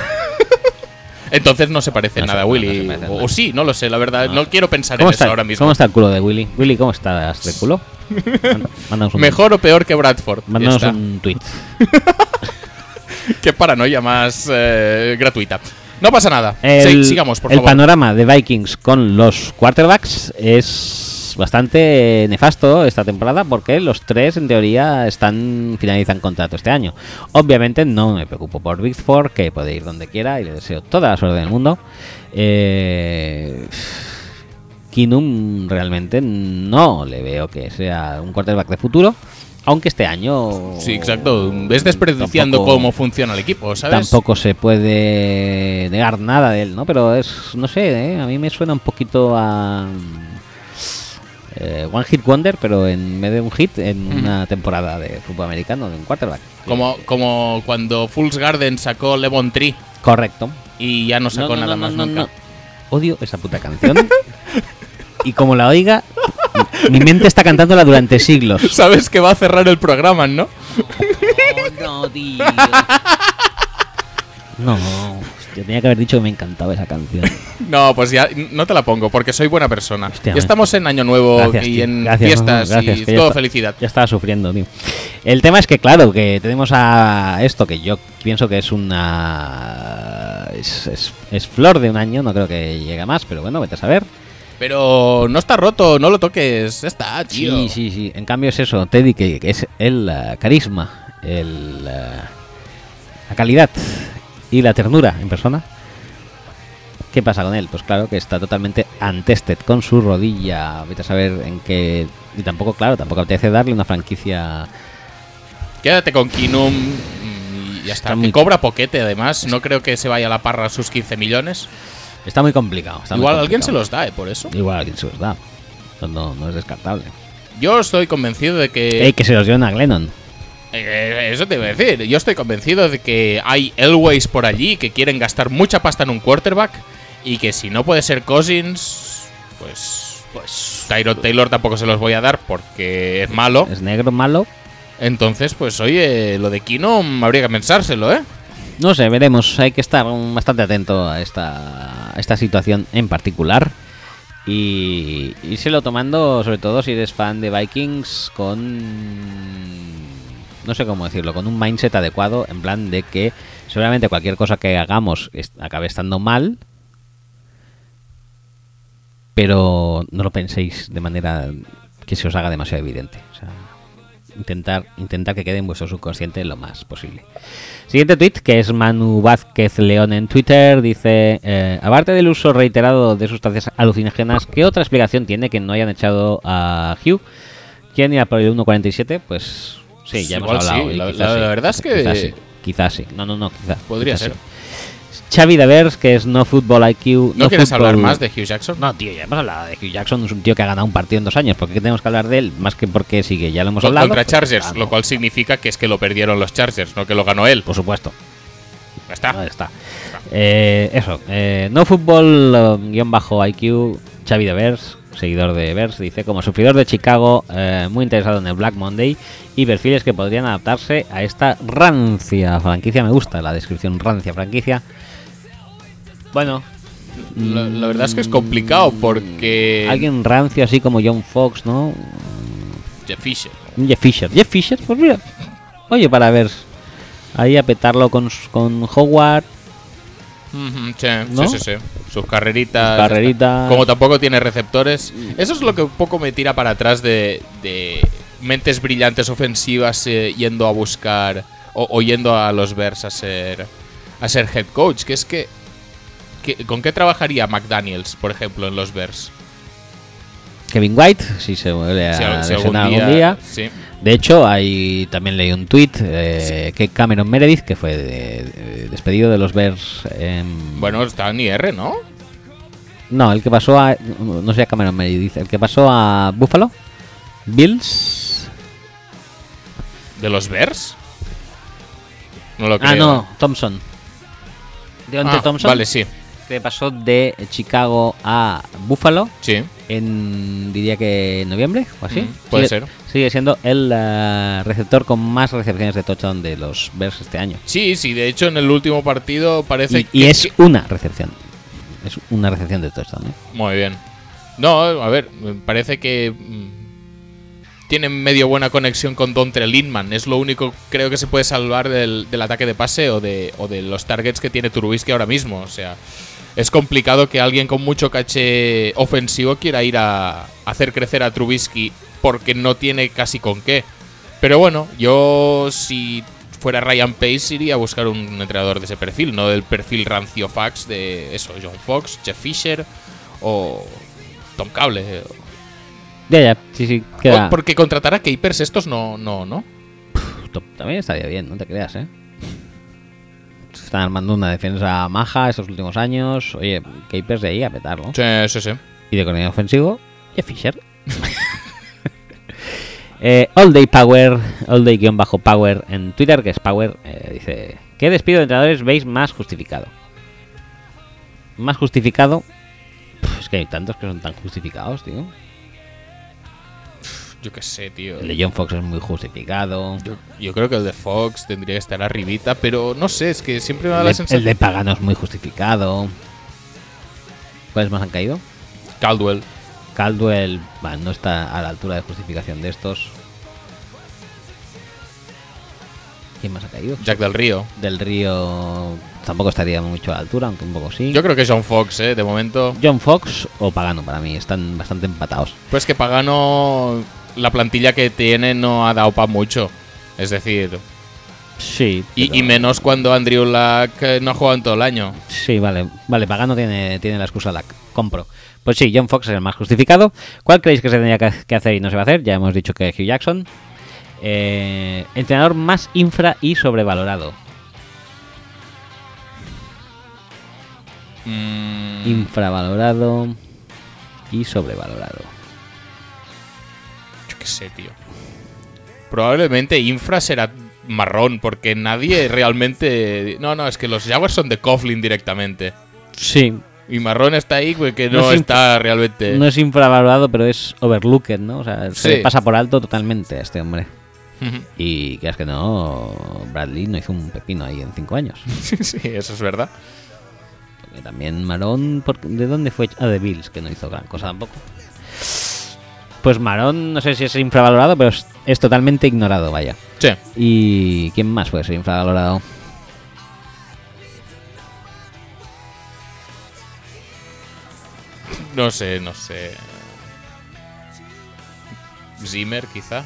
Speaker 2: Entonces no se parece
Speaker 1: No se-
Speaker 2: nada a
Speaker 1: no
Speaker 2: Willy.
Speaker 1: se parece
Speaker 2: o,
Speaker 1: nada.
Speaker 2: o sí, no lo sé, la verdad.
Speaker 1: No.
Speaker 2: No, quiero pensar en
Speaker 1: ¿Cómo
Speaker 2: eso
Speaker 1: está,
Speaker 2: ahora mismo.
Speaker 1: ¿Cómo está el culo de Willy? Willy, ¿cómo estás de
Speaker 2: [LAUGHS]
Speaker 1: culo? Man- Mándanos un,
Speaker 2: Mejor o peor que Bradford. Ya
Speaker 1: mándanos
Speaker 2: está.
Speaker 1: un tweet.
Speaker 2: [LAUGHS] Qué paranoia más eh, gratuita. No pasa nada. Sí, sigamos, por
Speaker 1: el
Speaker 2: favor.
Speaker 1: panorama de Vikings con los quarterbacks es bastante eh, nefasto esta temporada porque los tres en teoría están finalizan contrato este año. Obviamente no me preocupo por Big Four, que puede ir donde quiera y le deseo toda la suerte del mundo. Eh, Kinum realmente no le veo que sea un quarterback de futuro, aunque este año...
Speaker 2: Sí, exacto. Es despreciando
Speaker 1: tampoco-
Speaker 2: cómo funciona el equipo, ¿sabes?
Speaker 1: Tampoco se puede negar nada de él, ¿no? Pero es, no sé, ¿eh? a mí me suena un poquito a. eh, One Hit Wonder, pero en vez de un hit, en
Speaker 2: Ujú.
Speaker 1: una temporada de fútbol americano, de un quarterback.
Speaker 2: Como, como cuando Fools Garden sacó Levon Tree
Speaker 1: Correcto.
Speaker 2: y ya no
Speaker 1: No,
Speaker 2: sacó
Speaker 1: no,
Speaker 2: nada
Speaker 1: no,
Speaker 2: más
Speaker 1: no,
Speaker 2: nunca.
Speaker 1: no. Odio esa puta canción. y como la oiga, mi mente está cantándola durante siglos. [LAUGHS]
Speaker 2: Sabes que va a cerrar el programa, ¿no?
Speaker 1: Oh, no, tío. No, yo tenía que haber dicho que me encantaba esa canción.
Speaker 2: No, pues ya no te la pongo porque soy buena persona.
Speaker 1: Hostia,
Speaker 2: y estamos en Año Nuevo
Speaker 1: Gracias,
Speaker 2: y
Speaker 1: tío.
Speaker 2: en
Speaker 1: Gracias,
Speaker 2: fiestas
Speaker 1: no, no, gracias,
Speaker 2: y
Speaker 1: que ya
Speaker 2: todo
Speaker 1: está-
Speaker 2: felicidad.
Speaker 1: Ya estaba sufriendo, tío. El tema es que, claro, que tenemos a esto que yo pienso que es una. Es, es- es flor de un año, no creo que llegue a más, pero bueno, vete a saber.
Speaker 2: Pero no está roto, no lo toques. ya Está, tío.
Speaker 1: Sí, sí, sí. En cambio es eso, Teddy, que, que es el eh, carisma, el, eh, la calidad y la ternura en persona. ¿Qué pasa con él? Pues claro que está totalmente antested con su rodilla. Vete a saber en qué... Y tampoco, claro, tampoco apetece darle una franquicia...
Speaker 2: Quédate con Kinum mm, y ya está.
Speaker 1: Está
Speaker 2: Que
Speaker 1: muy-
Speaker 2: cobra poquete, además. No creo que se vaya a la parra sus 15 millones.
Speaker 1: Está muy complicado. está muy
Speaker 2: Igual alguien se
Speaker 1: complicado.
Speaker 2: los da, ¿eh? Por eso.
Speaker 1: Igual alguien se los da. No, no, no es descartable.
Speaker 2: Yo estoy convencido de que.
Speaker 1: Ey, que se los dio a Glennon.
Speaker 2: Eh, Eso te iba a decir. Yo estoy convencido de que hay Elways por allí que quieren gastar mucha pasta en un quarterback y que si no puede ser Cousins, pues. Pues. Tyrod Taylor tampoco se los voy a dar porque es malo.
Speaker 1: Es negro, malo.
Speaker 2: Entonces, pues oye, lo de Kino habría que pensárselo, ¿eh?
Speaker 1: No sé, veremos. Hay que estar mm, bastante atento a esta, a esta situación en particular. Y írselo tomando, sobre todo si eres fan de Vikings, con. No sé cómo decirlo, con un mindset adecuado, en plan de que seguramente cualquier cosa que hagamos es- acabe estando mal. Pero no lo penséis de manera que se os haga demasiado evidente. O sea, intentar, intentar que quede en vuestro subconsciente lo más posible. Siguiente tweet, que es Manu Vázquez León en Twitter, dice, eh, aparte del uso reiterado de sustancias alucinógenas, ¿qué otra explicación tiene que no hayan echado a Hugh? ¿Quién iba por el 1.47? Pues sí, ya hemos
Speaker 2: Igual sí,
Speaker 1: hablado. y
Speaker 2: la-
Speaker 1: quizás
Speaker 2: la- la verdad es que-
Speaker 1: Quizás sí, quizás sí. No, no, no, quizás.
Speaker 2: Podría
Speaker 1: quizás
Speaker 2: ser.
Speaker 1: sí. Xavi Devers, que es no fútbol IQ.
Speaker 2: ¿No, quieres
Speaker 1: Football-
Speaker 2: hablar más de Hugh Jackson?
Speaker 1: No, tío, ya hemos hablado de Hugh Jackson, es un tío que ha ganado un partido en dos años. ¿Por qué tenemos que hablar de él? Más que porque sigue, ya lo hemos
Speaker 2: Con-
Speaker 1: hablado.
Speaker 2: contra
Speaker 1: pues,
Speaker 2: Chargers,
Speaker 1: ah, no,
Speaker 2: lo cual significa que es que lo perdieron los Chargers, no que lo ganó él.
Speaker 1: Por supuesto.
Speaker 2: Ya está.
Speaker 1: Ahí está.
Speaker 2: Ah.
Speaker 1: Eh, eso, eh, no fútbol eh, guión bajo IQ, Xavi de Vers, seguidor de Vers, dice, como sufridor de Chicago, eh, muy interesado en el Black Monday y perfiles que podrían adaptarse a esta rancia franquicia, me gusta la descripción rancia franquicia. Bueno,
Speaker 2: La, la verdad es que es complicado porque.
Speaker 1: alguien rancio así como John Fox, ¿no?
Speaker 2: Jeff Fisher.
Speaker 1: Un Jeff Fisher. Jeff Fisher, pues mira. Oye, para ver. Ahí a petarlo con, con Howard.
Speaker 2: Ujú, sí,
Speaker 1: ¿No?
Speaker 2: sí, sí, sí. Sus carreritas.
Speaker 1: Sus carreritas.
Speaker 2: Como tampoco tiene receptores. Eso es lo que un poco me tira para atrás de, de mentes brillantes ofensivas eh, yendo a buscar o, o yendo a los Bears a ser, a ser head coach. Que es que, que- ¿Con qué trabajaría McDaniels, por ejemplo, en los Bears?
Speaker 1: Kevin White, si se vuelve a
Speaker 2: Si al- si
Speaker 1: lesionar Ah, algún día.
Speaker 2: Sí.
Speaker 1: De hecho, hay, también leí un tweet eh, que Cameron Meredith, que fue de- de- despedido de los Bears. em,
Speaker 2: Bueno, está en IR, ¿no?
Speaker 1: No, el que pasó a. No sé, Cameron Meredith. El que pasó a Buffalo. Bills.
Speaker 2: ¿De los Bears? No lo creo.
Speaker 1: Ah, no, Thompson. De
Speaker 2: Ah,
Speaker 1: Thompson.
Speaker 2: Vale, sí.
Speaker 1: que pasó de Chicago a Buffalo
Speaker 2: Sí.
Speaker 1: en, diría que en noviembre o así.
Speaker 2: Mm, puede
Speaker 1: Sigue-
Speaker 2: ser.
Speaker 1: Sigue siendo el eh, receptor con más recepciones de touchdown de los Bears este año.
Speaker 2: Sí, sí, de hecho en el último partido parece
Speaker 1: Y,
Speaker 2: que.
Speaker 1: y es
Speaker 2: que-
Speaker 1: una recepción. Es una recepción de touchdown. ¿eh?
Speaker 2: Muy bien. No, a ver, parece que. mm, Tienen medio buena conexión con Dontre Lindman. Es lo único creo que se puede salvar del, del ataque de pase o de, o de los targets que tiene Turbisky ahora mismo. O sea, es complicado que alguien con mucho caché ofensivo quiera ir a a hacer crecer a Trubisky porque no tiene casi con qué. Pero bueno, yo si fuera Ryan Pace iría a buscar un entrenador de ese perfil, no del perfil rancio fax de eso, John Fox, Jeff Fisher o Tom Cable.
Speaker 1: Ya, ya, sí, sí. Queda.
Speaker 2: O- porque contratar a Capers estos no, no, no.
Speaker 1: Top- También estaría bien, no te creas, ¿eh? Se están armando una defensa maja estos últimos años. Oye, Capers de ahí a petarlo.
Speaker 2: Sí, sí, sí.
Speaker 1: Y de coordinador ofensivo, Jeff Fisher. [LAUGHS] eh, all Day Power, All Day-Power en Twitter, que es Power, eh, dice: ¿Qué despido de entrenadores veis más justificado? Más justificado. Pf, es que hay tantos que son tan justificados, tío.
Speaker 2: Yo qué sé, tío.
Speaker 1: El de John Fox es muy justificado.
Speaker 2: Yo, yo creo que el de Fox tendría que estar arribita, pero no sé, es que siempre me da
Speaker 1: El
Speaker 2: la
Speaker 1: de, el
Speaker 2: sensación...
Speaker 1: de Pagano es muy justificado. ¿Cuáles más han caído?
Speaker 2: Caldwell.
Speaker 1: Caldwell bah, no está a la altura de justificación de estos. ¿Quién más ha caído?
Speaker 2: Jack del Río.
Speaker 1: Del Río tampoco estaría mucho a la altura, aunque un poco sí.
Speaker 2: Yo creo que John Fox, eh, de momento.
Speaker 1: John Fox o Pagano para mí, están bastante empatados.
Speaker 2: Pues que Pagano, la plantilla que tiene no ha dado para mucho. Es decir,
Speaker 1: Sí.
Speaker 2: y, y menos cuando Andrew Luck eh, no ha jugado en todo el año.
Speaker 1: Sí, vale, vale, Pagano tiene, tiene la excusa, la compro. Pues sí, John Fox es el más justificado. ¿Cuál creéis que se tendría que que hacer y no se va a hacer? Ya hemos dicho que Hugh Jackson. Eh, entrenador más infra y sobrevalorado.
Speaker 2: Mm,
Speaker 1: Infravalorado y sobrevalorado.
Speaker 2: yo qué sé, tío. Probablemente Infra será marrón, porque nadie realmente. No, no, es que los Jaguars son de Coughlin directamente.
Speaker 1: Sí,
Speaker 2: Y marrón está ahí, güey, que
Speaker 1: No
Speaker 2: no,
Speaker 1: es
Speaker 2: está realmente.
Speaker 1: no es infravalorado, pero es overlooked, ¿no? O sea, se
Speaker 2: Eh. Sí.
Speaker 1: le pasa por alto totalmente a este hombre.
Speaker 2: Ujú.
Speaker 1: Y creas que no, Bradley no hizo un pepino ahí en cinco
Speaker 2: [LAUGHS]
Speaker 1: años.
Speaker 2: sí, [LAUGHS] sí, eso es verdad.
Speaker 1: Porque también Marón, porque- ¿de dónde fue? Ah, de Bills, que no hizo gran cosa tampoco. Pues Marón, no sé si es infravalorado, pero es, es totalmente ignorado, vaya.
Speaker 2: Sí.
Speaker 1: ¿Y quién más puede ser infravalorado?
Speaker 2: No sé, no sé. Zimmer, quizá.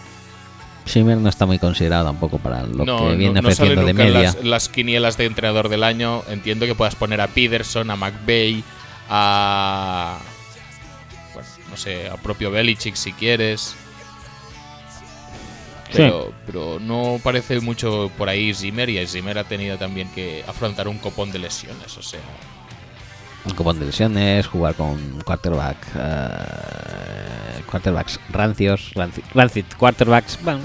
Speaker 1: Schimmer no está muy considerado tampoco para lo que viene
Speaker 2: no sale
Speaker 1: ofreciendo de
Speaker 2: nunca en
Speaker 1: media.
Speaker 2: Las, las quinielas de entrenador del año. Entiendo que puedas poner a Peterson, a McVeigh, a. Bueno, no sé, a propio Belichick si quieres.
Speaker 1: Sí.
Speaker 2: Pero, pero no parece mucho por ahí Zimmer y Zimmer ha tenido también que afrontar un copón de lesiones, o sea.
Speaker 1: Un cupón de lesiones, jugar con quarterback, eh, quarterbacks rancios, ranci- rancid quarterbacks. Bueno,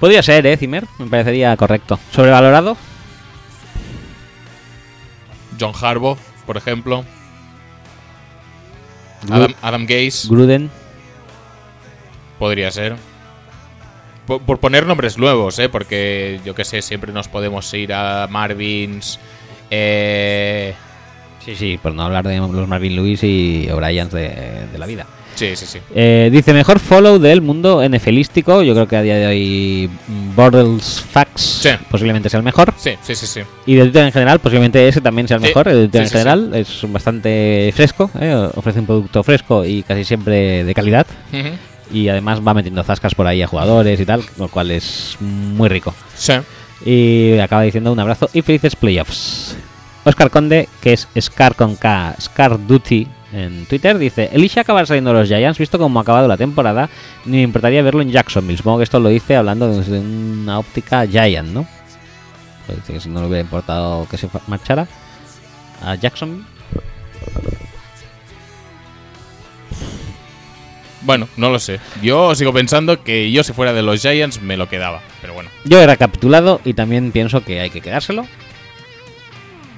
Speaker 1: podría ser, ¿eh, Zimmer? Me parecería correcto. ¿Sobrevalorado?
Speaker 2: John Harbaugh, por ejemplo.
Speaker 1: Gru-
Speaker 2: Adam, Adam Gase.
Speaker 1: Gruden.
Speaker 2: Podría ser. Por, por poner nombres nuevos, ¿eh? Porque yo qué sé, siempre nos podemos ir a Marvins. Eh...
Speaker 1: Sí, sí, por no hablar de los Marvin Lewis y O'Brien de, de la vida.
Speaker 2: Sí, sí, sí.
Speaker 1: Eh, dice, mejor follow del mundo NFLístico. Yo creo que a día de hoy mm, Bortles Facts
Speaker 2: Sí.
Speaker 1: posiblemente sea el mejor.
Speaker 2: Sí, sí, sí, sí.
Speaker 1: Y de Twitter en general, posiblemente ese también sea el
Speaker 2: Sí,
Speaker 1: mejor. El de Twitter
Speaker 2: sí,
Speaker 1: en
Speaker 2: sí,
Speaker 1: general es bastante fresco, ¿eh? ofrece un producto fresco y casi siempre de calidad.
Speaker 2: Ujú.
Speaker 1: Y además va metiendo zascas por ahí a jugadores y tal, lo cual es muy rico.
Speaker 2: Sí.
Speaker 1: Y acaba diciendo un abrazo y felices playoffs. Oscar Conde, que es Scar con K, Scar Duty en Twitter, dice: Elisha acabar saliendo de los Giants, visto cómo ha acabado la temporada, ni me importaría verlo en Jacksonville. Supongo que esto lo dice hablando de una óptica Giant, ¿no? Pues dice que si no le hubiera importado que se fa- marchara a Jacksonville.
Speaker 2: Bueno, no lo sé. Yo sigo pensando que yo si fuera de los Giants me lo quedaba. Pero bueno.
Speaker 1: Yo he recapitulado y también pienso que hay que quedárselo.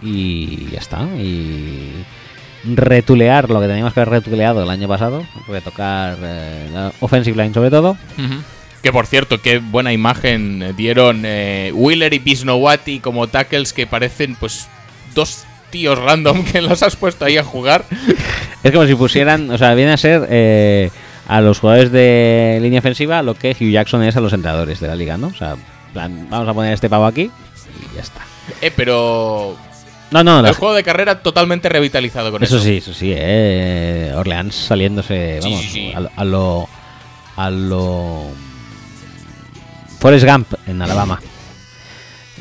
Speaker 1: Y ya está. Y retulear lo que teníamos que haber retuleado el año pasado, retocar eh, la offensive line sobre todo.
Speaker 2: Ujú. Que por cierto, qué buena imagen eh, dieron eh, Wheeler y Bisnowati como tackles que parecen pues dos tíos random que los has puesto ahí a jugar.
Speaker 1: Es como si pusieran, o sea, viene a ser eh, a los jugadores de línea ofensiva lo que Hugh Jackson es a los entrenadores de la liga, ¿no? O sea, en plan, vamos a poner a este pavo aquí y ya está.
Speaker 2: Eh, pero
Speaker 1: No, no, la-
Speaker 2: el juego de carrera totalmente revitalizado con
Speaker 1: eso
Speaker 2: eso.
Speaker 1: sí, eso sí, eh, Orleans saliéndose,
Speaker 2: Sí,
Speaker 1: vamos,
Speaker 2: sí, sí.
Speaker 1: A, lo- a lo. a lo. Forrest Gump en Alabama.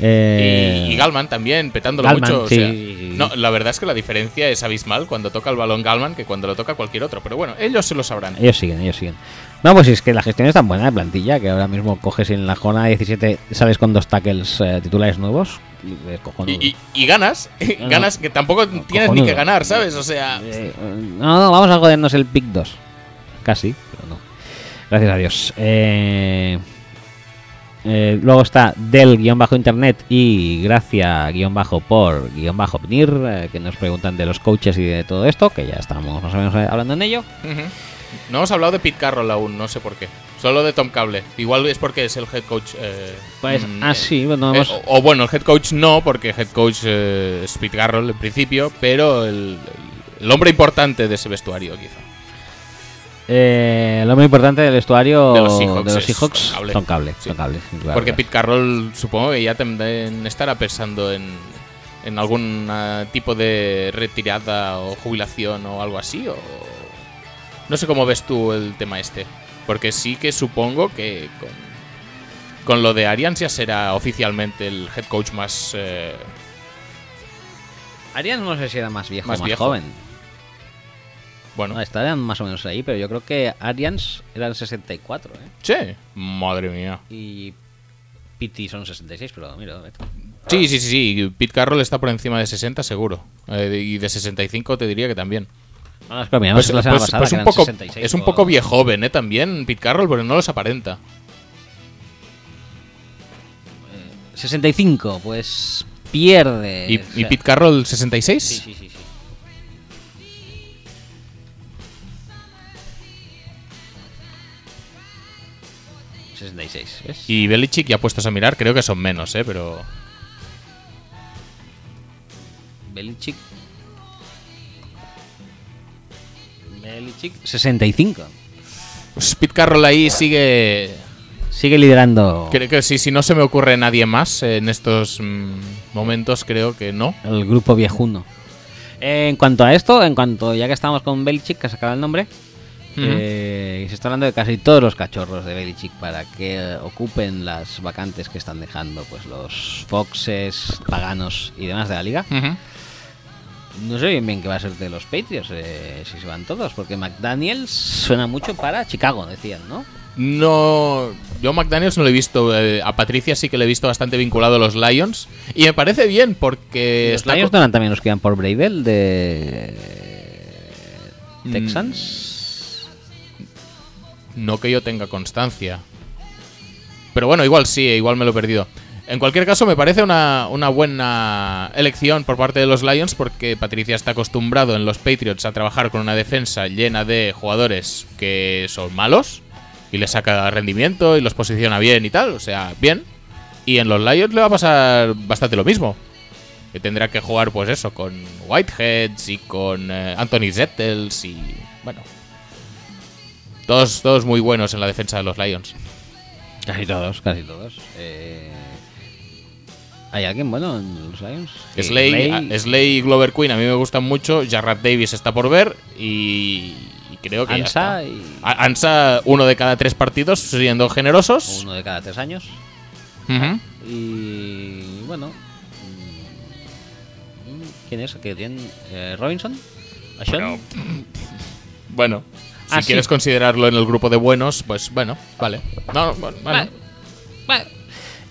Speaker 1: Eh,
Speaker 2: Y, y Galman también, petándolo
Speaker 1: Gallman,
Speaker 2: mucho. o
Speaker 1: sí.
Speaker 2: sea, no, la verdad es que la diferencia es abismal cuando toca el balón Galman que cuando lo toca cualquier otro. Pero bueno, ellos se lo sabrán.
Speaker 1: Ellos siguen, ellos siguen. No, pues es que la gestión es tan buena de plantilla que ahora mismo coges en la jornada 17, sales con dos tackles eh, titulares nuevos. eh, Es cojonudo.
Speaker 2: Y, y- y ganas, [LAUGHS]
Speaker 1: no.
Speaker 2: ganas que tampoco
Speaker 1: Cojonudo.
Speaker 2: tienes ni que ganar, ¿sabes? O sea,
Speaker 1: Eh, no, no, vamos a jodernos el pick 2. Casi, pero no. Gracias a Dios. Eh, eh, luego está del-internet y gracia-por-venir, eh, que nos preguntan de los coaches y de todo esto, que ya estamos más o menos eh, hablando en ello.
Speaker 2: Ujú. No hemos hablado de Pete Carroll aún, no sé por qué. Solo de Tom Cable. Igual es porque es el head coach. eh,
Speaker 1: Pues
Speaker 2: mm, eh,
Speaker 1: así, no
Speaker 2: eh,
Speaker 1: hemos...
Speaker 2: o, o bueno, el head coach no, porque head coach eh, es Pete Carroll en principio, pero el, el hombre importante de ese vestuario, quizá.
Speaker 1: Eh, lo más importante del vestuario
Speaker 2: De los Seahawks
Speaker 1: de los
Speaker 2: es
Speaker 1: Seahawks,
Speaker 2: Tom Cable.
Speaker 1: Tom Cable,
Speaker 2: Sí.
Speaker 1: Tom Cable, sin duda
Speaker 2: porque
Speaker 1: alguna.
Speaker 2: Pete Carroll supongo que ya también estará pensando en, en algún ah, tipo de retirada o jubilación o algo así. O... No sé cómo ves tú el tema este. Porque sí que supongo que con, con lo de Arians ya será oficialmente el head coach más... eh,
Speaker 1: Arians no sé si era más viejo
Speaker 2: Más
Speaker 1: o más
Speaker 2: viejo.
Speaker 1: joven.
Speaker 2: bueno,
Speaker 1: No, estaban más o menos ahí, pero yo creo que Arians eran 64, ¿eh?
Speaker 2: che, madre mía.
Speaker 1: Y Pitti son 66, pero mira, vete.
Speaker 2: Sí, sí, sí, sí. Pete Carroll está por encima de 60 seguro. Eh, y de 65 te diría que también.
Speaker 1: No las combinamos la semana pasada, que
Speaker 2: Pues, un
Speaker 1: eran
Speaker 2: poco,
Speaker 1: 66
Speaker 2: es un
Speaker 1: o-
Speaker 2: poco viejoven, ¿eh? También Pete Carroll, porque no los aparenta.
Speaker 1: 65, pues pierde.
Speaker 2: ¿Y,
Speaker 1: Eh, o
Speaker 2: y
Speaker 1: sea-
Speaker 2: Pete Carroll 66?
Speaker 1: Sí, sí, sí, sí. ¿66? ¿ves?
Speaker 2: Y Belichick ya puestos a mirar, creo que son menos, ¿eh? Pero
Speaker 1: Belichick. Belichick 65.
Speaker 2: pues, Pete Carroll ahí sigue...
Speaker 1: Sigue liderando
Speaker 2: Creo que si, si no se me ocurre nadie más eh, en estos mm, momentos, creo que no.
Speaker 1: el grupo viejuno. Eh, en cuanto a esto, en cuanto ya que estamos con Belichick, que se acaba el nombre,
Speaker 2: Ujú.
Speaker 1: eh, se está hablando de casi todos los cachorros de Belichick para que eh, ocupen las vacantes que están dejando pues los foxes, paganos y demás de la liga.
Speaker 2: Ujú.
Speaker 1: No sé bien, bien qué va a ser de los Patriots, eh, si se van todos, porque McDaniels suena mucho para Chicago, decían, ¿no?
Speaker 2: No, yo a McDaniels no lo he visto. eh, a Patricia sí que le he visto bastante vinculado a los Lions. Y me parece bien
Speaker 1: ¿Los
Speaker 2: porque... Eh, está
Speaker 1: Lions
Speaker 2: co-
Speaker 1: no eran también los que iban por Bravel de
Speaker 2: Mm.
Speaker 1: Texans?
Speaker 2: No que yo tenga constancia. Pero bueno, igual sí, eh, igual me lo he perdido. En cualquier caso, me parece una, una buena elección por parte de los Lions porque Patricia está acostumbrado en los Patriots a trabajar con una defensa llena de jugadores que son malos y le saca rendimiento y los posiciona bien y tal. O sea, bien. Y en los Lions le va a pasar bastante lo mismo. Que tendrá que jugar, pues eso, con Whiteheads y con eh, Anthony Zettels y. Bueno. Todos, todos muy buenos en la defensa de los Lions.
Speaker 1: Casi todos, casi todos. Eh, ¿Hay alguien bueno en los Lions? Sí,
Speaker 2: Slay,
Speaker 1: Slay,
Speaker 2: a- Slay y Glover Queen a mí me gustan mucho. Jarrett Davis está por ver y, y creo que ya
Speaker 1: Ansa
Speaker 2: está.
Speaker 1: y-
Speaker 2: A- Ansa uno de cada tres partidos siendo generosos.
Speaker 1: uno de cada tres años.
Speaker 2: Ujú.
Speaker 1: Y bueno, mm, ¿quién es? ¿Que tiene? Eh, ¿Robinson? ¿Ashon?
Speaker 2: Bueno, Bueno, si
Speaker 1: Ah, sí.
Speaker 2: quieres considerarlo en el grupo de buenos, pues bueno, vale. No, bueno, bueno.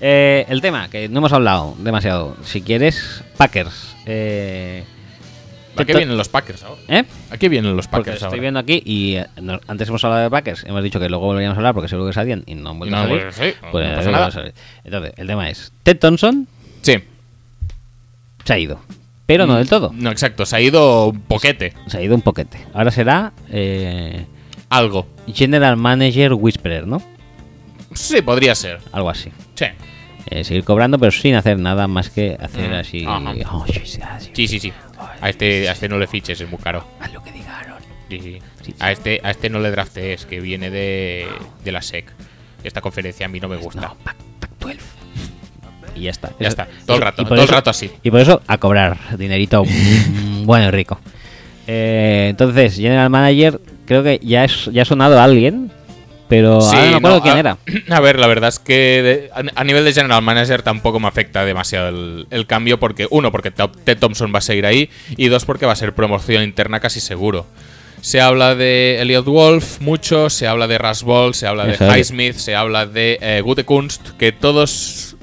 Speaker 1: Eh, el tema, que no hemos hablado demasiado. Si quieres, Packers. Eh,
Speaker 2: ¿A qué
Speaker 1: te-
Speaker 2: vienen los Packers ahora?
Speaker 1: ¿eh?
Speaker 2: ¿A qué vienen los
Speaker 1: Porque
Speaker 2: Packers
Speaker 1: estoy
Speaker 2: ahora?
Speaker 1: viendo aquí y eh, no- antes hemos hablado de Packers. Hemos dicho que luego volveríamos a hablar porque seguro que salían y no han vuelto
Speaker 2: No
Speaker 1: a
Speaker 2: han
Speaker 1: salir.
Speaker 2: vuelto a salir, no
Speaker 1: Pues,
Speaker 2: pasa
Speaker 1: eh,
Speaker 2: nada.
Speaker 1: vamos a ver. Entonces, el tema es: Ted Thompson
Speaker 2: Sí.
Speaker 1: se ha ido. pero
Speaker 2: Mm.
Speaker 1: no del todo.
Speaker 2: No, exacto, se ha ido un poquete,
Speaker 1: Se ha ido un poquete. Ahora será eh,
Speaker 2: algo.
Speaker 1: General Manager Whisperer, ¿no?
Speaker 2: Sí, podría ser.
Speaker 1: Algo así.
Speaker 2: Sí,
Speaker 1: Eh, seguir cobrando, pero sin hacer nada más que hacer
Speaker 2: Mm,
Speaker 1: así.
Speaker 2: ajá.
Speaker 1: Oh, sí, sí, ah, sí.
Speaker 2: sí, sí. sí. A, este, a este no le fiches, es muy caro.
Speaker 1: Haz lo que digaron.
Speaker 2: Sí, sí.
Speaker 1: Sí,
Speaker 2: A, este, a este no le draftees, que viene de, de la SEC. Esta conferencia a mí no me gusta.
Speaker 1: No, pack, pack 12. Y ya está.
Speaker 2: Ya
Speaker 1: Eso-
Speaker 2: está, todo el
Speaker 1: eso-
Speaker 2: rato,
Speaker 1: y por
Speaker 2: todo el
Speaker 1: eso-
Speaker 2: rato así.
Speaker 1: Y por eso a cobrar dinerito
Speaker 2: [LAUGHS]
Speaker 1: mm, bueno y rico. Eh, entonces, General Manager, creo que ya, es, ya ha sonado a alguien, pero
Speaker 2: Sí,
Speaker 1: ahora no me acuerdo
Speaker 2: no, ah.
Speaker 1: quién
Speaker 2: a-
Speaker 1: era.
Speaker 2: [CLEARS THROAT] A ver, la verdad es que de- a, a nivel de General Manager tampoco me afecta demasiado el, el cambio porque, uno, porque Top- Ted Thompson va a seguir ahí y dos, porque va a ser promoción interna casi seguro. Se habla de Elliot Wolf mucho, se habla de Rasball, se habla de
Speaker 1: Eso es.
Speaker 2: Highsmith, se habla de eh, Gutekunst, que todos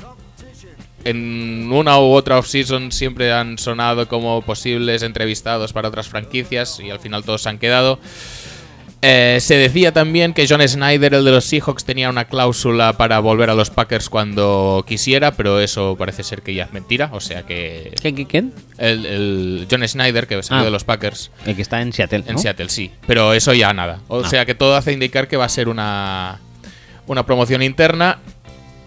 Speaker 2: en una u otra offseason siempre han sonado como posibles entrevistados para otras franquicias y al final todos se han quedado. Eh, se decía también que John Snyder, el de los Seahawks, tenía una cláusula para volver a los Packers cuando quisiera, pero eso parece ser que ya es mentira. O sea que
Speaker 1: ¿Quién, quién, quién?
Speaker 2: el, el John Snyder, que salió
Speaker 1: Ah.
Speaker 2: de los Packers
Speaker 1: El que está en Seattle.
Speaker 2: en
Speaker 1: ¿no?
Speaker 2: Seattle, sí, pero eso ya nada. O
Speaker 1: Ah.
Speaker 2: sea que todo hace indicar que va a ser una, una promoción interna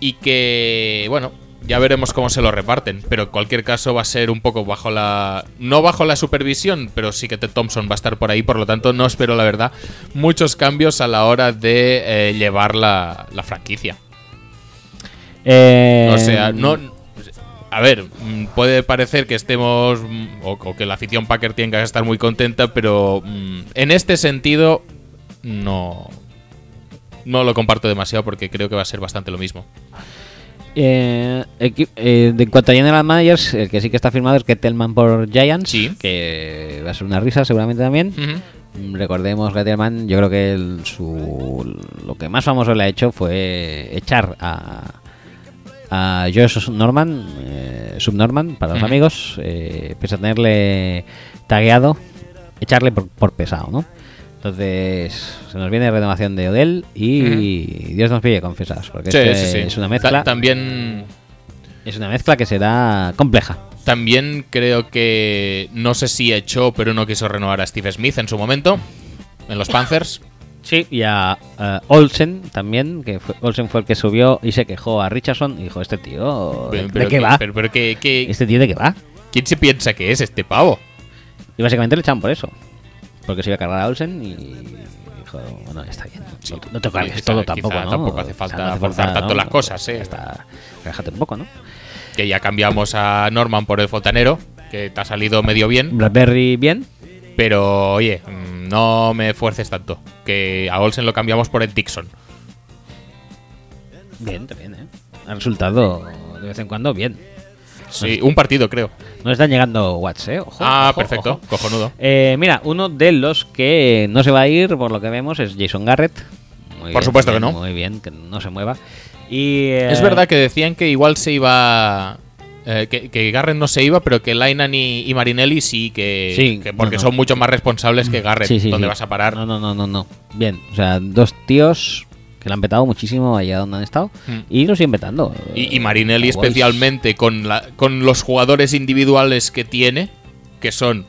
Speaker 2: y que, bueno, ya veremos cómo se lo reparten. Pero en cualquier caso va a ser un poco bajo la... No bajo la supervisión, pero sí que Ted Thompson va a estar por ahí. Por lo tanto, no espero, la verdad, muchos cambios a la hora de eh, llevar la, la franquicia.
Speaker 1: Eh,
Speaker 2: O sea, no. A ver, mm, puede parecer que estemos. mm, O, o que la afición Packer tenga que estar muy contenta, pero. mm, En este sentido, no. No lo comparto demasiado porque creo que va a ser bastante lo mismo.
Speaker 1: Eh, equi- eh, de- en cuanto a General Managers, el que sí que está firmado es Ketelman por Giants,
Speaker 2: Sí.
Speaker 1: que va a ser una risa seguramente también. Mm, Recordemos Ketelman, yo creo que el- su, lo que más famoso le ha hecho fue echar a, a Josh Norman, eh, Subnorman, para los
Speaker 2: Ujú.
Speaker 1: amigos, eh, pese a tenerle tagueado, echarle por, por pesado, ¿no? Entonces, se nos viene renovación de Odell y Dios nos pille confesados, porque este es una
Speaker 2: Ta-
Speaker 1: mezcla.
Speaker 2: también.
Speaker 1: Es una mezcla que será compleja.
Speaker 2: También creo que. No sé si echó, pero no quiso renovar a Steve Smith en su momento. En los Panthers.
Speaker 1: Sí. Y a eh, Olsen también, que fue- Olsen fue el que subió y se quejó a Richardson y dijo, este tío, ¿de, de qué
Speaker 2: que-
Speaker 1: va?
Speaker 2: Pero, pero que- que-
Speaker 1: ¿Este tío de qué va?
Speaker 2: ¿Quién se piensa que es este pavo?
Speaker 1: Y básicamente le echaban por eso. Porque se iba a cargar a Olsen y dijo, bueno, está bien. no-
Speaker 2: Sí,
Speaker 1: no te cargues
Speaker 2: quizá-
Speaker 1: todo
Speaker 2: quizá
Speaker 1: tampoco, ¿no?
Speaker 2: tampoco hace
Speaker 1: O sea,
Speaker 2: falta
Speaker 1: no
Speaker 2: forzar tanto las cosas,
Speaker 1: Ya
Speaker 2: ¿eh?
Speaker 1: está. Relájate un poco, ¿no?
Speaker 2: Que ya cambiamos a Norman por el fontanero, que te ha salido medio bien.
Speaker 1: Blackberry bien.
Speaker 2: Pero oye, mm, no me fuerces tanto. Que a Olsen lo cambiamos por el Dixon.
Speaker 1: Bien, también, ¿eh? Ha resultado de vez en cuando bien.
Speaker 2: Sí, un partido, creo.
Speaker 1: No están llegando watts, ¿eh? Ojo,
Speaker 2: Ah,
Speaker 1: ojo,
Speaker 2: perfecto.
Speaker 1: ojo.
Speaker 2: Cojonudo.
Speaker 1: Eh, mira, uno de los que no se va a ir, por lo que vemos, es Jason Garrett. Muy
Speaker 2: Por supuesto que no.
Speaker 1: Muy bien, que no se mueva. Y, eh,
Speaker 2: Es verdad que decían que igual se iba. eh, que, que Garrett no se iba, pero que Lainan y, y Marinelli sí que.
Speaker 1: Sí,
Speaker 2: que porque
Speaker 1: no, no.
Speaker 2: son mucho más responsables que Garrett.
Speaker 1: Sí, sí,
Speaker 2: donde
Speaker 1: sí.
Speaker 2: vas a parar.
Speaker 1: No, no, no, no, no. Bien, o sea, dos tíos que la han petado muchísimo allá donde han estado
Speaker 2: Mm.
Speaker 1: y lo siguen petando.
Speaker 2: Y, y Marinelli
Speaker 1: Cowboys.
Speaker 2: especialmente con, la, con los jugadores individuales que tiene, que son,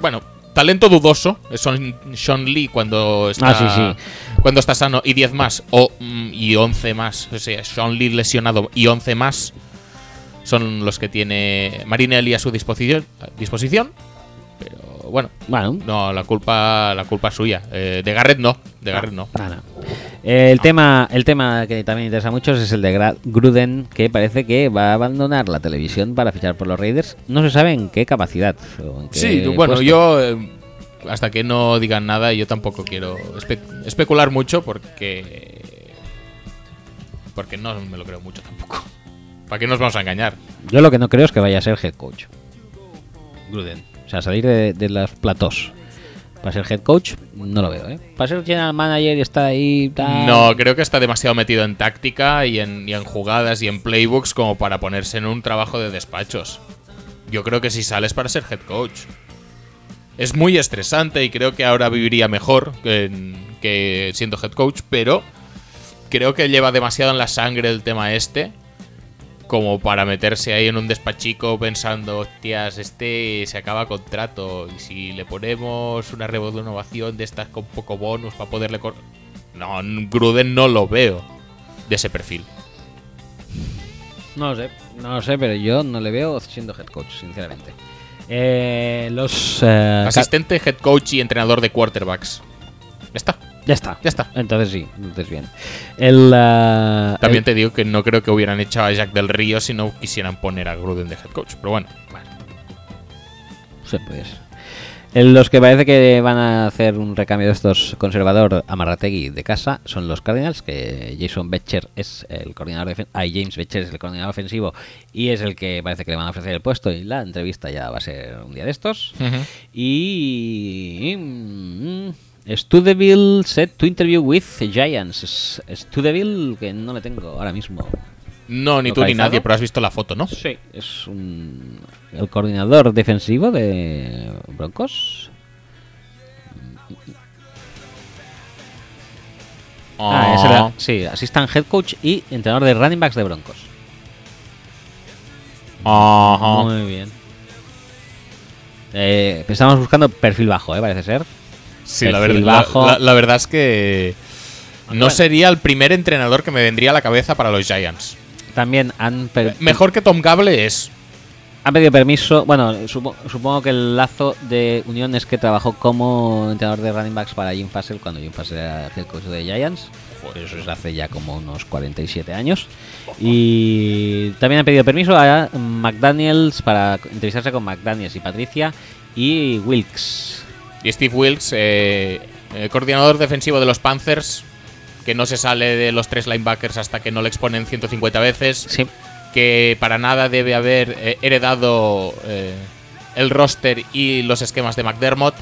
Speaker 2: bueno, talento dudoso, son Sean Lee cuando está,
Speaker 1: Ah, sí,
Speaker 2: cuando está sano, y 10 más, o, mm, y 11 más, o sea, Sean Lee lesionado y 11 más, son los que tiene Marinelli a su disposición, a disposición pero bueno,
Speaker 1: Bueno,
Speaker 2: no, la culpa, la culpa es suya, Eh, de Garrett no, de Garrett no.
Speaker 1: nada. Eh, El, tema, el tema que también interesa a muchos es el de Gra- Gruden, que parece que va a abandonar la televisión para fichar por los Raiders. No se sabe en qué capacidad. o en qué
Speaker 2: Sí, bueno,
Speaker 1: puesto.
Speaker 2: yo eh, hasta que no digan nada, yo tampoco quiero espe- especular mucho porque porque no me lo creo mucho tampoco. [LAUGHS] ¿Para qué nos vamos a engañar?
Speaker 1: Yo lo que no creo es que vaya a ser head coach. Gruden. O sea, salir de, de los platós. Para ser head coach, no lo veo, ¿eh? Para ser general manager y estar ahí. tal.
Speaker 2: No, creo que está demasiado metido en táctica y en, y en jugadas y en playbooks como para ponerse en un trabajo de despachos. Yo creo que si sales para ser head coach. Es muy estresante y creo que ahora viviría mejor que, en- que siendo head coach, pero creo que lleva demasiado en la sangre el tema este. como para meterse ahí en un despachico pensando, hostias, este se acaba contrato y si le ponemos una renovación de estas con poco bonus para poderle... cor-". No, Gruden no lo veo de ese perfil.
Speaker 1: No lo sé, no lo sé, pero yo no le veo siendo head coach, sinceramente. Eh, los. eh, ca-
Speaker 2: Asistente, head coach y entrenador de quarterbacks. Ya está.
Speaker 1: ya está.
Speaker 2: Ya está.
Speaker 1: Entonces sí, entonces bien. El. eh,
Speaker 2: También
Speaker 1: el-
Speaker 2: te digo que no creo que hubieran hecho a Jack del Río si no quisieran poner a Gruden de head coach. Pero bueno, bueno.
Speaker 1: sí, pues. El- Los que parece que van a hacer un recambio de estos conservador Amarrategui de casa son los Cardinals, que Jason Becher es el coordinador defensivo, James Becher es el coordinador ofensivo y es el que parece que le van a ofrecer el puesto y la entrevista ya va a ser un día de estos. Y. mm, Studeville set to interview with Giants. Studeville, que no le tengo ahora mismo.
Speaker 2: No, ni tú ni
Speaker 1: ¿Localizado?
Speaker 2: nadie, pero has visto la foto, ¿no?
Speaker 1: Sí. Es un- el coordinador defensivo de Broncos. Ah, es
Speaker 2: Ah.
Speaker 1: el, sí, assistant head coach y entrenador de running backs de Broncos.
Speaker 2: Ah, Ajá.
Speaker 1: Muy bien. Eh, estamos buscando perfil bajo, ¿eh? parece ser.
Speaker 2: Sí, la verdad,
Speaker 1: Perfil
Speaker 2: la-
Speaker 1: bajo.
Speaker 2: la- la verdad es que
Speaker 1: Bueno.
Speaker 2: no sería el primer entrenador que me vendría a la cabeza para los Giants.
Speaker 1: También han, per-
Speaker 2: Mejor que Tom Gable es.
Speaker 1: Han pedido permiso. Bueno, supo- supongo que el lazo de unión es que trabajó como entrenador de running backs para Jim Fassel cuando Jim Fassel era head coach de Giants. Pero eso es hace ya como unos 47 años. Y también han pedido permiso a McDaniels para entrevistarse con McDaniels y Patricia y Wilkes.
Speaker 2: Y Steve Wilkes, eh, eh, coordinador defensivo de los Panthers, que no se sale de los tres linebackers hasta que no le exponen 150 veces.
Speaker 1: Sí.
Speaker 2: que para nada debe haber eh, heredado eh, el roster y los esquemas de McDermott.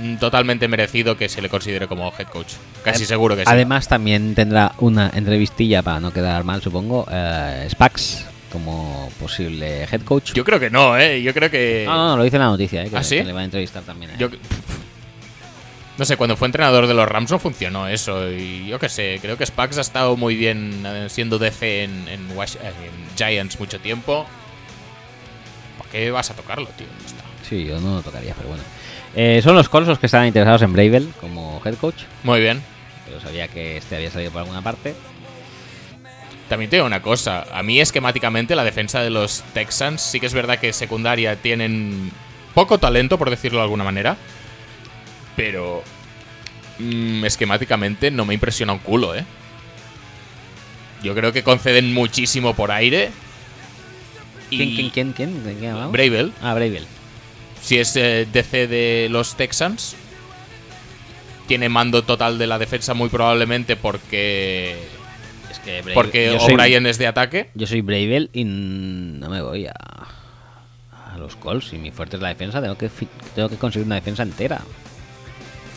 Speaker 2: Mm, Totalmente merecido que se le considere como head coach. Casi
Speaker 1: Adem-
Speaker 2: seguro que sí.
Speaker 1: Además, también tendrá una entrevistilla para no quedar mal, supongo. eh, Spax como posible head coach. Ah,
Speaker 2: Yo creo que no, ¿eh? Yo creo que...
Speaker 1: no, no, no, lo dice en la noticia, eh, que,
Speaker 2: ¿Ah, sí?
Speaker 1: que le va a entrevistar también. eh.
Speaker 2: yo- no sé, cuando fue entrenador de los Rams no funcionó eso. Y yo qué sé, creo que Spax ha estado muy bien eh, siendo DC en, en Wash- eh, en Giants mucho tiempo. ¿Para qué vas a tocarlo, tío? Ya está.
Speaker 1: Sí, yo no lo tocaría, pero bueno. Eh, son los Colts los que estaban interesados en Bravel como head coach,
Speaker 2: Muy bien.
Speaker 1: pero sabía que este había salido por alguna parte.
Speaker 2: También te digo una cosa, a mí esquemáticamente la defensa de los Texans sí que es verdad que secundaria tienen poco talento, por decirlo de alguna manera, pero mm, esquemáticamente no me impresiona un culo, ¿eh? Yo creo que conceden muchísimo por aire. Y
Speaker 1: ¿Quién, quién, quién, quién? ¿De quién hablamos?
Speaker 2: Bravel,
Speaker 1: Ah, Bravel.
Speaker 2: si es eh, DC de los Texans, tiene mando total de la defensa muy probablemente porque,
Speaker 1: Es que Bravel-
Speaker 2: porque
Speaker 1: yo soy-
Speaker 2: O'Brien es de ataque.
Speaker 1: Yo soy Bravel y n- no me voy a, a los Colts. Y mi fuerte es la defensa. Tengo que, fi- tengo que conseguir una defensa entera.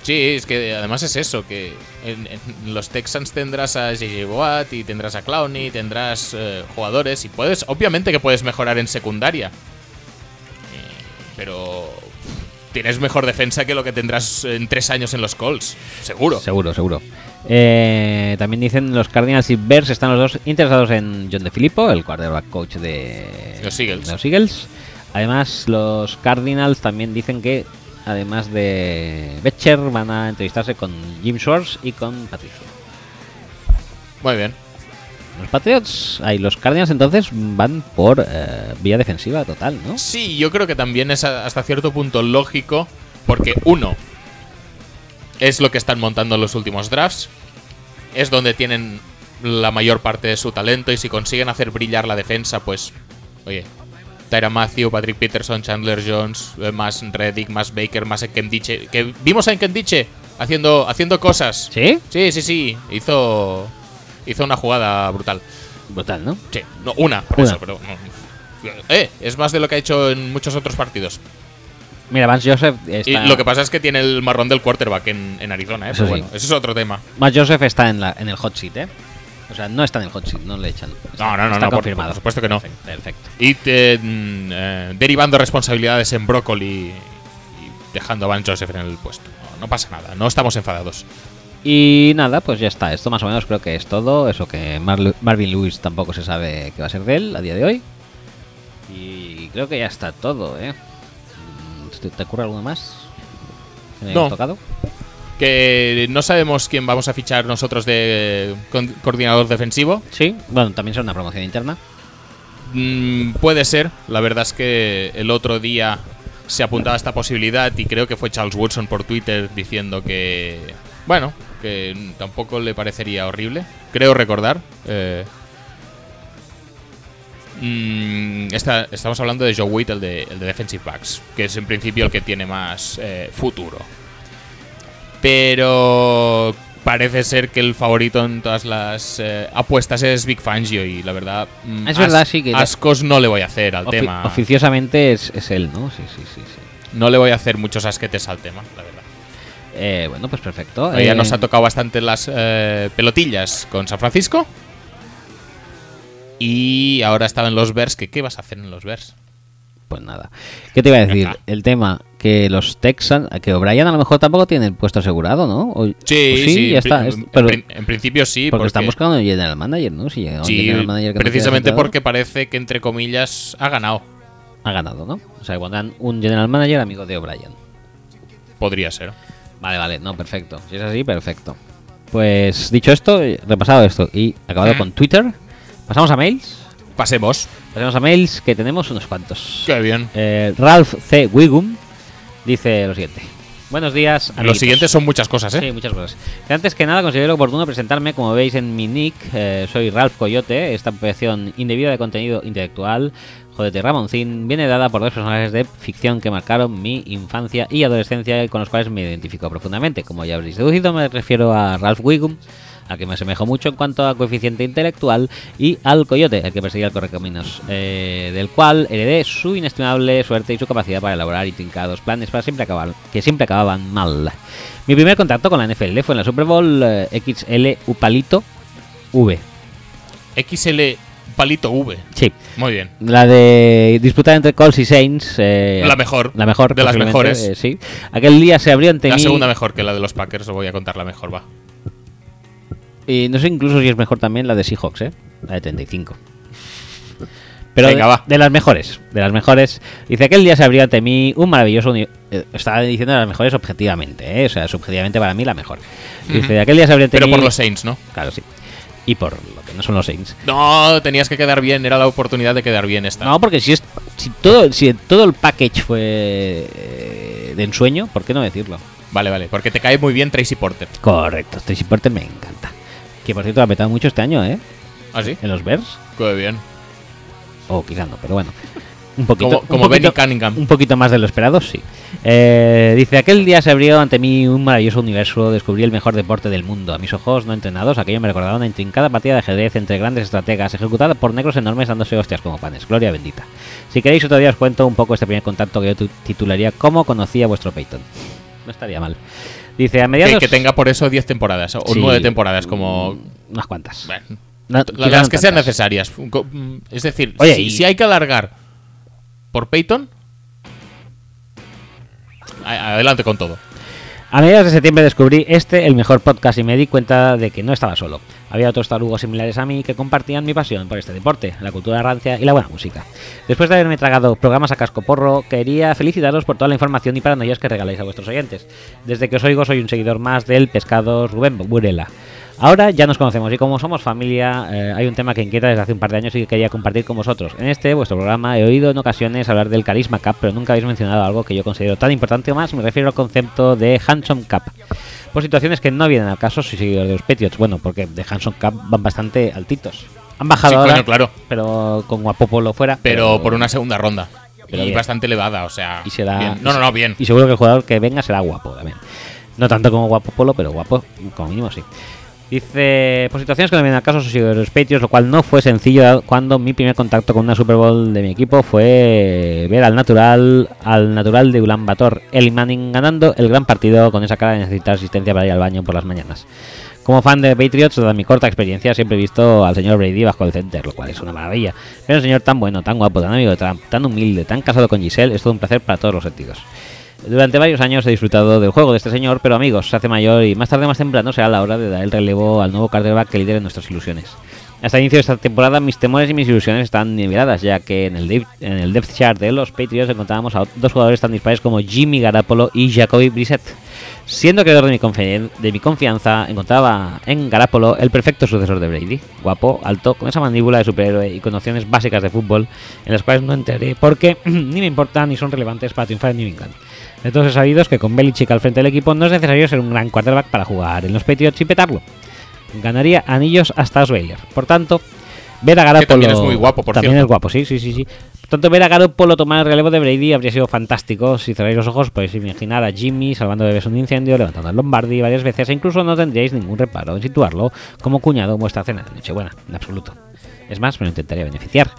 Speaker 2: Sí, es que además es eso, que en, en los Texans tendrás a JJ Watt y tendrás a Clowney, tendrás eh, jugadores y puedes, obviamente que puedes mejorar en secundaria, Eh, pero tienes mejor defensa que lo que tendrás en tres años en los Colts, seguro.
Speaker 1: Seguro, seguro. Eh, también dicen los Cardinals y Bears están los dos interesados en John DeFilippo, el quarterback coach de
Speaker 2: Los Eagles.
Speaker 1: de los Eagles. Además, los Cardinals también dicen que, además de Becher, van a entrevistarse con Jim Schwartz y con Patricio.
Speaker 2: Muy bien.
Speaker 1: Los Patriots, ahí los Cardinals entonces van por eh, vía defensiva total, ¿no?
Speaker 2: Sí, yo creo que también es a- hasta cierto punto lógico, porque uno, es lo que están montando en los últimos drafts, es donde tienen la mayor parte de su talento y si consiguen hacer brillar la defensa, pues, oye, Tyra Matthew, Patrick Peterson, Chandler Jones, eh, más Reddick, más Baker, más Kendiche, que vimos a Kendiche haciendo, haciendo cosas.
Speaker 1: ¿Sí?
Speaker 2: Sí, sí, sí, hizo, hizo una jugada brutal.
Speaker 1: Brutal, ¿no?
Speaker 2: Sí, no, una, por
Speaker 1: Una.
Speaker 2: eso, pero. no. Eh, es más de lo que ha hecho en muchos otros partidos.
Speaker 1: Mira, Vance Joseph
Speaker 2: Y
Speaker 1: está,
Speaker 2: lo que pasa es que tiene el marrón del quarterback en, en Arizona, ¿eh?
Speaker 1: Eso
Speaker 2: Pero
Speaker 1: sí.
Speaker 2: bueno, eso es otro tema.
Speaker 1: Vance Joseph está en, la, en el hot seat, ¿eh? O sea, no está en el hot seat, no le echan. Está-
Speaker 2: No, no, no,
Speaker 1: está
Speaker 2: no, por-
Speaker 1: confirmado.
Speaker 2: por supuesto que no.
Speaker 1: Perfecto, perfecto.
Speaker 2: Y te, mm, eh, derivando responsabilidades en Broccoli y dejando a Van Joseph en el puesto. No, no pasa nada, no estamos enfadados.
Speaker 1: Y nada, pues ya está. Esto más o menos creo que es todo. Eso que Marlu- Marvin Lewis tampoco se sabe qué va a ser de él a día de hoy. Y creo que ya está todo, ¿eh? Mm, ¿Te, te ocurre alguno más? ¿Que me hayas
Speaker 2: No.
Speaker 1: tocado?
Speaker 2: Que no sabemos quién vamos a fichar nosotros de eh, con- coordinador defensivo.
Speaker 1: Sí. Bueno, también será una promoción interna.
Speaker 2: Mm, puede ser. La verdad es que el otro día se apuntaba esta posibilidad y creo que fue Charles Woodson por Twitter diciendo que, bueno, que mm, tampoco le parecería horrible. Creo recordar. eh. Mm, esta- estamos hablando de Joe Witt, el de, el de Defensive Backs, que es en principio el que tiene más eh, futuro. Pero parece ser que el favorito en todas las eh, apuestas es Big Fangio y la verdad... mm,
Speaker 1: Es verdad, sí que-
Speaker 2: Ascos no le voy a hacer al
Speaker 1: Ofi-
Speaker 2: tema.
Speaker 1: Oficiosamente es, es él, ¿no? Sí, sí, sí. sí.
Speaker 2: No le voy a hacer muchos asquetes al tema, la verdad.
Speaker 1: Eh, bueno, pues perfecto.
Speaker 2: Ya
Speaker 1: Eh,
Speaker 2: nos ha tocado bastante las eh, pelotillas con San Francisco. Y ahora estaba en los Bears. Que, ¿Qué vas a hacer en los Bears?
Speaker 1: Pues nada. ¿Qué te iba a decir? El tema que los Texans, que O'Brien a lo mejor tampoco tiene el puesto asegurado, ¿no? O- o sí, ya
Speaker 2: Pues en
Speaker 1: está.
Speaker 2: pri-
Speaker 1: es-
Speaker 2: en,
Speaker 1: pero
Speaker 2: pri- en principio sí.
Speaker 1: porque, están buscando un general manager, ¿no? Si llega un
Speaker 2: sí,
Speaker 1: general manager que no quede
Speaker 2: precisamente
Speaker 1: asentado,
Speaker 2: porque parece que, entre comillas, ha ganado.
Speaker 1: ha ganado, ¿no? O sea, pondrán un general manager amigo de O'Brien.
Speaker 2: Podría ser.
Speaker 1: Vale, vale, no, perfecto. Si es así, perfecto. Pues dicho esto, eh, repasado esto y acabado
Speaker 2: Mm.
Speaker 1: con Twitter, pasamos a mails.
Speaker 2: Pasemos.
Speaker 1: Pasamos a mails que tenemos unos cuantos.
Speaker 2: Qué bien.
Speaker 1: Eh, Ralph C. Wigum dice lo siguiente. Buenos días.
Speaker 2: Los
Speaker 1: amiguitos.
Speaker 2: siguientes son muchas cosas, ¿eh?
Speaker 1: pues, Sí, muchas cosas. Antes que nada, considero oportuno presentarme. Como veis en mi nick, eh, soy Ralph Coyote. Esta ampliación indebida de contenido intelectual, Jodete Ramoncín, viene dada por dos personajes de ficción que marcaron mi infancia y adolescencia y con los cuales me identifico profundamente. Como ya habréis deducido, me refiero a Ralph Wiggum, al que me asemejo mucho en cuanto a coeficiente intelectual, y al coyote, el que perseguía el correcaminos, eh, del cual heredé su inestimable suerte y su capacidad para elaborar y trincados planes para siempre acabar, que siempre acababan mal. Mi primer contacto con la NFL fue en la Super Bowl eh, XL Upalito V.
Speaker 2: XL Palito V.
Speaker 1: Sí,
Speaker 2: Muy bien.
Speaker 1: la de disputar entre Colts y Saints. eh,
Speaker 2: La mejor.
Speaker 1: La mejor.
Speaker 2: De las
Speaker 1: posiblemente,
Speaker 2: mejores.
Speaker 1: eh, sí. Aquel día se abrió ante
Speaker 2: La
Speaker 1: mí-
Speaker 2: segunda mejor que la de los Packers. Os voy a contar la mejor, va.
Speaker 1: Y no sé incluso si es mejor también la de Seahawks, ¿eh? La de 35. Pero
Speaker 2: Venga,
Speaker 1: de,
Speaker 2: va.
Speaker 1: de las mejores, de las mejores. Dice, aquel día se abrió ante mí un maravilloso... uni- eh, Estaba diciendo las mejores objetivamente, ¿eh? O sea, subjetivamente para mí la mejor. Dice, aquel día se abrió ante
Speaker 2: Pero
Speaker 1: mí...
Speaker 2: por los Saints, ¿no?
Speaker 1: Claro, sí. Y por lo que no son los Saints.
Speaker 2: No, tenías que quedar bien. Era la oportunidad de quedar bien esta.
Speaker 1: No, porque si es si todo si todo el package fue eh, de ensueño, ¿por qué no decirlo?
Speaker 2: Vale, vale. Porque te cae muy bien Tracy Porter.
Speaker 1: Correcto, Tracy Porter me encanta. Que por cierto ha petado mucho este año, ¿eh?
Speaker 2: ¿Ah, sí?
Speaker 1: En los Bears.
Speaker 2: Qué bien.
Speaker 1: O quizás no, pero bueno. Un poquito,
Speaker 2: Como,
Speaker 1: un
Speaker 2: como Benny
Speaker 1: poquito-
Speaker 2: Cunningham.
Speaker 1: Un poquito más de lo esperado, sí. Eh, dice, aquel día se abrió ante mí un maravilloso universo, descubrí el mejor deporte del mundo. A mis ojos no entrenados, aquello me recordaba una intrincada partida de ajedrez entre grandes estrategas, ejecutada por negros enormes dándose hostias como panes. Gloria bendita. Si queréis otro día os cuento un poco este primer contacto que yo tu- titularía ¿Cómo conocía vuestro Peyton? No estaría mal. Dice, a mediados...
Speaker 2: Que, que tenga por eso 10 temporadas o
Speaker 1: Sí,
Speaker 2: 9 temporadas, como.
Speaker 1: Unas cuantas.
Speaker 2: Bueno,
Speaker 1: No,
Speaker 2: la-
Speaker 1: quizás
Speaker 2: las
Speaker 1: no
Speaker 2: que sean
Speaker 1: tantas.
Speaker 2: necesarias. Un co- mm, Es decir,
Speaker 1: Oye,
Speaker 2: si,
Speaker 1: y-
Speaker 2: si hay que alargar por Peyton. a- Adelante con todo.
Speaker 1: A mediados de septiembre descubrí este, el mejor podcast, y me di cuenta de que no estaba solo. Había otros tarugos similares a mí que compartían mi pasión por este deporte, la cultura rancia y la buena música. Después de haberme tragado programas a cascoporro, quería felicitaros por toda la información y paranoias que regaláis a vuestros oyentes. Desde que os oigo soy un seguidor más del pescado Rubén Burela. Ahora ya nos conocemos y como somos familia, eh, hay un tema que inquieta desde hace un par de años y que quería compartir con vosotros. En este, vuestro programa, he oído en ocasiones hablar del Carisma Cup, pero nunca habéis mencionado algo que yo considero tan importante o más. Me refiero al concepto de Handsome Cup. Por situaciones que no vienen al caso, soy seguidor de los Patriots. Bueno, porque de Handsome Cup van bastante altitos. Han bajado
Speaker 2: Sí,
Speaker 1: ahora,
Speaker 2: bueno, claro.
Speaker 1: pero con Guapopolo fuera.
Speaker 2: Pero por una segunda ronda.
Speaker 1: Pero
Speaker 2: y
Speaker 1: bien.
Speaker 2: bastante elevada, o sea.
Speaker 1: Y será-
Speaker 2: bien. No, no, no, bien.
Speaker 1: Y seguro que el jugador que venga será guapo también. No tanto como guapo Polo, pero guapo, como mínimo sí. Dice, por situaciones que no vienen al caso, soy seguidor de los Patriots, lo cual no fue sencillo dado- cuando mi primer contacto con una Super Bowl de mi equipo fue ver al natural, al natural de Ulan Bator, Eli Manning ganando el gran partido con esa cara de necesitar asistencia para ir al baño por las mañanas. Como fan de Patriots, toda mi corta experiencia, siempre he visto al señor Brady bajo el center, lo cual es una maravilla. Pero un señor tan bueno, tan guapo, tan amigo de Trump, tan humilde, tan casado con Giselle, es todo un placer para todos los sentidos. Durante varios años he disfrutado del juego de este señor, pero amigos, se hace mayor y más tarde más temprano será la hora de dar el relevo al nuevo quarterback que lidere nuestras ilusiones. Hasta el inicio de esta temporada mis temores y mis ilusiones están niveladas, ya que en el, dev- en el depth chart de los Patriots encontrábamos a ot- dos jugadores tan dispares como Jimmy Garapolo y Jacoby Brissett. Siendo creador de mi, confi- de mi confianza, encontraba en Garapolo el perfecto sucesor de Brady. Guapo, alto, con esa mandíbula de superhéroe y con nociones básicas de fútbol, en las cuales no entraré porque [CLEARS THROAT] ni me importan ni son relevantes para triunfar en New England. De todos es sabido que con Belichick al frente del equipo no es necesario ser un gran quarterback para jugar en los Patriots y petarlo ganaría anillos hasta Osweiler. Por tanto, ver a Garoppolo.
Speaker 2: también es muy guapo, por
Speaker 1: También
Speaker 2: cierto.
Speaker 1: es guapo, sí, sí, sí. sí. Por tanto, ver a Garoppolo tomar el relevo de Brady habría sido fantástico. Si cerráis los ojos, podéis imaginar a Jimmy salvando bebés de un incendio, levantando al Lombardi varias veces, e incluso no tendríais ningún reparo en situarlo como cuñado en vuestra cena de Nochebuena, en absoluto. Es más, me lo intentaría beneficiar.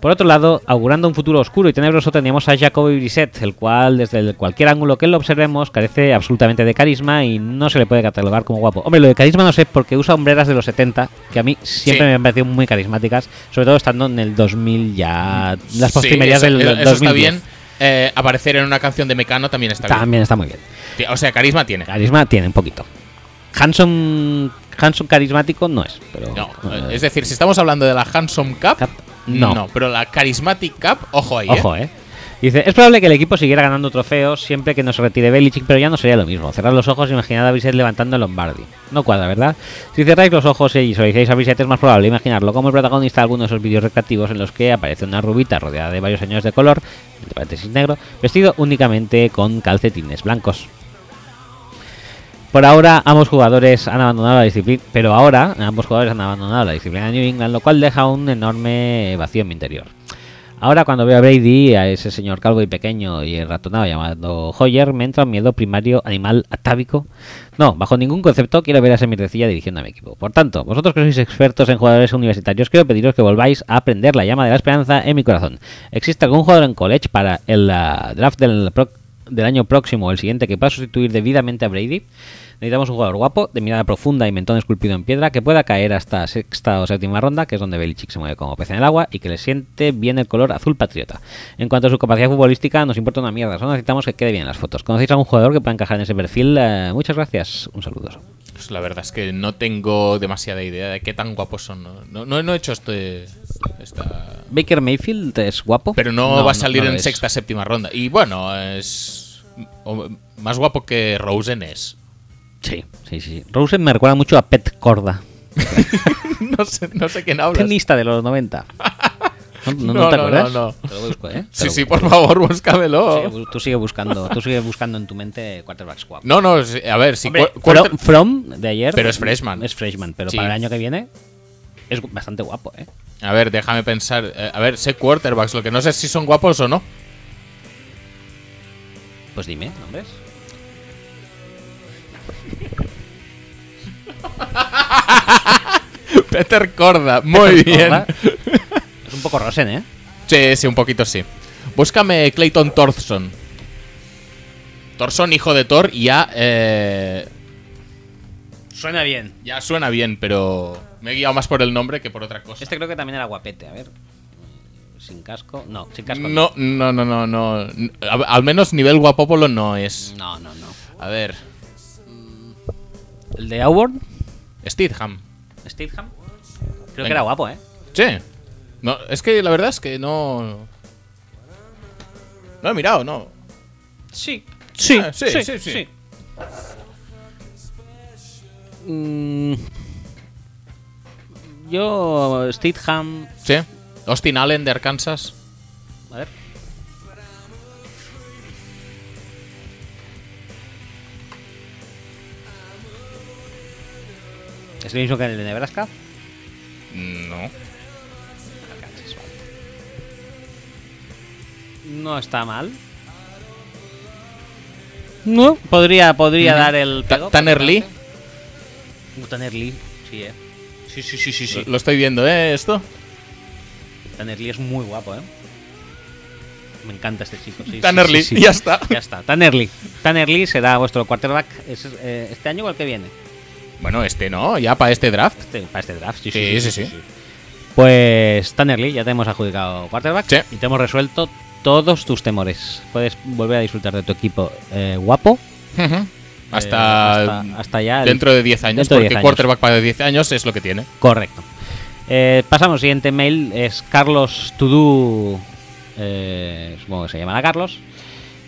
Speaker 1: Por otro lado, augurando un futuro oscuro y tenebroso, teníamos a Jacoby Brissett, el cual, desde el- cualquier ángulo que lo observemos, carece absolutamente de carisma y no se le puede catalogar como guapo. Hombre, lo de carisma no sé, porque usa hombreras de los 70, que a mí siempre
Speaker 2: Sí.
Speaker 1: me han parecido muy carismáticas, sobre todo estando en el 2000 ya... Las
Speaker 2: Sí,
Speaker 1: postrimerías
Speaker 2: eso-
Speaker 1: del
Speaker 2: eso
Speaker 1: 2010.
Speaker 2: está bien. Eh, aparecer en una canción de Mecano también está bien.
Speaker 1: También está muy bien.
Speaker 2: Ti- O sea, carisma tiene.
Speaker 1: Carisma tiene un poquito. Hanson, Hanson carismático no es, pero...
Speaker 2: No,
Speaker 1: eh,
Speaker 2: es decir, si estamos hablando de la Handsome Cup,
Speaker 1: Cup, no.
Speaker 2: pero la Charismatic Cup, ojo ahí.
Speaker 1: Ojo, ¿eh? Dice, es probable que el equipo siguiera ganando trofeos siempre que nos retire Belichick, pero ya no sería lo mismo. Cerrad los ojos y imaginad a Brissett levantando el Lombardi. No cuadra, ¿verdad? Si cerráis los ojos y visualizáis a Brissett es más probable imaginarlo como el protagonista de alguno de esos vídeos recreativos en los que aparece una rubita rodeada de varios años de color, entre paréntesis negro, vestido únicamente con calcetines blancos. Por ahora, ambos jugadores han abandonado la disciplina, pero ahora ambos jugadores han abandonado la disciplina de New England, lo cual deja un enorme vacío en mi interior. Ahora cuando veo a Brady, a ese señor calvo y pequeño y ratonado llamado Hoyer, me entra un miedo primario animal atávico. No, bajo ningún concepto quiero ver a esa mierdecilla dirigiendo a mi equipo. Por tanto, vosotros que sois expertos en jugadores universitarios, quiero pediros que volváis a aprender la llama de la esperanza en mi corazón. ¿Existe algún jugador en college para el ah, draft del, pro- del año próximo o el siguiente que pueda sustituir debidamente a Brady? Necesitamos un jugador guapo, de mirada profunda y mentón esculpido en piedra, que pueda caer hasta sexta o séptima ronda, que es donde Belichick se mueve como pez en el agua, y que le siente bien el color azul patriota. En cuanto a su capacidad futbolística, nos importa una mierda, solo necesitamos que quede bien en las fotos. ¿Conocéis a un jugador que pueda encajar en ese perfil? Eh, muchas gracias, un saludo.
Speaker 2: Pues la verdad es que no tengo demasiada idea de qué tan guapos son. No, no, no- no he hecho este, esta...
Speaker 1: Baker Mayfield es guapo.
Speaker 2: Pero no, va a salir
Speaker 1: no lo
Speaker 2: en
Speaker 1: es.
Speaker 2: sexta, séptima ronda. Y bueno, es o- más guapo que Rosen es. [LAUGHS]
Speaker 1: Sí, sí, sí. Rosen me recuerda mucho a Pet Corda,
Speaker 2: no, sé, no sé quién hablas.
Speaker 1: tenista de los
Speaker 2: [LAUGHS]
Speaker 1: 90. ¿No, no- no
Speaker 2: No,
Speaker 1: te
Speaker 2: no,
Speaker 1: acuerdas?
Speaker 2: no, no.
Speaker 1: Te lo busco, ¿eh? Te
Speaker 2: Sí,
Speaker 1: lo
Speaker 2: sí,
Speaker 1: busco.
Speaker 2: por favor,
Speaker 1: Sigue
Speaker 2: búscamelo.
Speaker 1: bu- tú sigue buscando, tú sigue buscando en tu mente quarterbacks guapos.
Speaker 2: No, no, sí, a ver, si
Speaker 1: Hombre,
Speaker 2: cu-
Speaker 1: Fro-
Speaker 2: quarter-
Speaker 1: From de ayer.
Speaker 2: Pero es freshman.
Speaker 1: Es freshman, pero
Speaker 2: Sí.
Speaker 1: para el año que viene es gu- bastante guapo, ¿eh?
Speaker 2: A ver, déjame pensar. Eh, a ver, sé quarterbacks, lo que no sé es si son guapos o no. [LAUGHS]
Speaker 1: Pues dime, nombres.
Speaker 2: Peter Corda, muy bien. [LAUGHS]
Speaker 1: Hola. Es un poco Rosen, ¿eh?
Speaker 2: Sí, sí, un poquito sí. Búscame Clayton Thorson. Thorson, hijo de Thor, ya, eh,
Speaker 1: Suena bien.
Speaker 2: ya suena bien, pero me he guiado más por el nombre que por otra cosa.
Speaker 1: Este creo que también era guapete, a ver. Mm, Sin casco. No, sin casco.
Speaker 2: No, no, no, no, no. N- a- Al menos nivel guapópolo no es.
Speaker 1: No, no, no.
Speaker 2: A ver,
Speaker 1: El de Howard,
Speaker 2: Steedham.
Speaker 1: Steadham. Creo
Speaker 2: Venga.
Speaker 1: que era guapo, ¿eh?
Speaker 2: Sí. No, es que la verdad es que no. No he mirado, no.
Speaker 1: Sí. Sí,
Speaker 2: Ah, sí, sí, sí.
Speaker 1: Mm. Yo, Steadham.
Speaker 2: Sí. Austin Allen de Arkansas.
Speaker 1: A ver. ¿Es lo mismo que el de Nebraska?
Speaker 2: No.
Speaker 1: Arkansas, vale. No está mal. No, podría, podría dar el
Speaker 2: Ta-
Speaker 1: pego.
Speaker 2: Tanner Lee.
Speaker 1: Uh, Tanner Lee, sí, eh. Sí, sí, sí, sí, sí.
Speaker 2: Lo estoy viendo, ¿eh? Esto.
Speaker 1: Tanner Lee es muy guapo, eh. Me encanta este chico. Sí, sí,
Speaker 2: Tanner
Speaker 1: sí,
Speaker 2: Lee,
Speaker 1: sí.
Speaker 2: ya está.
Speaker 1: Ya está, Tanner Lee. Tanner Lee será vuestro quarterback es- eh, este año o el que viene.
Speaker 2: Bueno, este no, ya para este draft.
Speaker 1: Este- para este draft, sí,
Speaker 2: Sí, sí, sí.
Speaker 1: Pues Tanner Lee, ya te hemos adjudicado quarterback
Speaker 2: Sí.
Speaker 1: y te hemos resuelto todos tus temores. Puedes volver a disfrutar de tu equipo eh, guapo.
Speaker 2: Ujú.
Speaker 1: eh,
Speaker 2: Hasta,
Speaker 1: hasta, hasta ya el-
Speaker 2: dentro de 10 años,
Speaker 1: dentro de
Speaker 2: porque
Speaker 1: 10 años.
Speaker 2: quarterback para 10 años es lo que tiene.
Speaker 1: Correcto. Eh, pasamos al siguiente mail. Es Carlos Tudú. eh, supongo que se llamará Carlos.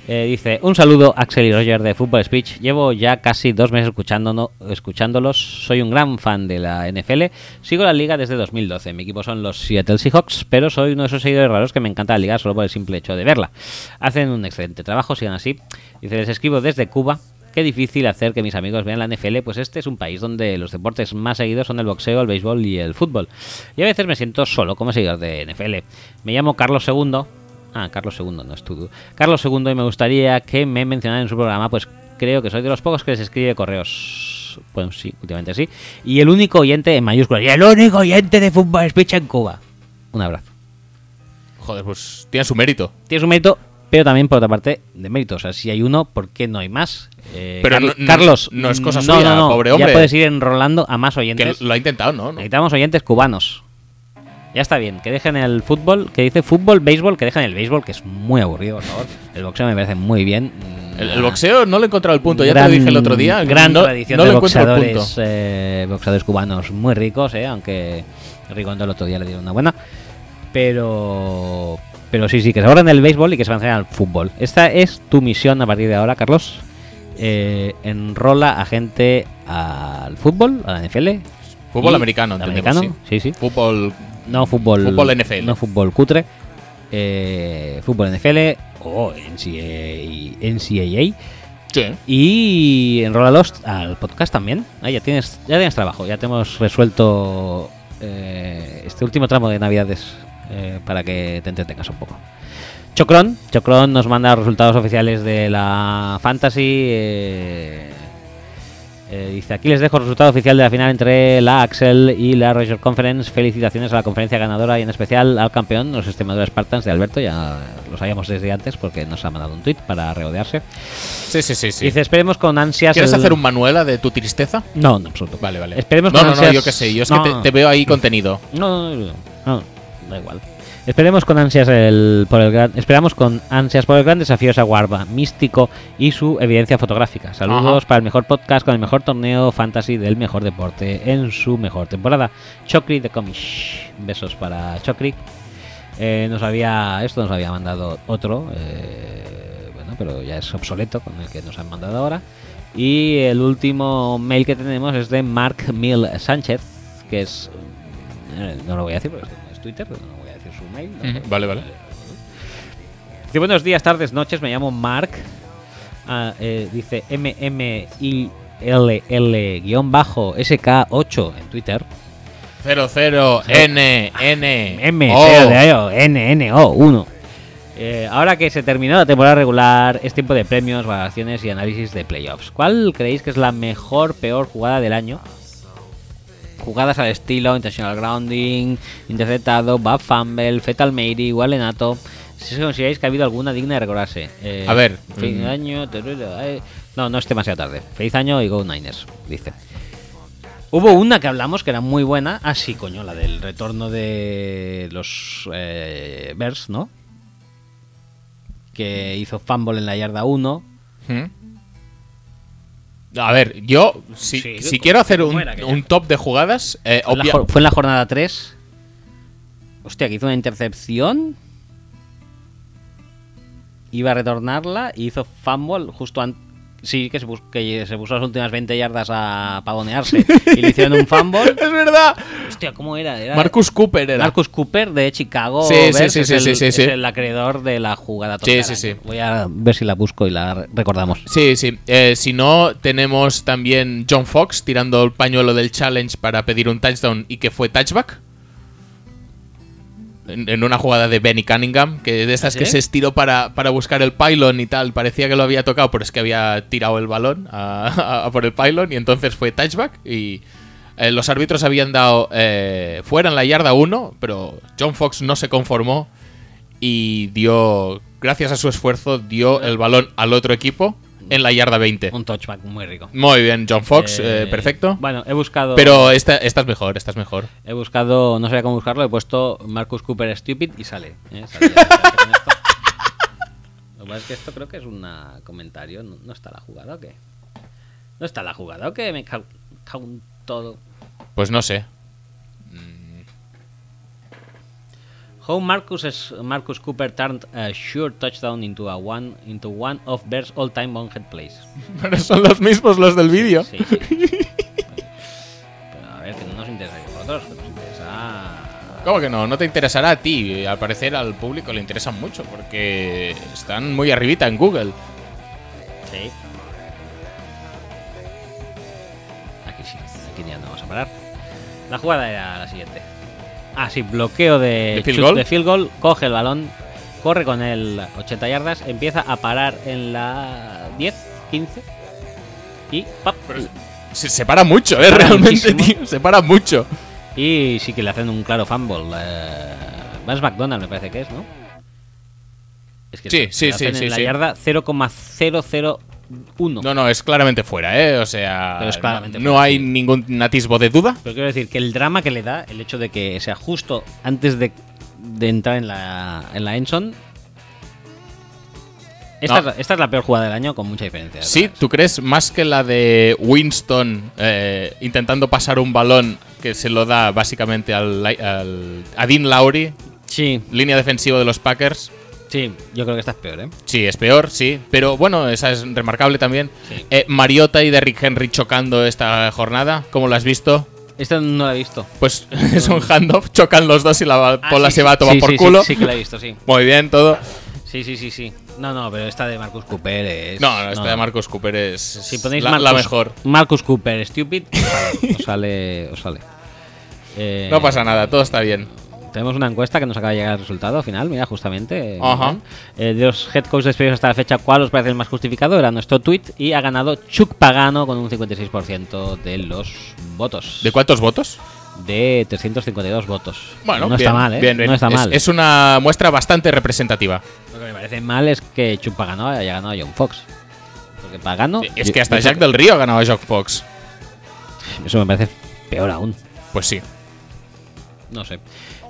Speaker 1: Eh, dice: Un saludo, Axel y Roger de Football Speech. Llevo ya casi dos meses escuchándono- escuchándolos. Soy un gran fan de la NFL. Sigo la liga desde 2012. Mi equipo son los Seattle Seahawks, pero soy uno de esos seguidores raros que me encanta la liga solo por el simple hecho de verla. Hacen un excelente trabajo, sigan así. Dice: Les escribo desde Cuba. Qué difícil hacer que mis amigos vean la NFL, pues este es un país donde los deportes más seguidos son el boxeo, el béisbol y el fútbol. Y a veces me siento solo como seguidor de NFL. Me llamo Carlos II. Ah, Carlos II, no es tú. Carlos II y me gustaría que me mencionaran en su programa, pues creo que soy de los pocos que les escribe correos. Pues sí, últimamente sí. Y el único oyente en mayúsculas. Y el único oyente de Fútbol Speech en Cuba. Un abrazo
Speaker 2: Joder, pues tiene su mérito.
Speaker 1: tiene su mérito, pero también por otra parte de mérito. O sea, si hay uno, ¿por qué no hay más? Eh,
Speaker 2: Pero
Speaker 1: Carl-
Speaker 2: no- no-
Speaker 1: Carlos,
Speaker 2: no es cosa suya, pobre hombre.
Speaker 1: Ya puedes ir enrolando a más
Speaker 2: Que
Speaker 1: oyentes.
Speaker 2: lo ha intentado, ¿no? ¿no?
Speaker 1: Necesitamos oyentes cubanos. Ya está bien, que dejen el fútbol, que dice fútbol, béisbol, que dejen el béisbol, que es muy aburrido, por favor. El boxeo me parece muy bien.
Speaker 2: El, el
Speaker 1: Ah,
Speaker 2: boxeo no lo he encontrado el punto, ya te
Speaker 1: gran-
Speaker 2: lo dije el otro día.
Speaker 1: Gran
Speaker 2: no,
Speaker 1: tradición
Speaker 2: no
Speaker 1: de
Speaker 2: lo encuentro el punto.
Speaker 1: boxeadores, eh, boxeadores cubanos muy ricos, eh, aunque Rigondo el otro día le dieron una buena. Pero pero sí, sí, que se ahorren el béisbol y que se vayan al fútbol. Esta es tu misión a partir de ahora, Carlos. Eh, enrola a gente al fútbol, a la NFL.
Speaker 2: Fútbol
Speaker 1: y-
Speaker 2: americano, entendemos,
Speaker 1: americano, sí, sí.
Speaker 2: Fútbol.
Speaker 1: No fútbol.
Speaker 2: Fútbol NFL.
Speaker 1: No fútbol cutre. eh, fútbol NFL o NCAA. NCAA
Speaker 2: Sí.
Speaker 1: y enrólalos al podcast también. Ahí ya tienes, ya tienes trabajo, ya tenemos resuelto eh, este último tramo de Navidades eh, para que te entretengas un poco. Chocron, Chocron nos manda los resultados oficiales de la Fantasy. eh, eh, dice, aquí les dejo el resultado oficial de la final entre la Axel y la Roger Conference. Felicitaciones a la conferencia ganadora y en especial al campeón, los Extremadura Spartans de Alberto. Ya lo sabíamos desde antes porque nos ha mandado un tweet para reodearse.
Speaker 2: Sí, sí, sí. sí.
Speaker 1: Dice, esperemos con ansias.
Speaker 2: ¿Quieres
Speaker 1: el-
Speaker 2: hacer un Manuela de tu tristeza?
Speaker 1: No, no, absoluto.
Speaker 2: Vale, vale.
Speaker 1: Esperemos
Speaker 2: no,
Speaker 1: con
Speaker 2: no, no,
Speaker 1: ansias-
Speaker 2: yo qué sé. Yo es
Speaker 1: No,
Speaker 2: que
Speaker 1: no.
Speaker 2: te, te veo ahí contenido.
Speaker 1: No, no, no, no, da igual. Esperemos con ansias el, por el gran, esperamos con ansias por el gran desafío de Saguarba, místico y su evidencia fotográfica. Saludos
Speaker 2: Ajá.
Speaker 1: para el mejor podcast con el mejor torneo fantasy del mejor deporte en su mejor temporada. Chocri de Comish. Besos para Chocri. Eh, nos había esto nos había mandado otro, eh, bueno, pero ya es obsoleto con el que nos han mandado ahora. Y el último mail que tenemos es de Mark Mill Sánchez, que es eh, no lo voy a decir porque es Twitter, pero no voy a decir su mail. no
Speaker 2: Ujú, Vale, vale.
Speaker 1: Dice, buenos días, tardes, noches, me llamo Mark. Ah, eh, dice MMILL-SK8 en Twitter.
Speaker 2: 00 N N
Speaker 1: M,
Speaker 2: O.
Speaker 1: cero de año, N, N, O, 1. Eh, ahora que se terminó la temporada regular, es tiempo de premios, valoraciones y análisis de playoffs. ¿Cuál creéis que es la mejor, peor jugada del año? Jugadas al estilo, intentional grounding, interceptado, bad fumble, fetal Mary, Walenato. Si os consideráis que ha habido alguna digna de recordarse. Eh,
Speaker 2: A ver,
Speaker 1: Fin de
Speaker 2: mm.
Speaker 1: año. tarara, eh. No, no es demasiado tarde. Feliz año y Go Niners, dice. Hubo una que hablamos que era muy buena. Ah, sí, coño, la del retorno de los eh, Bears, ¿no? Que hizo fumble en la yarda 1.
Speaker 2: ¿Mm? A ver, yo, si,
Speaker 1: Sí,
Speaker 2: si
Speaker 1: co-
Speaker 2: quiero hacer
Speaker 1: ¿cómo
Speaker 2: un,
Speaker 1: era aquella?
Speaker 2: un top de jugadas, eh,
Speaker 1: Fue en la
Speaker 2: obvia-
Speaker 1: jor- fue en la jornada 3. Hostia, que hizo una intercepción. Iba a retornarla y hizo fumble justo antes. Sí, que se, pus- que se puso las últimas 20 yardas a pavonearse. y le hicieron un fumble.
Speaker 2: [LAUGHS] es verdad.
Speaker 1: [LAUGHS] Hostia, ¿cómo era? era
Speaker 2: Marcus Cooper era.
Speaker 1: Marcus Cooper de Chicago
Speaker 2: Sí, sí,
Speaker 1: Bears
Speaker 2: sí,
Speaker 1: es,
Speaker 2: sí,
Speaker 1: el,
Speaker 2: sí, sí,
Speaker 1: es
Speaker 2: sí.
Speaker 1: el acreedor de la jugada
Speaker 2: Sí,
Speaker 1: del
Speaker 2: sí,
Speaker 1: año.
Speaker 2: sí.
Speaker 1: Voy a ver si la busco y la re- recordamos.
Speaker 2: Sí, sí. Eh, si no, tenemos también John Fox tirando el pañuelo del challenge para pedir un touchdown y que fue touchback. En, en una jugada de Benny Cunningham, que de estas
Speaker 1: ¿Ah,
Speaker 2: que
Speaker 1: sí?
Speaker 2: se estiró para, para buscar el pylon y tal, parecía que lo había tocado, pero es que había tirado el balón a, [LAUGHS] a- a por el pylon y entonces fue touchback y eh, los árbitros habían dado eh, fuera en la yarda 1, pero John Fox no se conformó y dio, gracias a su esfuerzo, dio el balón al otro equipo en la yarda 20.
Speaker 1: Un touchback muy rico.
Speaker 2: Muy bien, John Fox,
Speaker 1: Eh,
Speaker 2: eh, perfecto.
Speaker 1: Bueno, he buscado.
Speaker 2: Pero esta, esta es mejor, esta es mejor.
Speaker 1: He buscado, no sabía cómo buscarlo, he puesto Marcus Cooper Stupid y sale. ¿eh? Salía- salía con esto. pasa es que esto creo que es un comentario. ¿No, no está la jugada o qué? ¿No está la jugada o qué? Me cago, cago en todo.
Speaker 2: Pues no sé. [LAUGHS] Mm,
Speaker 1: How Marcus is- Marcus Cooper turned a sure touchdown into a one into one of Bears all-time bonhead plays.
Speaker 2: Pero son los mismos los del vídeo.
Speaker 1: Sí, sí. Pero a ver, que no nos interesa que vosotros, que nos interesa.
Speaker 2: ¿Cómo que no? No te interesará a ti. Al parecer al público le interesan mucho porque están muy arribita en Google.
Speaker 1: Sí. Aquí sí, aquí ya no vamos a parar. La jugada era la siguiente. Ah, sí, bloqueo de,
Speaker 2: ¿De field
Speaker 1: chut-
Speaker 2: goal?
Speaker 1: de field goal, coge el balón, corre con él 80 yardas, empieza a parar en la 10, 15 y ¡pap!
Speaker 2: Pero es- se separa mucho, ¿eh? [LAUGHS]
Speaker 1: Separa
Speaker 2: Realmente,
Speaker 1: muchísimo.
Speaker 2: tío. Separa mucho.
Speaker 1: Y sí que le hacen un claro fumble. Eh, Vance McDonald me parece que es, ¿no? Es que
Speaker 2: Sí, sí,
Speaker 1: le hacen
Speaker 2: sí, sí,
Speaker 1: En la
Speaker 2: sí.
Speaker 1: yarda 0,001.
Speaker 2: No, no, es claramente fuera, ¿eh? O sea,
Speaker 1: Pero es claramente
Speaker 2: no
Speaker 1: fuera,
Speaker 2: hay
Speaker 1: sí.
Speaker 2: ningún atisbo de duda.
Speaker 1: Pero quiero decir que el drama que le da el hecho de que sea justo antes de, de entrar en la, en la Enson. Esta,
Speaker 2: No.
Speaker 1: es, la- esta es la peor jugada del año con mucha diferencia. de
Speaker 2: Sí,
Speaker 1: verdad.
Speaker 2: ¿tú crees más que la de Winston eh, intentando pasar un balón que se lo da básicamente al, al- a Dean Lowry,
Speaker 1: Sí,
Speaker 2: línea defensiva de los Packers?
Speaker 1: sí, yo creo que esta es peor, ¿eh?
Speaker 2: Sí, es peor, sí. Pero bueno, esa es remarcable también.
Speaker 1: Sí.
Speaker 2: Eh, Mariota y Derrick Henry chocando esta jornada, ¿cómo lo has visto?
Speaker 1: Esta no la he visto.
Speaker 2: Pues [LAUGHS] es un handoff, chocan los dos y Pues la
Speaker 1: Ah,
Speaker 2: bola
Speaker 1: sí,
Speaker 2: se
Speaker 1: sí.
Speaker 2: va a tomar
Speaker 1: Sí,
Speaker 2: por
Speaker 1: sí, sí,
Speaker 2: culo.
Speaker 1: Sí, que la he visto, sí.
Speaker 2: Muy bien, todo.
Speaker 1: Sí, sí, sí, sí. No, no, pero esta de Marcus Cooper es.
Speaker 2: No, no, esta de Marcus Cooper es
Speaker 1: Si ponéis
Speaker 2: la, la
Speaker 1: Marcus,
Speaker 2: mejor.
Speaker 1: Marcus Cooper Stupid, os sale. Os sale. Eh,
Speaker 2: No pasa nada, todo está bien.
Speaker 1: Tenemos una encuesta que nos acaba de llegar el resultado final, mira, justamente. eh,
Speaker 2: Ajá.
Speaker 1: eh, de los head coaches despedidos hasta la fecha, ¿cuál os parece el más justificado? Era nuestro tweet y ha ganado Chuck Pagano con un 56% de los votos.
Speaker 2: ¿De cuántos votos?
Speaker 1: De 352 votos.
Speaker 2: Bueno,
Speaker 1: no
Speaker 2: bien,
Speaker 1: está mal, ¿eh?
Speaker 2: bien, bien.
Speaker 1: No está
Speaker 2: Es-
Speaker 1: mal.
Speaker 2: Es, una muestra bastante representativa.
Speaker 1: Lo que me parece mal es que Chuck Pagano haya ganado a John Fox. Porque Pagano.
Speaker 2: es que hasta
Speaker 1: eso-
Speaker 2: Jack del Río ha ganado a Jock Fox.
Speaker 1: Eso me parece peor aún.
Speaker 2: Pues sí.
Speaker 1: No sé.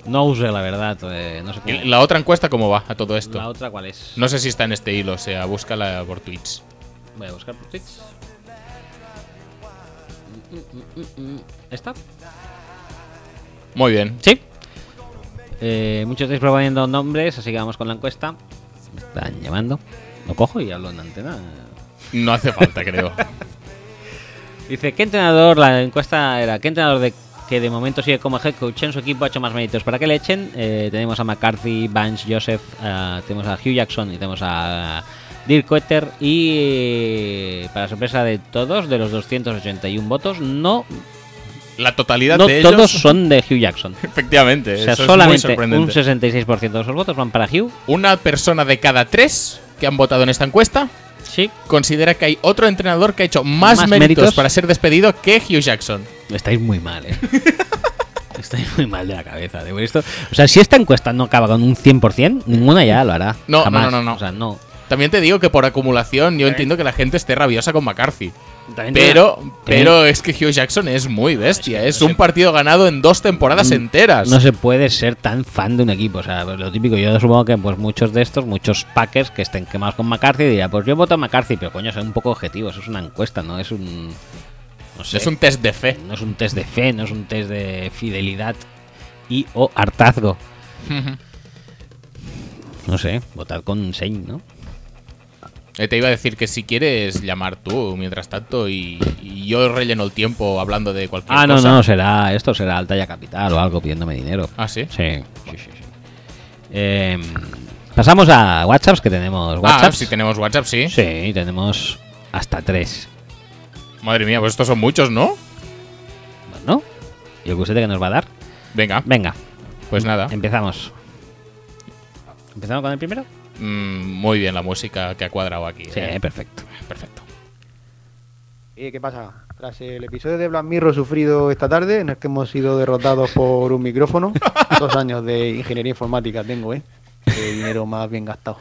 Speaker 1: No usé la verdad. eh, no sé
Speaker 2: ¿Y
Speaker 1: cómo-
Speaker 2: la otra encuesta cómo va a todo
Speaker 1: la
Speaker 2: esto?
Speaker 1: otra cuál es.
Speaker 2: No sé si está en este hilo, o sea, búscala por Twitch.
Speaker 1: Voy a buscar por Twitch. Mm, mm, mm, mm, ¿Esta?
Speaker 2: Muy bien.
Speaker 1: Sí. Eh, muchos estáis proponiendo nombres, así que vamos con la encuesta. Me están llamando. Lo cojo y hablo en antena.
Speaker 2: No hace falta, creo.
Speaker 1: Dice, ¿qué entrenador? La encuesta era, ¿qué entrenador de que de momento sigue como head coach en su equipo ha hecho más méritos para que le echen? Eh, tenemos a McCarthy, Vance, Joseph, eh, tenemos a Hugh Jackson y tenemos a Dirk Cueter y, para sorpresa de todos, de los 281 votos, no,
Speaker 2: La totalidad
Speaker 1: no
Speaker 2: de ellos.
Speaker 1: todos son de Hugh Jackson.
Speaker 2: [LAUGHS] Efectivamente,
Speaker 1: O sea,
Speaker 2: eso es muy
Speaker 1: solamente un
Speaker 2: sorprendente.
Speaker 1: 66% de esos votos van para Hugh.
Speaker 2: Una persona de cada tres que han votado en esta encuesta
Speaker 1: Sí,
Speaker 2: considera que hay otro entrenador que ha hecho más,
Speaker 1: Más
Speaker 2: méritos,
Speaker 1: méritos.
Speaker 2: para ser despedido que Hugh Jackson.
Speaker 1: Estáis muy mal,
Speaker 2: [LAUGHS]
Speaker 1: ¿eh? Estáis muy mal de la cabeza, de esto. O sea, si esta encuesta no acaba con un 100%, ninguna ya lo hará.
Speaker 2: No, no,
Speaker 1: Jamás.
Speaker 2: no, no, no.
Speaker 1: O sea, no.
Speaker 2: También te digo que por acumulación yo entiendo que la gente esté rabiosa con McCarthy.
Speaker 1: También te
Speaker 2: Pero,
Speaker 1: digo-
Speaker 2: pero es que Hugh Jackson es muy bestia.
Speaker 1: no
Speaker 2: Es
Speaker 1: sé.
Speaker 2: un partido ganado en dos temporadas
Speaker 1: Mm,
Speaker 2: enteras.
Speaker 1: No se puede ser tan fan de un equipo. O sea, lo típico, yo supongo que pues muchos de estos, muchos Packers que estén quemados con McCarthy, dirán, pues yo voto a McCarthy, pero coño, son un poco objetivos. Es una encuesta, ¿no? Es un. No sé.
Speaker 2: Es un test de fe.
Speaker 1: No es un test de fe, no es un test de fidelidad y o hartazgo. No sé, votad con Sein, ¿no?
Speaker 2: Eh, Te iba a decir que si quieres llamar tú mientras tanto y, y yo relleno el tiempo hablando de cualquier
Speaker 1: Ah, no,
Speaker 2: cosa.
Speaker 1: no, será esto, será Altaya Capital o algo pidiéndome dinero.
Speaker 2: Ah, sí.
Speaker 1: Sí, sí, sí. sí. Eh, pasamos a WhatsApps, que tenemos WhatsApp.
Speaker 2: Ah, si tenemos WhatsApp, sí.
Speaker 1: Sí, tenemos hasta tres.
Speaker 2: Madre mía, pues estos son muchos, ¿no?
Speaker 1: Bueno, ¿y el gustete que nos va a dar?
Speaker 2: Venga,
Speaker 1: Venga,
Speaker 2: pues nada.
Speaker 1: em- empezamos. ¿Empezamos con el primero?
Speaker 2: Mm, muy bien la música que ha cuadrado aquí.
Speaker 1: Sí,
Speaker 2: eh.
Speaker 1: perfecto.
Speaker 2: Perfecto.
Speaker 3: ¿Y Eh, qué pasa? Tras el episodio de Black Mirror sufrido esta tarde, en el que hemos sido derrotados por un micrófono, dos años de ingeniería informática tengo, ¿eh? Qué dinero más bien gastado.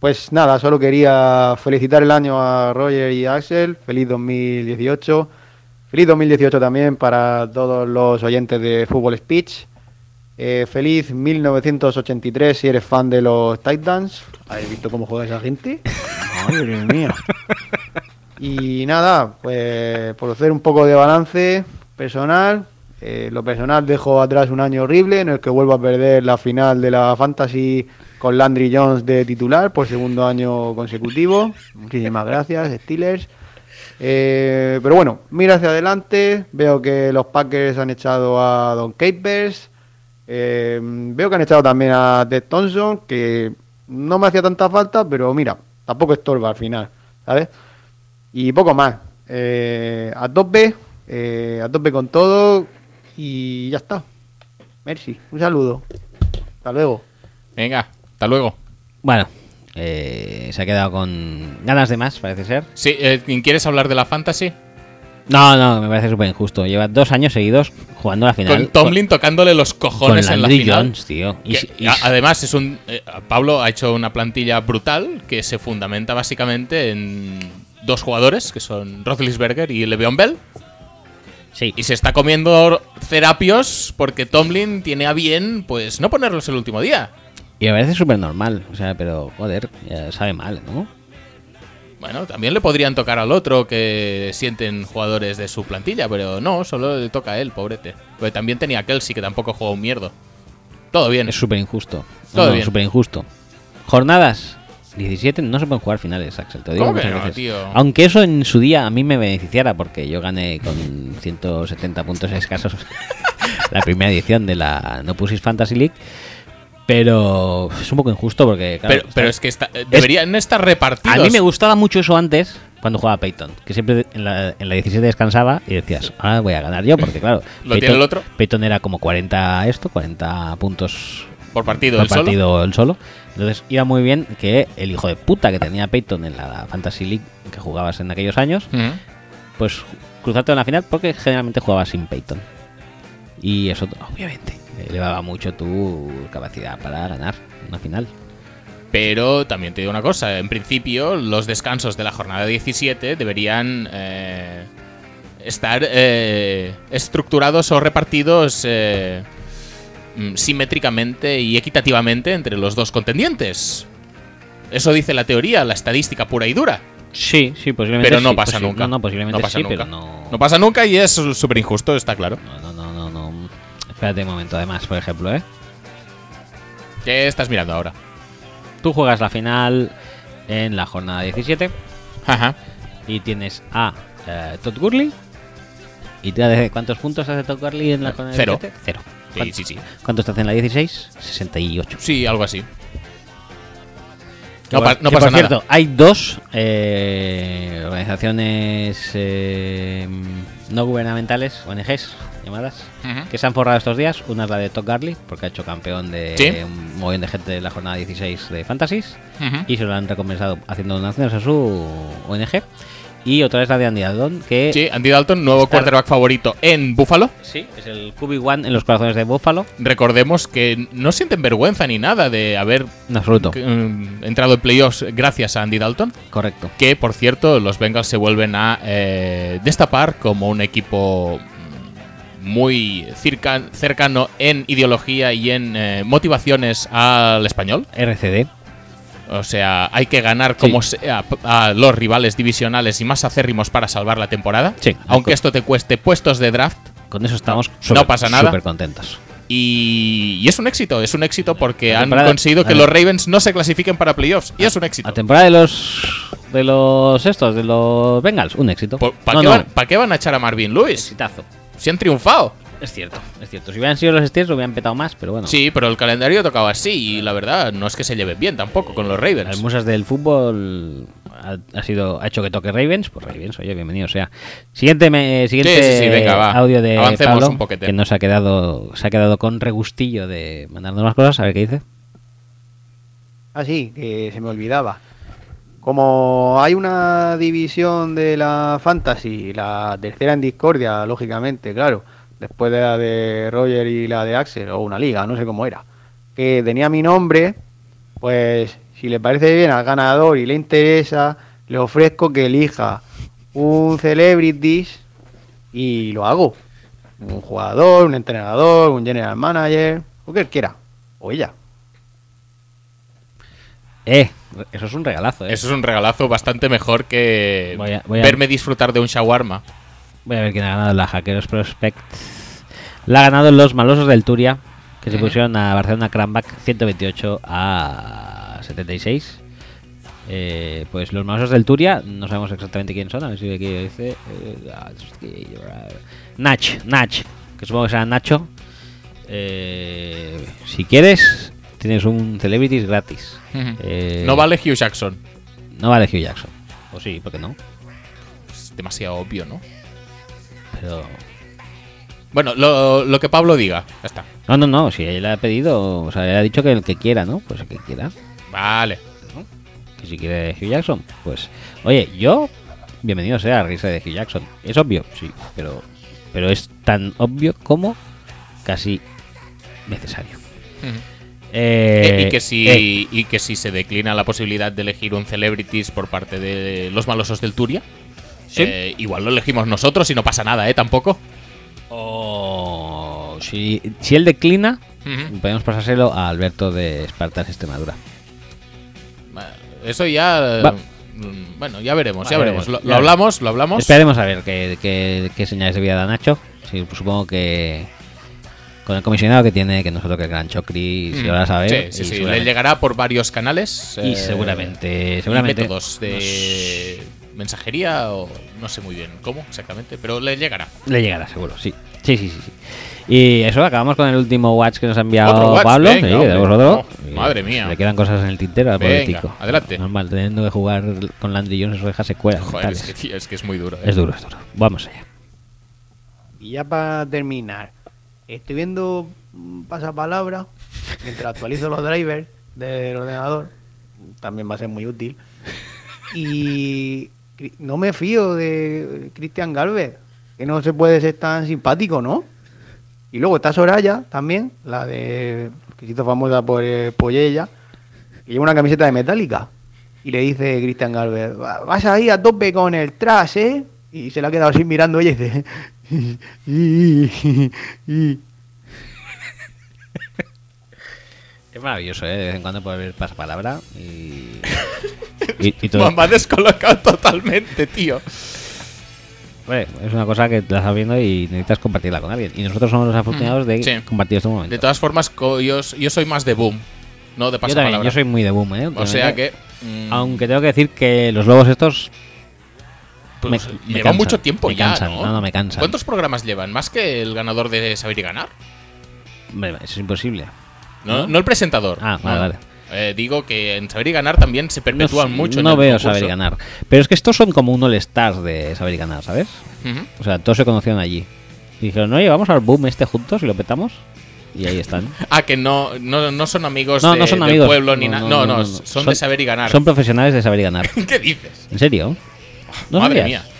Speaker 3: Pues nada, solo quería felicitar el año a Roger y a Axel. Feliz 2018. Feliz 2018 también para todos los oyentes de Fútbol Speech. Eh, feliz 1983 si eres fan de los Titans. ¿Habéis visto cómo juega esa gente? Madre mía. Y nada, pues por hacer un poco de balance personal. eh, lo personal dejo atrás un año horrible en el que vuelvo a perder la final de la Fantasy con Landry Jones de titular por segundo año consecutivo. Muchísimas gracias, Steelers. Eh, pero bueno, mira hacia adelante. Veo que los Packers han echado a Don Capers. Eh, veo que han echado también a Ted Thompson, que no me hacía tanta falta, pero mira, tampoco estorba al final, ¿sabes? Y poco más. Eh, a tope, eh, a tope con todo y ya está. Merci, un saludo. Hasta luego.
Speaker 2: Venga, hasta luego.
Speaker 1: Bueno, eh, se ha quedado con ganas de más, parece ser.
Speaker 2: Sí, eh, ¿Quieres hablar de la fantasy?
Speaker 1: No, no, me parece súper injusto. Lleva dos años seguidos jugando la final.
Speaker 2: Con Tomlin tocándole los cojones en la
Speaker 1: Landry
Speaker 2: final.
Speaker 1: Jones, tío. Y,
Speaker 2: Que,
Speaker 1: si- y
Speaker 2: a-
Speaker 1: si-
Speaker 2: además es un eh, Pablo ha hecho una plantilla brutal que se fundamenta básicamente en dos jugadores que son Roethlisberger y Le'Veon Bell
Speaker 1: sí.
Speaker 2: y se está comiendo terapios porque Tomlin tiene a bien pues no ponerlos el último día.
Speaker 1: Y me parece súper normal. O sea, pero joder, ya sabe mal, ¿no?
Speaker 2: Bueno, también le podrían tocar al otro que sienten jugadores de su plantilla, pero no, solo le toca a él, pobrete. Porque también tenía a Kelsey que tampoco juega un mierdo. Todo bien.
Speaker 1: Es súper injusto.
Speaker 2: Mm. Todo
Speaker 1: No,
Speaker 2: bien.
Speaker 1: súper injusto. Jornadas 17 no se pueden jugar finales, Axel. Te lo digo
Speaker 2: ¿Cómo que
Speaker 1: muchas
Speaker 2: no,
Speaker 1: veces.
Speaker 2: tío?
Speaker 1: Aunque eso en su día a mí me beneficiara porque yo gané con 170 puntos escasos [LAUGHS] la primera edición de la No Pusis Fantasy League. Pero es un poco injusto porque. claro,
Speaker 2: pero,
Speaker 1: está-
Speaker 2: pero es que está- eh, deberían estar repartidos.
Speaker 1: a mí me gustaba mucho eso antes, cuando jugaba Peyton, que siempre en la, en la 17 descansaba y decías, ah, voy a ganar yo, porque claro,
Speaker 2: [LAUGHS] Lo tiene el otro.
Speaker 1: Peyton era como 40 esto, 40 puntos
Speaker 2: Por partido,
Speaker 1: por
Speaker 2: él solo.
Speaker 1: partido él solo. Entonces iba muy bien que el hijo de puta que tenía Peyton en la Fantasy League que jugabas en aquellos años,
Speaker 2: Ujú.
Speaker 1: pues cruzarte en la final porque generalmente jugabas sin Peyton. Y eso, obviamente, elevaba mucho tu capacidad para ganar una final.
Speaker 2: Pero también te digo una cosa, en principio los descansos de la jornada 17 deberían eh, estar eh, estructurados o repartidos eh, mm, simétricamente y equitativamente entre los dos contendientes. Eso dice la teoría, la estadística pura y dura.
Speaker 1: Sí, sí, posiblemente.
Speaker 2: Pero no
Speaker 1: sí,
Speaker 2: pasa
Speaker 1: posi-
Speaker 2: nunca.
Speaker 1: No, no, posiblemente
Speaker 2: pasa
Speaker 1: sí,
Speaker 2: nunca.
Speaker 1: pero no.
Speaker 2: No pasa nunca y es súper injusto, está claro.
Speaker 1: no, no, no, no, no. Espérate un momento, además, por ejemplo, ¿eh?
Speaker 2: ¿Qué estás mirando ahora?
Speaker 1: Tú juegas la final en la jornada 17
Speaker 2: Ajá.
Speaker 1: y tienes a eh, Todd Gurley. ¿Y te hace- cuántos puntos hace Todd Gurley en la jornada
Speaker 2: Eh, Cero.
Speaker 1: 17? Cero.
Speaker 2: Sí,
Speaker 1: ¿Cuántos-
Speaker 2: sí, sí.
Speaker 1: ¿Cuántos te hacen en la 16? 68.
Speaker 2: Sí, algo así.
Speaker 1: Que
Speaker 2: No,
Speaker 1: por-
Speaker 2: pa- no
Speaker 1: que
Speaker 2: pasa
Speaker 1: por cierto,
Speaker 2: nada.
Speaker 1: hay dos eh, organizaciones eh, no gubernamentales, ONGs llamadas,
Speaker 2: Ujú.
Speaker 1: que se han forrado estos días. Una es la de Todd Garley, porque ha hecho campeón de
Speaker 2: Sí.
Speaker 1: un montón de gente de la jornada 16 de Fantasies.
Speaker 2: Ujú.
Speaker 1: Y se lo han recompensado haciendo donaciones a su ONG. Y otra es la de Andy Aldon, que
Speaker 2: Sí, Andy Dalton, nuevo
Speaker 1: Estar-
Speaker 2: quarterback favorito en Buffalo.
Speaker 1: sí, es el QB1 en los corazones de Buffalo.
Speaker 2: Recordemos que no sienten vergüenza ni nada de haber
Speaker 1: En absoluto,
Speaker 2: mm, entrado en playoffs gracias a Andy Dalton.
Speaker 1: correcto.
Speaker 2: Que, por cierto, los Bengals se vuelven a eh, destapar como un equipo mm, muy circa- cercano en ideología y en eh, motivaciones al español.
Speaker 1: RCD.
Speaker 2: O sea, hay que ganar como sea p- a los rivales divisionales y más acérrimos para salvar la temporada.
Speaker 1: Sí.
Speaker 2: Aunque esto te cueste puestos de draft.
Speaker 1: Con eso estamos
Speaker 2: No,
Speaker 1: súper-
Speaker 2: no pasa nada.
Speaker 1: súper contentos.
Speaker 2: Y, y es un éxito, es un éxito porque
Speaker 1: La
Speaker 2: han
Speaker 1: temporada-
Speaker 2: conseguido que
Speaker 1: la-
Speaker 2: los Ravens no se clasifiquen para playoffs. Y es un
Speaker 1: La
Speaker 2: éxito.
Speaker 1: temporada de los de los estos, de los Bengals, un éxito.
Speaker 2: ¿Para
Speaker 1: No,
Speaker 2: qué,
Speaker 1: no,
Speaker 2: van- pa' qué van a echar a Marvin Lewis?
Speaker 1: exitazo.
Speaker 2: Si han triunfado.
Speaker 1: Es cierto, es cierto. Si hubieran sido los Steelers lo hubieran petado más, pero bueno.
Speaker 2: Sí, pero el calendario tocaba así y la verdad no es que se lleven bien tampoco con los
Speaker 1: Las
Speaker 2: Ravens.
Speaker 1: musas del fútbol ha, ha sido ha hecho que toque Ravens, pues Ravens, oye, bienvenido sea. Siguiente me- siguiente
Speaker 2: Sí, sí, sí, venga, va.
Speaker 1: audio de
Speaker 2: Avancemos
Speaker 1: Pablo,
Speaker 2: un poquete.
Speaker 1: que nos ha quedado se ha quedado con regustillo de mandarnos más cosas, a ver qué dice.
Speaker 3: Así Ah, que se me olvidaba. Como hay una división de la fantasy, la tercera en discordia, lógicamente, claro, después de la de Roger y la de Axel, o una liga, no sé cómo era, que tenía mi nombre, pues si le parece bien al ganador y le interesa, le ofrezco que elija un celebrities y lo hago. Un jugador, un entrenador, un general manager, O que él quiera. O ella.
Speaker 1: Eh, eso es un regalazo, eh.
Speaker 2: Eso es un regalazo bastante mejor que
Speaker 1: Voy a- voy a-
Speaker 2: verme disfrutar de un shawarma.
Speaker 1: Voy a ver quién ha ganado la Hackeros Prospect. La ha ganado los malosos del Turia, que se
Speaker 2: Ujú.
Speaker 1: pusieron a Barcelona Cranback 128 a 76. Eh, pues los malosos del Turia, no sabemos exactamente quién son, a ver si aquí dice. eh, ah, es que yo- ah, Nach, Nach, que supongo que será Nacho. Eh, si quieres, tienes un Celebrities gratis. Eh,
Speaker 2: no vale Hugh Jackson.
Speaker 1: No vale Hugh Jackson. O sí, porque no.
Speaker 2: Es demasiado obvio, ¿no?
Speaker 1: Pero.
Speaker 2: Bueno, lo, lo que Pablo diga. Ya está.
Speaker 1: No, no, no, si él ha pedido, o sea, él ha dicho que el que quiera, ¿no? Pues el que quiera.
Speaker 2: Vale.
Speaker 1: Y si quiere Hugh Jackson, pues. Oye, yo. Bienvenido sea a risa de Hugh Jackson. Es obvio, sí, pero. Pero es tan obvio como casi necesario. Eh,
Speaker 2: Eh, y, que si,
Speaker 1: eh,
Speaker 2: y que si se declina la posibilidad de elegir un celebrities por parte de los malosos del Turia,
Speaker 1: Sí.
Speaker 2: eh, igual lo elegimos nosotros y no pasa nada, ¿eh? Tampoco.
Speaker 1: o oh, si, si él declina,
Speaker 2: Ujú.
Speaker 1: podemos pasárselo a Alberto de Esparta Extremadura.
Speaker 2: Eh, Eso ya.
Speaker 1: Va.
Speaker 2: mm, Bueno, ya veremos, ya
Speaker 1: Vale,
Speaker 2: veremos.
Speaker 1: ya
Speaker 2: Lo, lo
Speaker 1: veremos.
Speaker 2: hablamos, lo hablamos.
Speaker 1: Esperemos a ver qué, qué- qué señales de vida da Nacho. Sí, pues supongo que con el comisionado que tiene, que nosotros que el gran Chocri, si
Speaker 2: Mm.
Speaker 1: lo vas a ver.
Speaker 2: Sí,
Speaker 1: y
Speaker 2: sí, sí. Le
Speaker 1: seguramente-
Speaker 2: llegará por varios canales.
Speaker 1: Y
Speaker 2: eh,
Speaker 1: seguramente, seguramente.
Speaker 2: métodos de mensajería o no sé muy bien cómo exactamente, pero le llegará.
Speaker 1: Le llegará, seguro, sí. Sí, sí, sí. sí. Y eso, acabamos con el último watch que nos ha enviado
Speaker 2: Otro watch,
Speaker 1: Pablo.
Speaker 2: venga,
Speaker 1: sí,
Speaker 2: hombre.
Speaker 1: tenemos otro.
Speaker 2: No,
Speaker 1: Y,
Speaker 2: madre
Speaker 1: pues,
Speaker 2: mía.
Speaker 1: Le quedan cosas en el tintero al
Speaker 2: Venga,
Speaker 1: pobretico.
Speaker 2: adelante.
Speaker 1: Normal, teniendo que jugar con ladrillones sus orejas secuelas.
Speaker 2: Joder, es que, tío, es que es muy duro. ¿eh?
Speaker 1: es duro, es duro. Vamos allá.
Speaker 3: Y ya para terminar, estoy viendo un pasapalabra mientras actualizo los drivers del ordenador. También va a ser muy útil. Y cri- no me fío de Cristian Galvez, que no se puede ser tan simpático, ¿no? Y luego está Soraya también, la de que se hizo famosa por eh, Pollella, que lleva una camiseta de metálica. Y le dice Cristian Galvez, "Va- vas ahí a tope con el tras, ¿eh? Y se la ha quedado así mirando ella y dice... [LAUGHS] "Y- y- y".
Speaker 1: Es maravilloso, ¿eh? De vez en cuando poder ver pasapalabra
Speaker 2: [LAUGHS]
Speaker 1: y. y, y todo.
Speaker 2: Me ha descolocado totalmente, tío.
Speaker 1: Hombre, es una cosa que te la estás viendo y necesitas compartirla con alguien. Y nosotros somos los afortunados de
Speaker 2: Mm, Sí.
Speaker 1: compartir este momento.
Speaker 2: De todas formas, co- yo, yo soy más de boom, no de
Speaker 1: yo también,
Speaker 2: pasapalabra.
Speaker 1: yo soy muy de boom, ¿eh?
Speaker 2: o
Speaker 1: Últimamente.
Speaker 2: sea que. mm,
Speaker 1: Aunque tengo que decir que los lobos estos.
Speaker 2: pues,
Speaker 1: me- me
Speaker 2: lleva
Speaker 1: cansan,
Speaker 2: mucho tiempo
Speaker 1: me
Speaker 2: ya.
Speaker 1: cansan,
Speaker 2: ¿no?
Speaker 1: no, no, me cansan.
Speaker 2: ¿Cuántos programas llevan? ¿Más que el ganador de Saber y Ganar?
Speaker 1: hombre, eso es imposible.
Speaker 2: No, no el presentador.
Speaker 1: Ah, vale,
Speaker 2: No.
Speaker 1: vale.
Speaker 2: Eh, digo que en Saber y Ganar también se perpetúan
Speaker 1: no,
Speaker 2: mucho. en
Speaker 1: No
Speaker 2: el
Speaker 1: veo
Speaker 2: concurso.
Speaker 1: saber y ganar. Pero es que estos son como un all-stars de saber y ganar, ¿sabes?
Speaker 2: Ujú.
Speaker 1: O sea, todos se conocieron allí. Y dijeron, no, llevamos al boom este juntos y lo petamos. Y ahí están.
Speaker 2: Ah, que no, no, no son amigos
Speaker 1: No,
Speaker 2: Pues de-
Speaker 1: no son
Speaker 2: del
Speaker 1: amigos.
Speaker 2: pueblo ni nada. No no, son, de saber y ganar.
Speaker 1: Son profesionales de saber y ganar.
Speaker 2: [LAUGHS] ¿Qué dices?
Speaker 1: ¿En serio? ¿No
Speaker 2: Madre
Speaker 1: sabías?
Speaker 2: mía.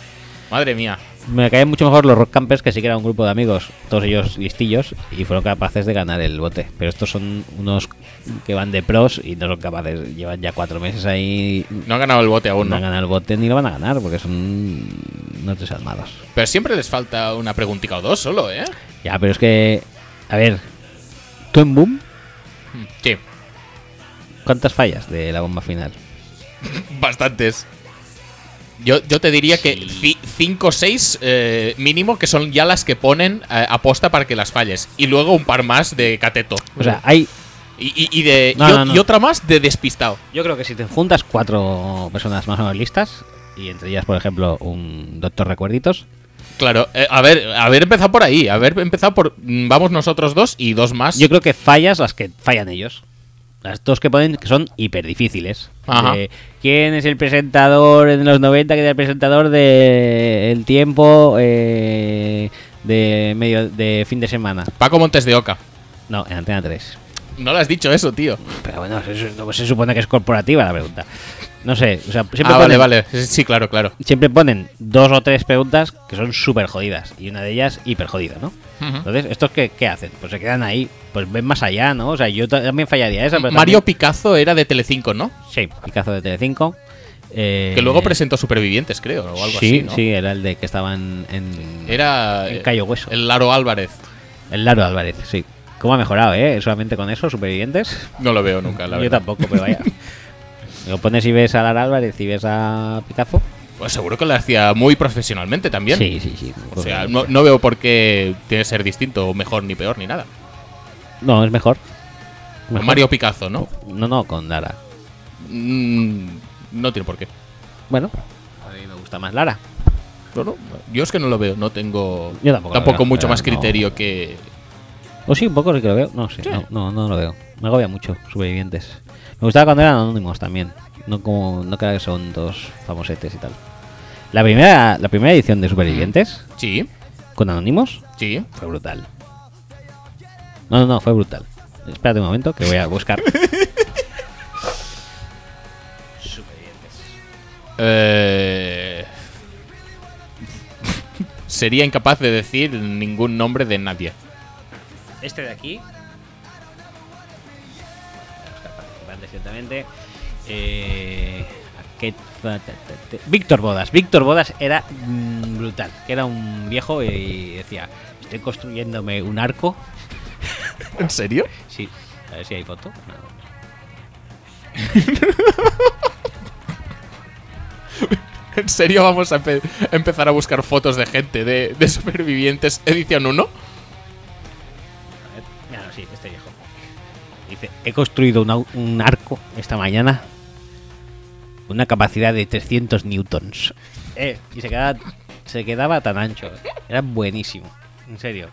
Speaker 2: Madre mía.
Speaker 1: Me caen mucho mejor los rock campers que sí que era un grupo de amigos, todos ellos listillos, y fueron capaces de ganar el bote. Pero estos son unos que van de pros y no son capaces, llevan ya cuatro meses ahí,
Speaker 2: No han ganado el bote aún,
Speaker 1: no
Speaker 2: ¿no?
Speaker 1: han ganado el bote ni lo van a ganar porque son no desarmados.
Speaker 2: Pero siempre les falta una preguntita o dos solo, ¿eh?
Speaker 1: Ya, pero es que, a ver, tú en boom,
Speaker 2: Mm, Sí,
Speaker 1: ¿cuántas fallas de la bomba final?
Speaker 2: bastantes. Yo, yo te diría que 5 o 6 mínimo que son ya las que ponen eh, aposta para que las falles. Y luego un par más de cateto.
Speaker 1: O sea, hay,
Speaker 2: y, y- y de,
Speaker 1: No,
Speaker 2: y, o-
Speaker 1: no, no.
Speaker 2: y otra más de despistado.
Speaker 1: yo creo que si te juntas cuatro personas más o menos listas, y entre ellas, por ejemplo, un doctor recuerditos,
Speaker 2: Claro, eh, a ver, haber empezado por ahí, haber empezado por mm, vamos nosotros dos y dos más.
Speaker 1: Yo creo que fallas las que fallan ellos. Las dos que ponen que son hiper difíciles.
Speaker 2: Ajá.
Speaker 1: ¿Quién es el presentador en los 90? ¿Quién es el presentador de El Tiempo eh, de medio de fin de semana?
Speaker 2: Paco Montes de Oca.
Speaker 1: No, en Antena 3.
Speaker 2: No lo has dicho eso, tío.
Speaker 1: Pero bueno, eso es- no se supone que es corporativa la pregunta. No sé, o sea, siempre,
Speaker 2: ah, vale,
Speaker 1: ponen,
Speaker 2: vale. Sí, claro, claro.
Speaker 1: siempre ponen dos o tres preguntas que son súper jodidas y una de ellas hiper jodida, ¿no?
Speaker 2: ¿Mm?
Speaker 1: Entonces, ¿estos qué, qué hacen? Pues se quedan ahí, pues ven más allá, ¿no? O sea, yo ta- también fallaría esa. Pero
Speaker 2: Mario
Speaker 1: también-
Speaker 2: Picazo era de Telecinco, ¿no?
Speaker 1: Sí, Picazo de Telecinco. Eh,
Speaker 2: Que luego presentó Supervivientes, creo, o algo
Speaker 1: sí,
Speaker 2: así, ¿no?
Speaker 1: Sí, era el de que estaban en,
Speaker 2: Era
Speaker 1: en
Speaker 2: eh,
Speaker 1: Cayo Hueso. El,
Speaker 2: el Laro Álvarez.
Speaker 1: Laro Álvarez, sí. ¿Cómo ha mejorado, eh? Solamente con eso, supervivientes.
Speaker 2: No lo veo nunca, la
Speaker 1: Yo
Speaker 2: verdad.
Speaker 1: tampoco, pero
Speaker 2: [LAUGHS]
Speaker 1: vaya. Lo pones y ves a Lara Álvarez y ves a Picazo.
Speaker 2: Pues seguro que lo hacía muy profesionalmente también.
Speaker 1: Sí, sí, sí.
Speaker 2: O sea, no, no veo por qué tiene que ser distinto, o mejor ni peor, ni nada.
Speaker 1: No, es mejor.
Speaker 2: Con
Speaker 1: Mejor.
Speaker 2: Mario Picasso, ¿no?
Speaker 1: No, no, con Lara.
Speaker 2: Mm, no tiene por qué.
Speaker 1: Bueno, a mí me gusta más Lara.
Speaker 2: No, no, yo es que no lo veo, no tengo
Speaker 1: Yo tampoco lo veo,
Speaker 2: mucho
Speaker 1: pero
Speaker 2: más
Speaker 1: no.
Speaker 2: criterio que...
Speaker 1: O sí, un poco sí que lo veo. No sé,
Speaker 2: Sí.
Speaker 1: no, no, no lo veo. Me agobia mucho, supervivientes. Me gustaba cuando eran anónimos también. No como, no creo que son dos famosetes y tal. La primera, la primera edición de Supervivientes
Speaker 2: Sí,
Speaker 1: con anónimos
Speaker 2: sí.
Speaker 1: fue brutal. No, no, no, fue brutal. Espérate un momento que voy a buscar.
Speaker 2: Eh, [LAUGHS] Sería incapaz de decir ningún nombre de nadie.
Speaker 1: Este de aquí. Recientemente. Eh, ¿a qué ta- ta- ta- ta- Víctor Bodas. Víctor Bodas era mm, brutal. Que era un viejo y decía: Estoy construyéndome un arco.
Speaker 2: ¿En serio?
Speaker 1: Sí. A ver si hay foto. No.
Speaker 2: [LAUGHS] ¿En serio vamos a empe- empezar a buscar fotos de gente de, de supervivientes edición 1?
Speaker 1: Mira, no, sí, este viejo. Dice, he construido un, au- un arco esta mañana con una capacidad de 300 newtons. Eh, y se quedaba, se quedaba tan ancho. Era buenísimo, en serio.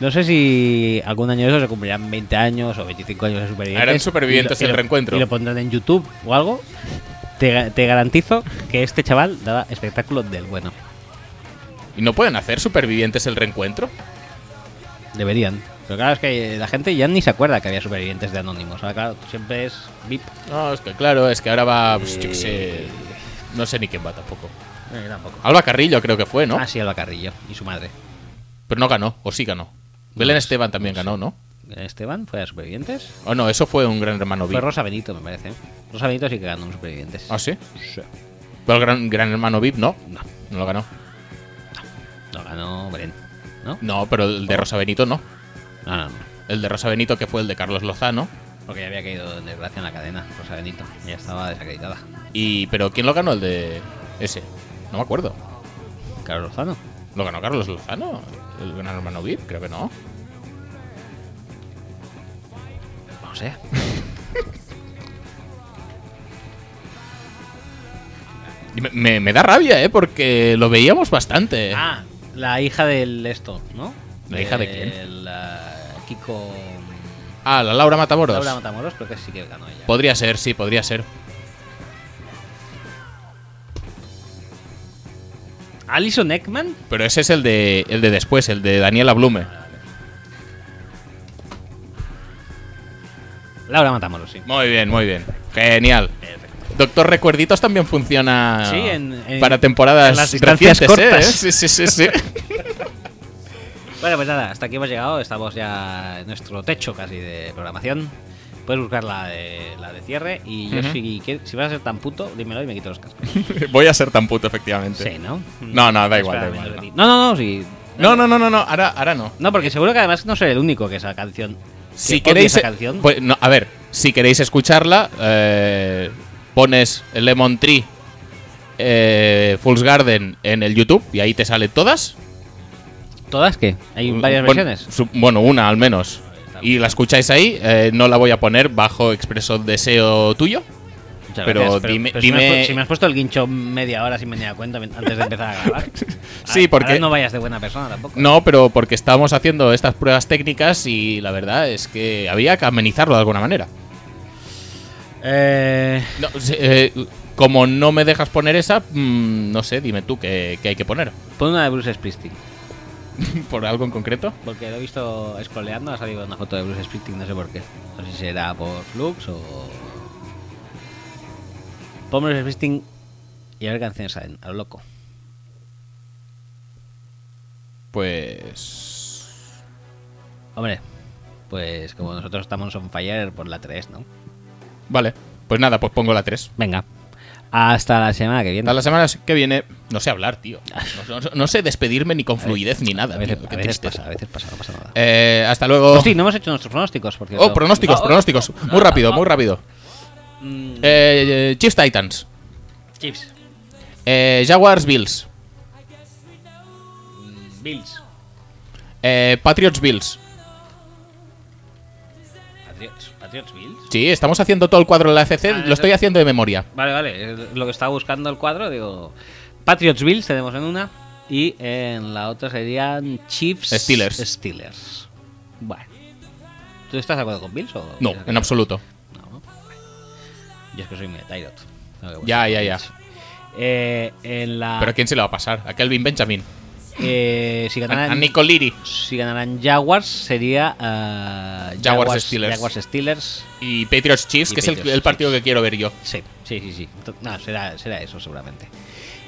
Speaker 1: No sé si algún año de eso se cumplirán 20 años o 25 años de supervivientes.
Speaker 2: Eran supervivientes
Speaker 1: Y lo- y
Speaker 2: el
Speaker 1: lo-
Speaker 2: reencuentro.
Speaker 1: Y lo pondrán en YouTube o algo. Te, ga- te garantizo que este chaval daba espectáculo del bueno.
Speaker 2: ¿Y no pueden hacer supervivientes el reencuentro?
Speaker 1: Deberían. Pero claro, es que la gente ya ni se acuerda que había supervivientes de anónimos. Ahora, claro, siempre es VIP.
Speaker 2: No, es que claro, es que ahora va... pues, yo qué sé... No sé ni quién va tampoco.
Speaker 1: Eh, tampoco.
Speaker 2: Alba Carrillo creo que fue, ¿no?
Speaker 1: Ah, sí, Alba Carrillo y su madre.
Speaker 2: Pero no ganó, o sí ganó. Belén Esteban también ganó, ¿no?
Speaker 1: Esteban fue a supervivientes.
Speaker 2: O no, eso fue un gran hermano
Speaker 1: Fue
Speaker 2: VIP.
Speaker 1: Rosa Benito, me parece. Rosa Benito sí que ganó un supervivientes.
Speaker 2: ¿Ah, sí? Pero el gran, gran hermano VIP, ¿no?
Speaker 1: No,
Speaker 2: No lo ganó.
Speaker 1: no ganó Belén. ¿No?
Speaker 2: No, pero el de Rosa Benito no.
Speaker 1: No, no, no.
Speaker 2: El de Rosa Benito que fue el de Carlos Lozano.
Speaker 1: Porque ya había caído en desgracia en la cadena, Rosa Benito. Ya estaba desacreditada.
Speaker 2: Y, pero ¿quién lo ganó? El de ese. No me acuerdo.
Speaker 1: Carlos Lozano.
Speaker 2: ¿Lo ganó Carlos Lozano? ¿El gran hermano VIP? Creo que no.
Speaker 1: No sé.
Speaker 2: Y me, me- me da rabia, ¿eh? Porque lo veíamos bastante.
Speaker 1: Ah, la hija del esto, ¿no?
Speaker 2: Eh.
Speaker 1: Eh,
Speaker 2: ¿La hija de quién?
Speaker 1: La Kiko.
Speaker 2: Ah, la Laura Matamoros.
Speaker 1: Laura Matamoros, creo que sí que ganó ella.
Speaker 2: podría ser, sí, podría ser.
Speaker 1: Alison Eckman.
Speaker 2: Pero ese es el de, el de después, el de Daniela Blume.
Speaker 1: Laura Matamoros, sí.
Speaker 2: Muy bien, muy bien. Genial. Doctor Recuerditos también funciona
Speaker 1: Sí, en- en-
Speaker 2: para temporadas
Speaker 1: en las distancias
Speaker 2: recientes, ¿eh?
Speaker 1: cortas.
Speaker 2: Sí, sí, sí, [LAUGHS] sí.
Speaker 1: Bueno, pues nada, hasta aquí hemos llegado. Estamos ya en nuestro techo casi de programación. Puedes buscar la de, la de cierre. Y yo,
Speaker 2: Ujú.
Speaker 1: si, quieres- si vas a ser tan puto, dímelo y me quito los
Speaker 2: [LAUGHS]
Speaker 1: cascos.
Speaker 2: Voy a ser tan puto, efectivamente.
Speaker 1: Sí, ¿no?
Speaker 2: No, no, da igual,
Speaker 1: Espera,
Speaker 2: da
Speaker 1: me
Speaker 2: igual,
Speaker 1: lo quito. No, no, no, sí.
Speaker 2: No, no, no, no, no, ahora, ahora no.
Speaker 1: No, porque seguro que además no seré el único que esa canción. que
Speaker 2: Si
Speaker 1: odie
Speaker 2: queréis.
Speaker 1: Esa canción.
Speaker 2: pues, no, a ver, si queréis escucharla, eh, pones Lemon Tree eh, Fool's Garden en el YouTube y ahí te salen todas.
Speaker 1: ¿Todas qué? Hay varias
Speaker 2: Pon-
Speaker 1: versiones.
Speaker 2: su- Pues, bueno, una al menos. Y la escucháis ahí, eh, no la voy a poner bajo expreso deseo tuyo.
Speaker 1: Muchas
Speaker 2: pero
Speaker 1: gracias,
Speaker 2: dime-
Speaker 1: si, me has,
Speaker 2: dime-
Speaker 1: pu- si me has puesto el guincho media hora sin me dar cuenta antes de empezar a grabar.
Speaker 2: [LAUGHS] Sí,
Speaker 1: ahora-
Speaker 2: porque-
Speaker 1: ahora no vayas de buena persona tampoco.
Speaker 2: No, pero porque estábamos haciendo estas pruebas técnicas y la verdad es que había que amenizarlo de alguna manera.
Speaker 1: Eh,
Speaker 2: No, se- eh, como no me dejas poner esa, mm, no sé, dime tú qué, qué hay que poner. [LAUGHS]
Speaker 1: pon una de Bruce Springsteen.
Speaker 2: ¿Por algo en concreto?
Speaker 1: Porque lo he visto scrolleando, ha salido una foto de Bruce Springsteen, no sé por qué. No sé si será por Flux o. Pon Bruce Springsteen y a ver qué canciones salen, a lo loco.
Speaker 2: Pues...
Speaker 1: Hombre, pues como nosotros estamos on fire por la 3, ¿no?
Speaker 2: Vale. Pues nada, pues pongo la 3.
Speaker 1: Venga. Hasta la semana que viene.
Speaker 2: Hasta la semana que viene, no sé hablar, tío. No, no- no sé despedirme ni con fluidez ni nada.
Speaker 1: a veces,
Speaker 2: tío.
Speaker 1: a
Speaker 2: Qué
Speaker 1: veces
Speaker 2: tristeza.
Speaker 1: pasa, a veces pasa, no pasa nada.
Speaker 2: Eh, hasta luego.
Speaker 1: Hostia, no hemos hecho nuestros pronósticos. Por cierto.
Speaker 2: Oh, pronósticos,
Speaker 1: No,
Speaker 2: pronósticos. Muy rápido, muy rápido.
Speaker 1: mm,
Speaker 2: Eh, eh, Chiefs Titans.
Speaker 1: Chiefs,
Speaker 2: Eh, Jaguars Bills.
Speaker 1: mm, Bills,
Speaker 2: Eh, Patriots Bills.
Speaker 1: Patriots, Patriots, Bills.
Speaker 2: Sí, estamos haciendo todo el cuadro de la FC.
Speaker 1: Ah,
Speaker 2: lo estoy
Speaker 1: eso-
Speaker 2: haciendo de memoria.
Speaker 1: Vale, vale. eh, Lo que estaba buscando el cuadro, digo. Patriots, Bills tenemos en una. Y en la otra serían Chiefs,
Speaker 2: Steelers.
Speaker 1: Steelers. Bueno. ¿Tú estás de acuerdo con Bills o.?
Speaker 2: No, en absoluto.
Speaker 1: No, ¿no? Vale. Yo es que soy medio Tyrod. Tengo que
Speaker 2: Ya,
Speaker 1: votar
Speaker 2: ya,
Speaker 1: por
Speaker 2: ya.
Speaker 1: Bills. Eh, en la.
Speaker 2: Pero ¿a quién se le va a pasar? A Kelvin Benjamin.
Speaker 1: eh, si
Speaker 2: A, a
Speaker 1: ganaran.
Speaker 2: Nico Liri.
Speaker 1: Si ganaran Jaguars, sería. ah,
Speaker 2: Jaguars, Steelers.
Speaker 1: Jaguars Steelers.
Speaker 2: Y Patriots Chiefs,
Speaker 1: Y
Speaker 2: que es el-
Speaker 1: Patriots
Speaker 2: el, partido
Speaker 1: Chiefs.
Speaker 2: que quiero ver yo.
Speaker 1: Sí, sí, sí. sí. Ento- No, será, será eso seguramente.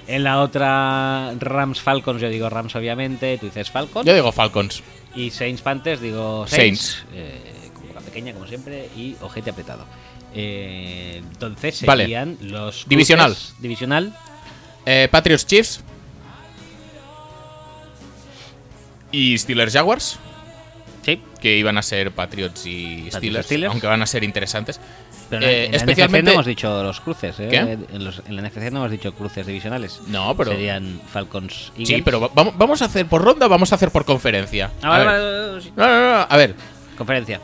Speaker 1: En la otra, Rams Falcons, yo digo Rams obviamente, tú dices Falcons.
Speaker 2: Yo digo Falcons.
Speaker 1: Y Saints Panthers, digo Saints. eh, con boca pequeña, como siempre, y ojete apretado. Eh, entonces
Speaker 2: Vale.
Speaker 1: serían los. cruces-
Speaker 2: Divisional.
Speaker 1: Divisional.
Speaker 2: Eh, Patriots Chiefs. Y Steelers Jaguars.
Speaker 1: Sí.
Speaker 2: Que iban a ser Patriots y Steelers,
Speaker 1: Steelers.
Speaker 2: Aunque van a ser interesantes.
Speaker 1: Pero
Speaker 2: Eh,
Speaker 1: en, en
Speaker 2: especialmente-
Speaker 1: la NFC no hemos dicho los cruces, ¿eh?
Speaker 2: ¿Qué?
Speaker 1: En, los- en la NFC no hemos dicho cruces divisionales.
Speaker 2: No, pero.
Speaker 1: Serían Falcons y.
Speaker 2: Sí, pero va- vamos, vamos a hacer por ronda, vamos a hacer por conferencia.
Speaker 1: Ah, vale,
Speaker 2: A ver.
Speaker 1: vale, vale, vale, sí.
Speaker 2: No, no, no, no, a ver,
Speaker 1: Conferencia.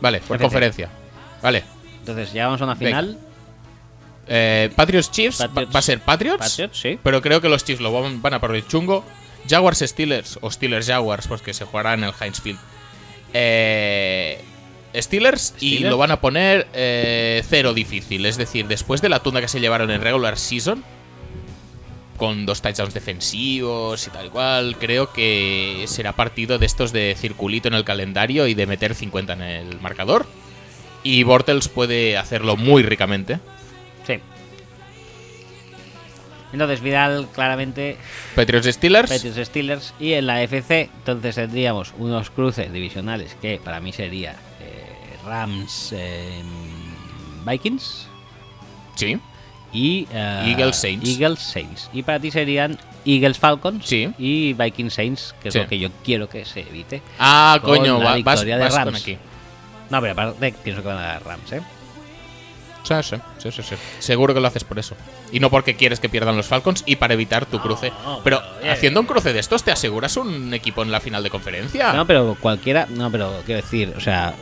Speaker 2: vale, por
Speaker 1: Perfecto.
Speaker 2: conferencia. Vale.
Speaker 1: Entonces, ya vamos a una
Speaker 2: Venga.
Speaker 1: final.
Speaker 2: Eh, Patriots Chiefs va-
Speaker 1: Patriots.
Speaker 2: va a ser Patriots,
Speaker 1: Patriots, sí.
Speaker 2: pero creo que los Chiefs lo van, van a por el chungo. Jaguars Steelers o Steelers Jaguars, porque se jugará en el Heinz Field. Eh, Steelers, y
Speaker 1: Steelers.
Speaker 2: lo van a poner eh, cero difícil. Es decir, después de la tunda que se llevaron en regular season, con dos touchdowns defensivos y tal y cual, creo que será partido de estos de circulito en el calendario y de meter 50 en el marcador. Y Bortles puede hacerlo muy ricamente.
Speaker 1: Sí. Entonces, Vidal claramente
Speaker 2: Patriots Steelers.
Speaker 1: Patriots Steelers y en la FC entonces tendríamos unos cruces divisionales que para mí sería eh, Rams eh, Vikings
Speaker 2: Sí,
Speaker 1: y eh,
Speaker 2: Eagles Saints.
Speaker 1: Eagles Saints. Y para ti serían Eagles Falcons
Speaker 2: sí.
Speaker 1: y Vikings Saints, que es
Speaker 2: Sí.
Speaker 1: lo que yo quiero que se evite.
Speaker 2: Ah,
Speaker 1: Con
Speaker 2: coño,
Speaker 1: la
Speaker 2: va- vas,
Speaker 1: victoria de
Speaker 2: vas con
Speaker 1: Rams.
Speaker 2: aquí.
Speaker 1: No, pero aparte pienso que van a ganar Rams, ¿eh?
Speaker 2: Sí, sí, sí, sí, sí. Seguro que lo haces por eso. Y no porque quieres que pierdan los Falcons y para evitar tu cruce.
Speaker 1: no,
Speaker 2: pero
Speaker 1: pero, oye.
Speaker 2: haciendo un cruce de estos, ¿te aseguras un equipo en la final de conferencia?
Speaker 1: [LAUGHS] No, pero cualquiera, no, pero quiero decir, o sea,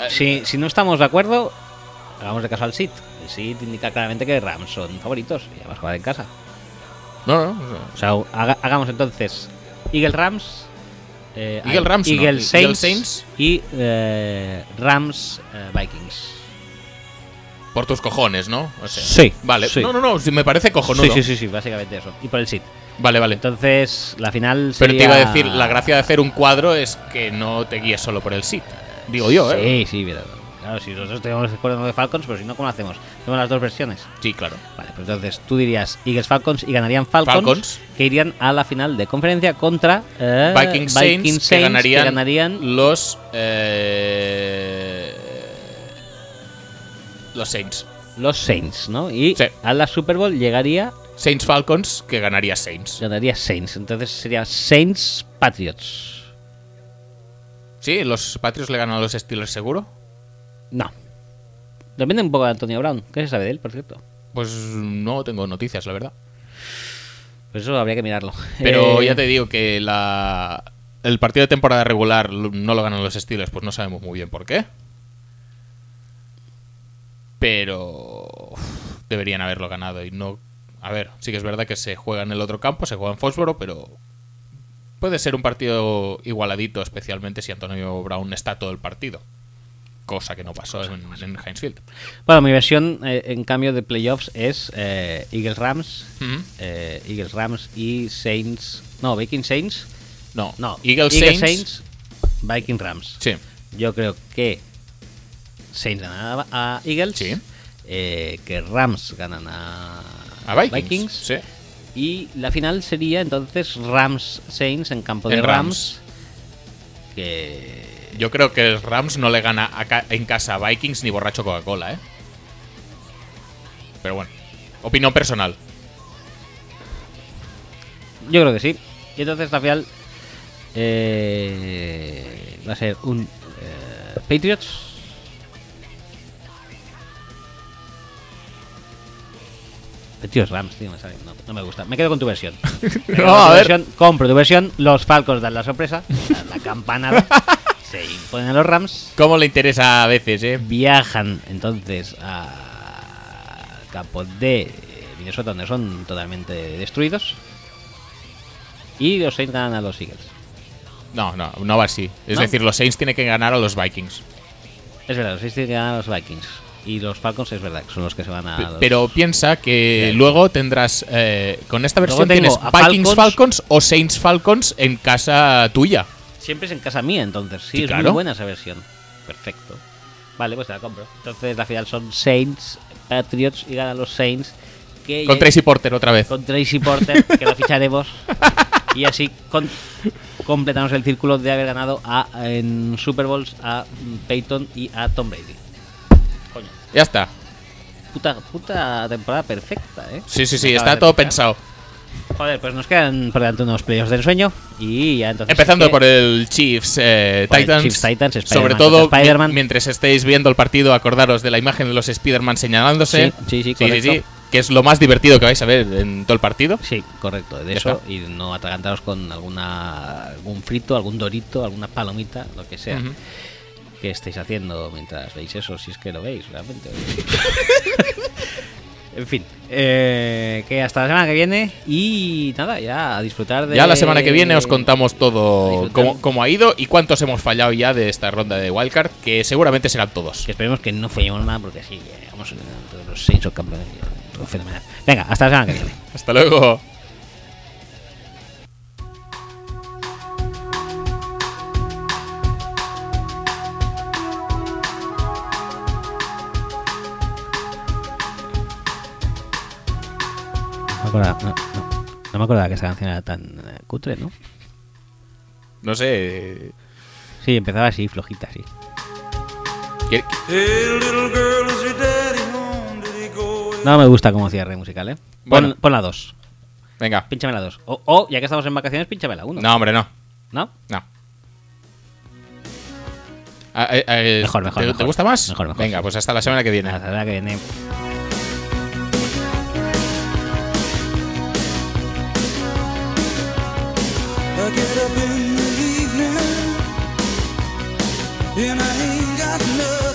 Speaker 2: Eh,
Speaker 1: si, si no estamos de acuerdo, hagamos de caso al SIT. El SIT indica claramente que Rams son favoritos y además jugar en casa.
Speaker 2: no, no, no.
Speaker 1: O sea, haga- hagamos entonces Eagle Rams. eh,
Speaker 2: Eagle
Speaker 1: ay,
Speaker 2: Rams, no.
Speaker 1: Eagle
Speaker 2: Eagle
Speaker 1: Saints,
Speaker 2: Saints.
Speaker 1: y eh, Rams eh, Vikings.
Speaker 2: Por tus cojones, ¿no? O sea,
Speaker 1: Sí,
Speaker 2: Vale.
Speaker 1: sí.
Speaker 2: No, no, no. sí, Me parece cojonudo.
Speaker 1: Sí, sí, sí, sí, básicamente eso. Y por el SIT.
Speaker 2: Vale, vale.
Speaker 1: Entonces, la final
Speaker 2: Pero te
Speaker 1: sería-
Speaker 2: iba a decir, la gracia de hacer un cuadro es que no te guíes solo por el sit. Digo yo, ¿eh?
Speaker 1: Sí, sí, pero claro, si nosotros tenemos acuerdo de Falcons, pero si no, ¿cómo lo hacemos? Hacemos las dos versiones.
Speaker 2: Sí, claro.
Speaker 1: Vale, pues entonces tú dirías Eagles Falcons y ganarían Falcons,
Speaker 2: Falcons.
Speaker 1: que irían a la final de conferencia contra eh,
Speaker 2: Vikings Saints,
Speaker 1: Vikings
Speaker 2: que ganarían,
Speaker 1: ganarían
Speaker 2: los eh, los Saints.
Speaker 1: los Saints, ¿no? Y
Speaker 2: Sí.
Speaker 1: a la Super Bowl llegaría,
Speaker 2: Saints Falcons que ganaría Saints.
Speaker 1: ganaría Saints. Entonces sería Saints Patriots.
Speaker 2: Sí, los Patriots le ganan a los Steelers seguro.
Speaker 1: No. Depende un poco de Antonio Brown. ¿Qué se sabe de él, por cierto?
Speaker 2: Pues no tengo noticias, la verdad.
Speaker 1: Pues eso habría que mirarlo.
Speaker 2: [LAUGHS] Pero
Speaker 1: Eh,
Speaker 2: ya te digo que la el partido de temporada regular lo- no lo ganan los Steelers, pues no sabemos muy bien por qué. Pero uf, deberían haberlo ganado y no a ver, sí que es verdad que se juega en el otro campo, se juega en Fósforo, pero puede ser un partido igualadito, especialmente si Antonio Brown está todo el partido. Cosa que no pasó en, en Heinz Field.
Speaker 1: Bueno, mi versión, eh, en cambio, de playoffs es eh, Eagles Rams,
Speaker 2: Ujú.
Speaker 1: eh, Eagles Rams y Saints. No, Vikings Saints.
Speaker 2: No,
Speaker 1: No,
Speaker 2: Eagles, Saints.
Speaker 1: Vikings Rams.
Speaker 2: Sí.
Speaker 1: Yo creo que Saints ganan a a Eagles.
Speaker 2: Sí.
Speaker 1: eh, que Rams ganan a,
Speaker 2: A Ah, Vikings. Sí.
Speaker 1: Y la final sería entonces Rams Saints en campo de
Speaker 2: En
Speaker 1: Rams. Que.
Speaker 2: Yo creo que el Rams no le gana a ca- en casa a Vikings ni borracho Coca-Cola, ¿eh? Pero bueno. Opinión personal.
Speaker 1: Yo creo que sí. Y entonces al final eh, va a ser un eh, Patriots. Patriots Rams, tío, me sale. No, no me gusta. Me quedo con tu
Speaker 2: [LAUGHS]
Speaker 1: versión. Me quedo
Speaker 2: No,
Speaker 1: con
Speaker 2: a
Speaker 1: tu
Speaker 2: ver.
Speaker 1: versión, compro tu versión. Los Falcons dan la sorpresa, dan la
Speaker 2: [LAUGHS]
Speaker 1: campanada, se imponen a los Rams,
Speaker 2: ¿Cómo le interesa a veces, eh?
Speaker 1: viajan entonces a- al campo de eh, Minnesota, donde son totalmente destruidos. Y los Saints ganan a los Eagles.
Speaker 2: No, no, no va así. Es
Speaker 1: ¿No?
Speaker 2: decir, los Saints tienen que ganar a los Vikings.
Speaker 1: Es verdad, los Saints tienen que ganar a los Vikings. Y los Falcons es verdad que son los que se van a.
Speaker 2: Pe-
Speaker 1: los-
Speaker 2: Pero piensa que
Speaker 1: Sí.
Speaker 2: luego tendrás. eh, con esta
Speaker 1: Luego
Speaker 2: versión
Speaker 1: tengo
Speaker 2: tienes
Speaker 1: a
Speaker 2: Vikings
Speaker 1: Falcons.
Speaker 2: Falcons, o Saints Falcons en casa tuya.
Speaker 1: Siempre es en casa mía, entonces. Sí,
Speaker 2: Sí,
Speaker 1: es muy
Speaker 2: claro.
Speaker 1: buena esa versión. Perfecto. Vale, pues te la compro. Entonces la final son Saints, Patriots y ganan los Saints. Que
Speaker 2: Con Tracy Porter otra vez.
Speaker 1: eh, con Tracy Porter, que lo ficharemos. y así con- completamos el círculo de haber ganado a, en Super Bowls a Peyton y a Tom Brady. Coño.
Speaker 2: Ya está.
Speaker 1: Puta, puta temporada perfecta, ¿eh?
Speaker 2: Sí, sí,
Speaker 1: Me
Speaker 2: sí,
Speaker 1: acabas
Speaker 2: está
Speaker 1: de
Speaker 2: todo
Speaker 1: picar.
Speaker 2: pensado.
Speaker 1: Joder, pues nos quedan por delante unos playoffs del sueño y ya entonces...
Speaker 2: Empezando
Speaker 1: ¿qué?
Speaker 2: por el Chiefs eh,
Speaker 1: Por el
Speaker 2: Titans.
Speaker 1: Chiefs Titans,
Speaker 2: sobre
Speaker 1: Spider-Man
Speaker 2: todo
Speaker 1: contra Spider-Man.
Speaker 2: mi- mientras estéis viendo el partido, acordaros de la imagen de los Spider-Man señalándose.
Speaker 1: Sí, sí, sí,
Speaker 2: sí,
Speaker 1: correcto.
Speaker 2: Que es lo más divertido que vais a ver en todo el partido.
Speaker 1: Sí, correcto, de
Speaker 2: Ya
Speaker 1: eso
Speaker 2: está.
Speaker 1: y no atragantaros con alguna algún frito, algún dorito, alguna palomita, lo que sea.
Speaker 2: Ujú.
Speaker 1: ¿Qué estáis haciendo mientras veis eso? Si es que lo veis,
Speaker 2: [LAUGHS]
Speaker 1: realmente. en fin, eh, que hasta la semana que viene y nada, ya a disfrutar de...
Speaker 2: Ya la semana que viene os contamos
Speaker 1: a
Speaker 2: todo
Speaker 1: disfrutar.
Speaker 2: cómo, cómo ha ido y cuántos hemos fallado ya de esta ronda de Wildcard, que seguramente serán todos.
Speaker 1: Que esperemos que no fallemos nada porque así llegamos eh, todos los seis o campeones. ya, todo fenomenal. Venga, hasta la semana que viene.
Speaker 2: Hasta luego.
Speaker 1: No me acordaba, no, no- no me acordaba que esa canción era tan eh, cutre, ¿no?
Speaker 2: No sé.
Speaker 1: Sí, empezaba así, flojita, así.
Speaker 2: ¿qué-
Speaker 4: Hey, little girl, is your daddy home? Did he go away?
Speaker 1: No me gusta como cierre musical, ¿eh? Pon,
Speaker 2: Bueno.
Speaker 1: pon la 2.
Speaker 2: Venga.
Speaker 1: Pínchame la 2. O, o, ya que estamos en vacaciones, pínchame la 1.
Speaker 2: No, hombre, no.
Speaker 1: ¿No?
Speaker 2: No. Ah, eh, eh,
Speaker 1: Mejor, mejor,
Speaker 2: ¿te,
Speaker 1: mejor.
Speaker 2: te gusta más?
Speaker 1: Mejor, mejor,
Speaker 2: Venga,
Speaker 1: sí.
Speaker 2: pues hasta la semana que viene.
Speaker 1: Nada, la verdad que viene.
Speaker 4: I get up in the evening and I ain't got nothing.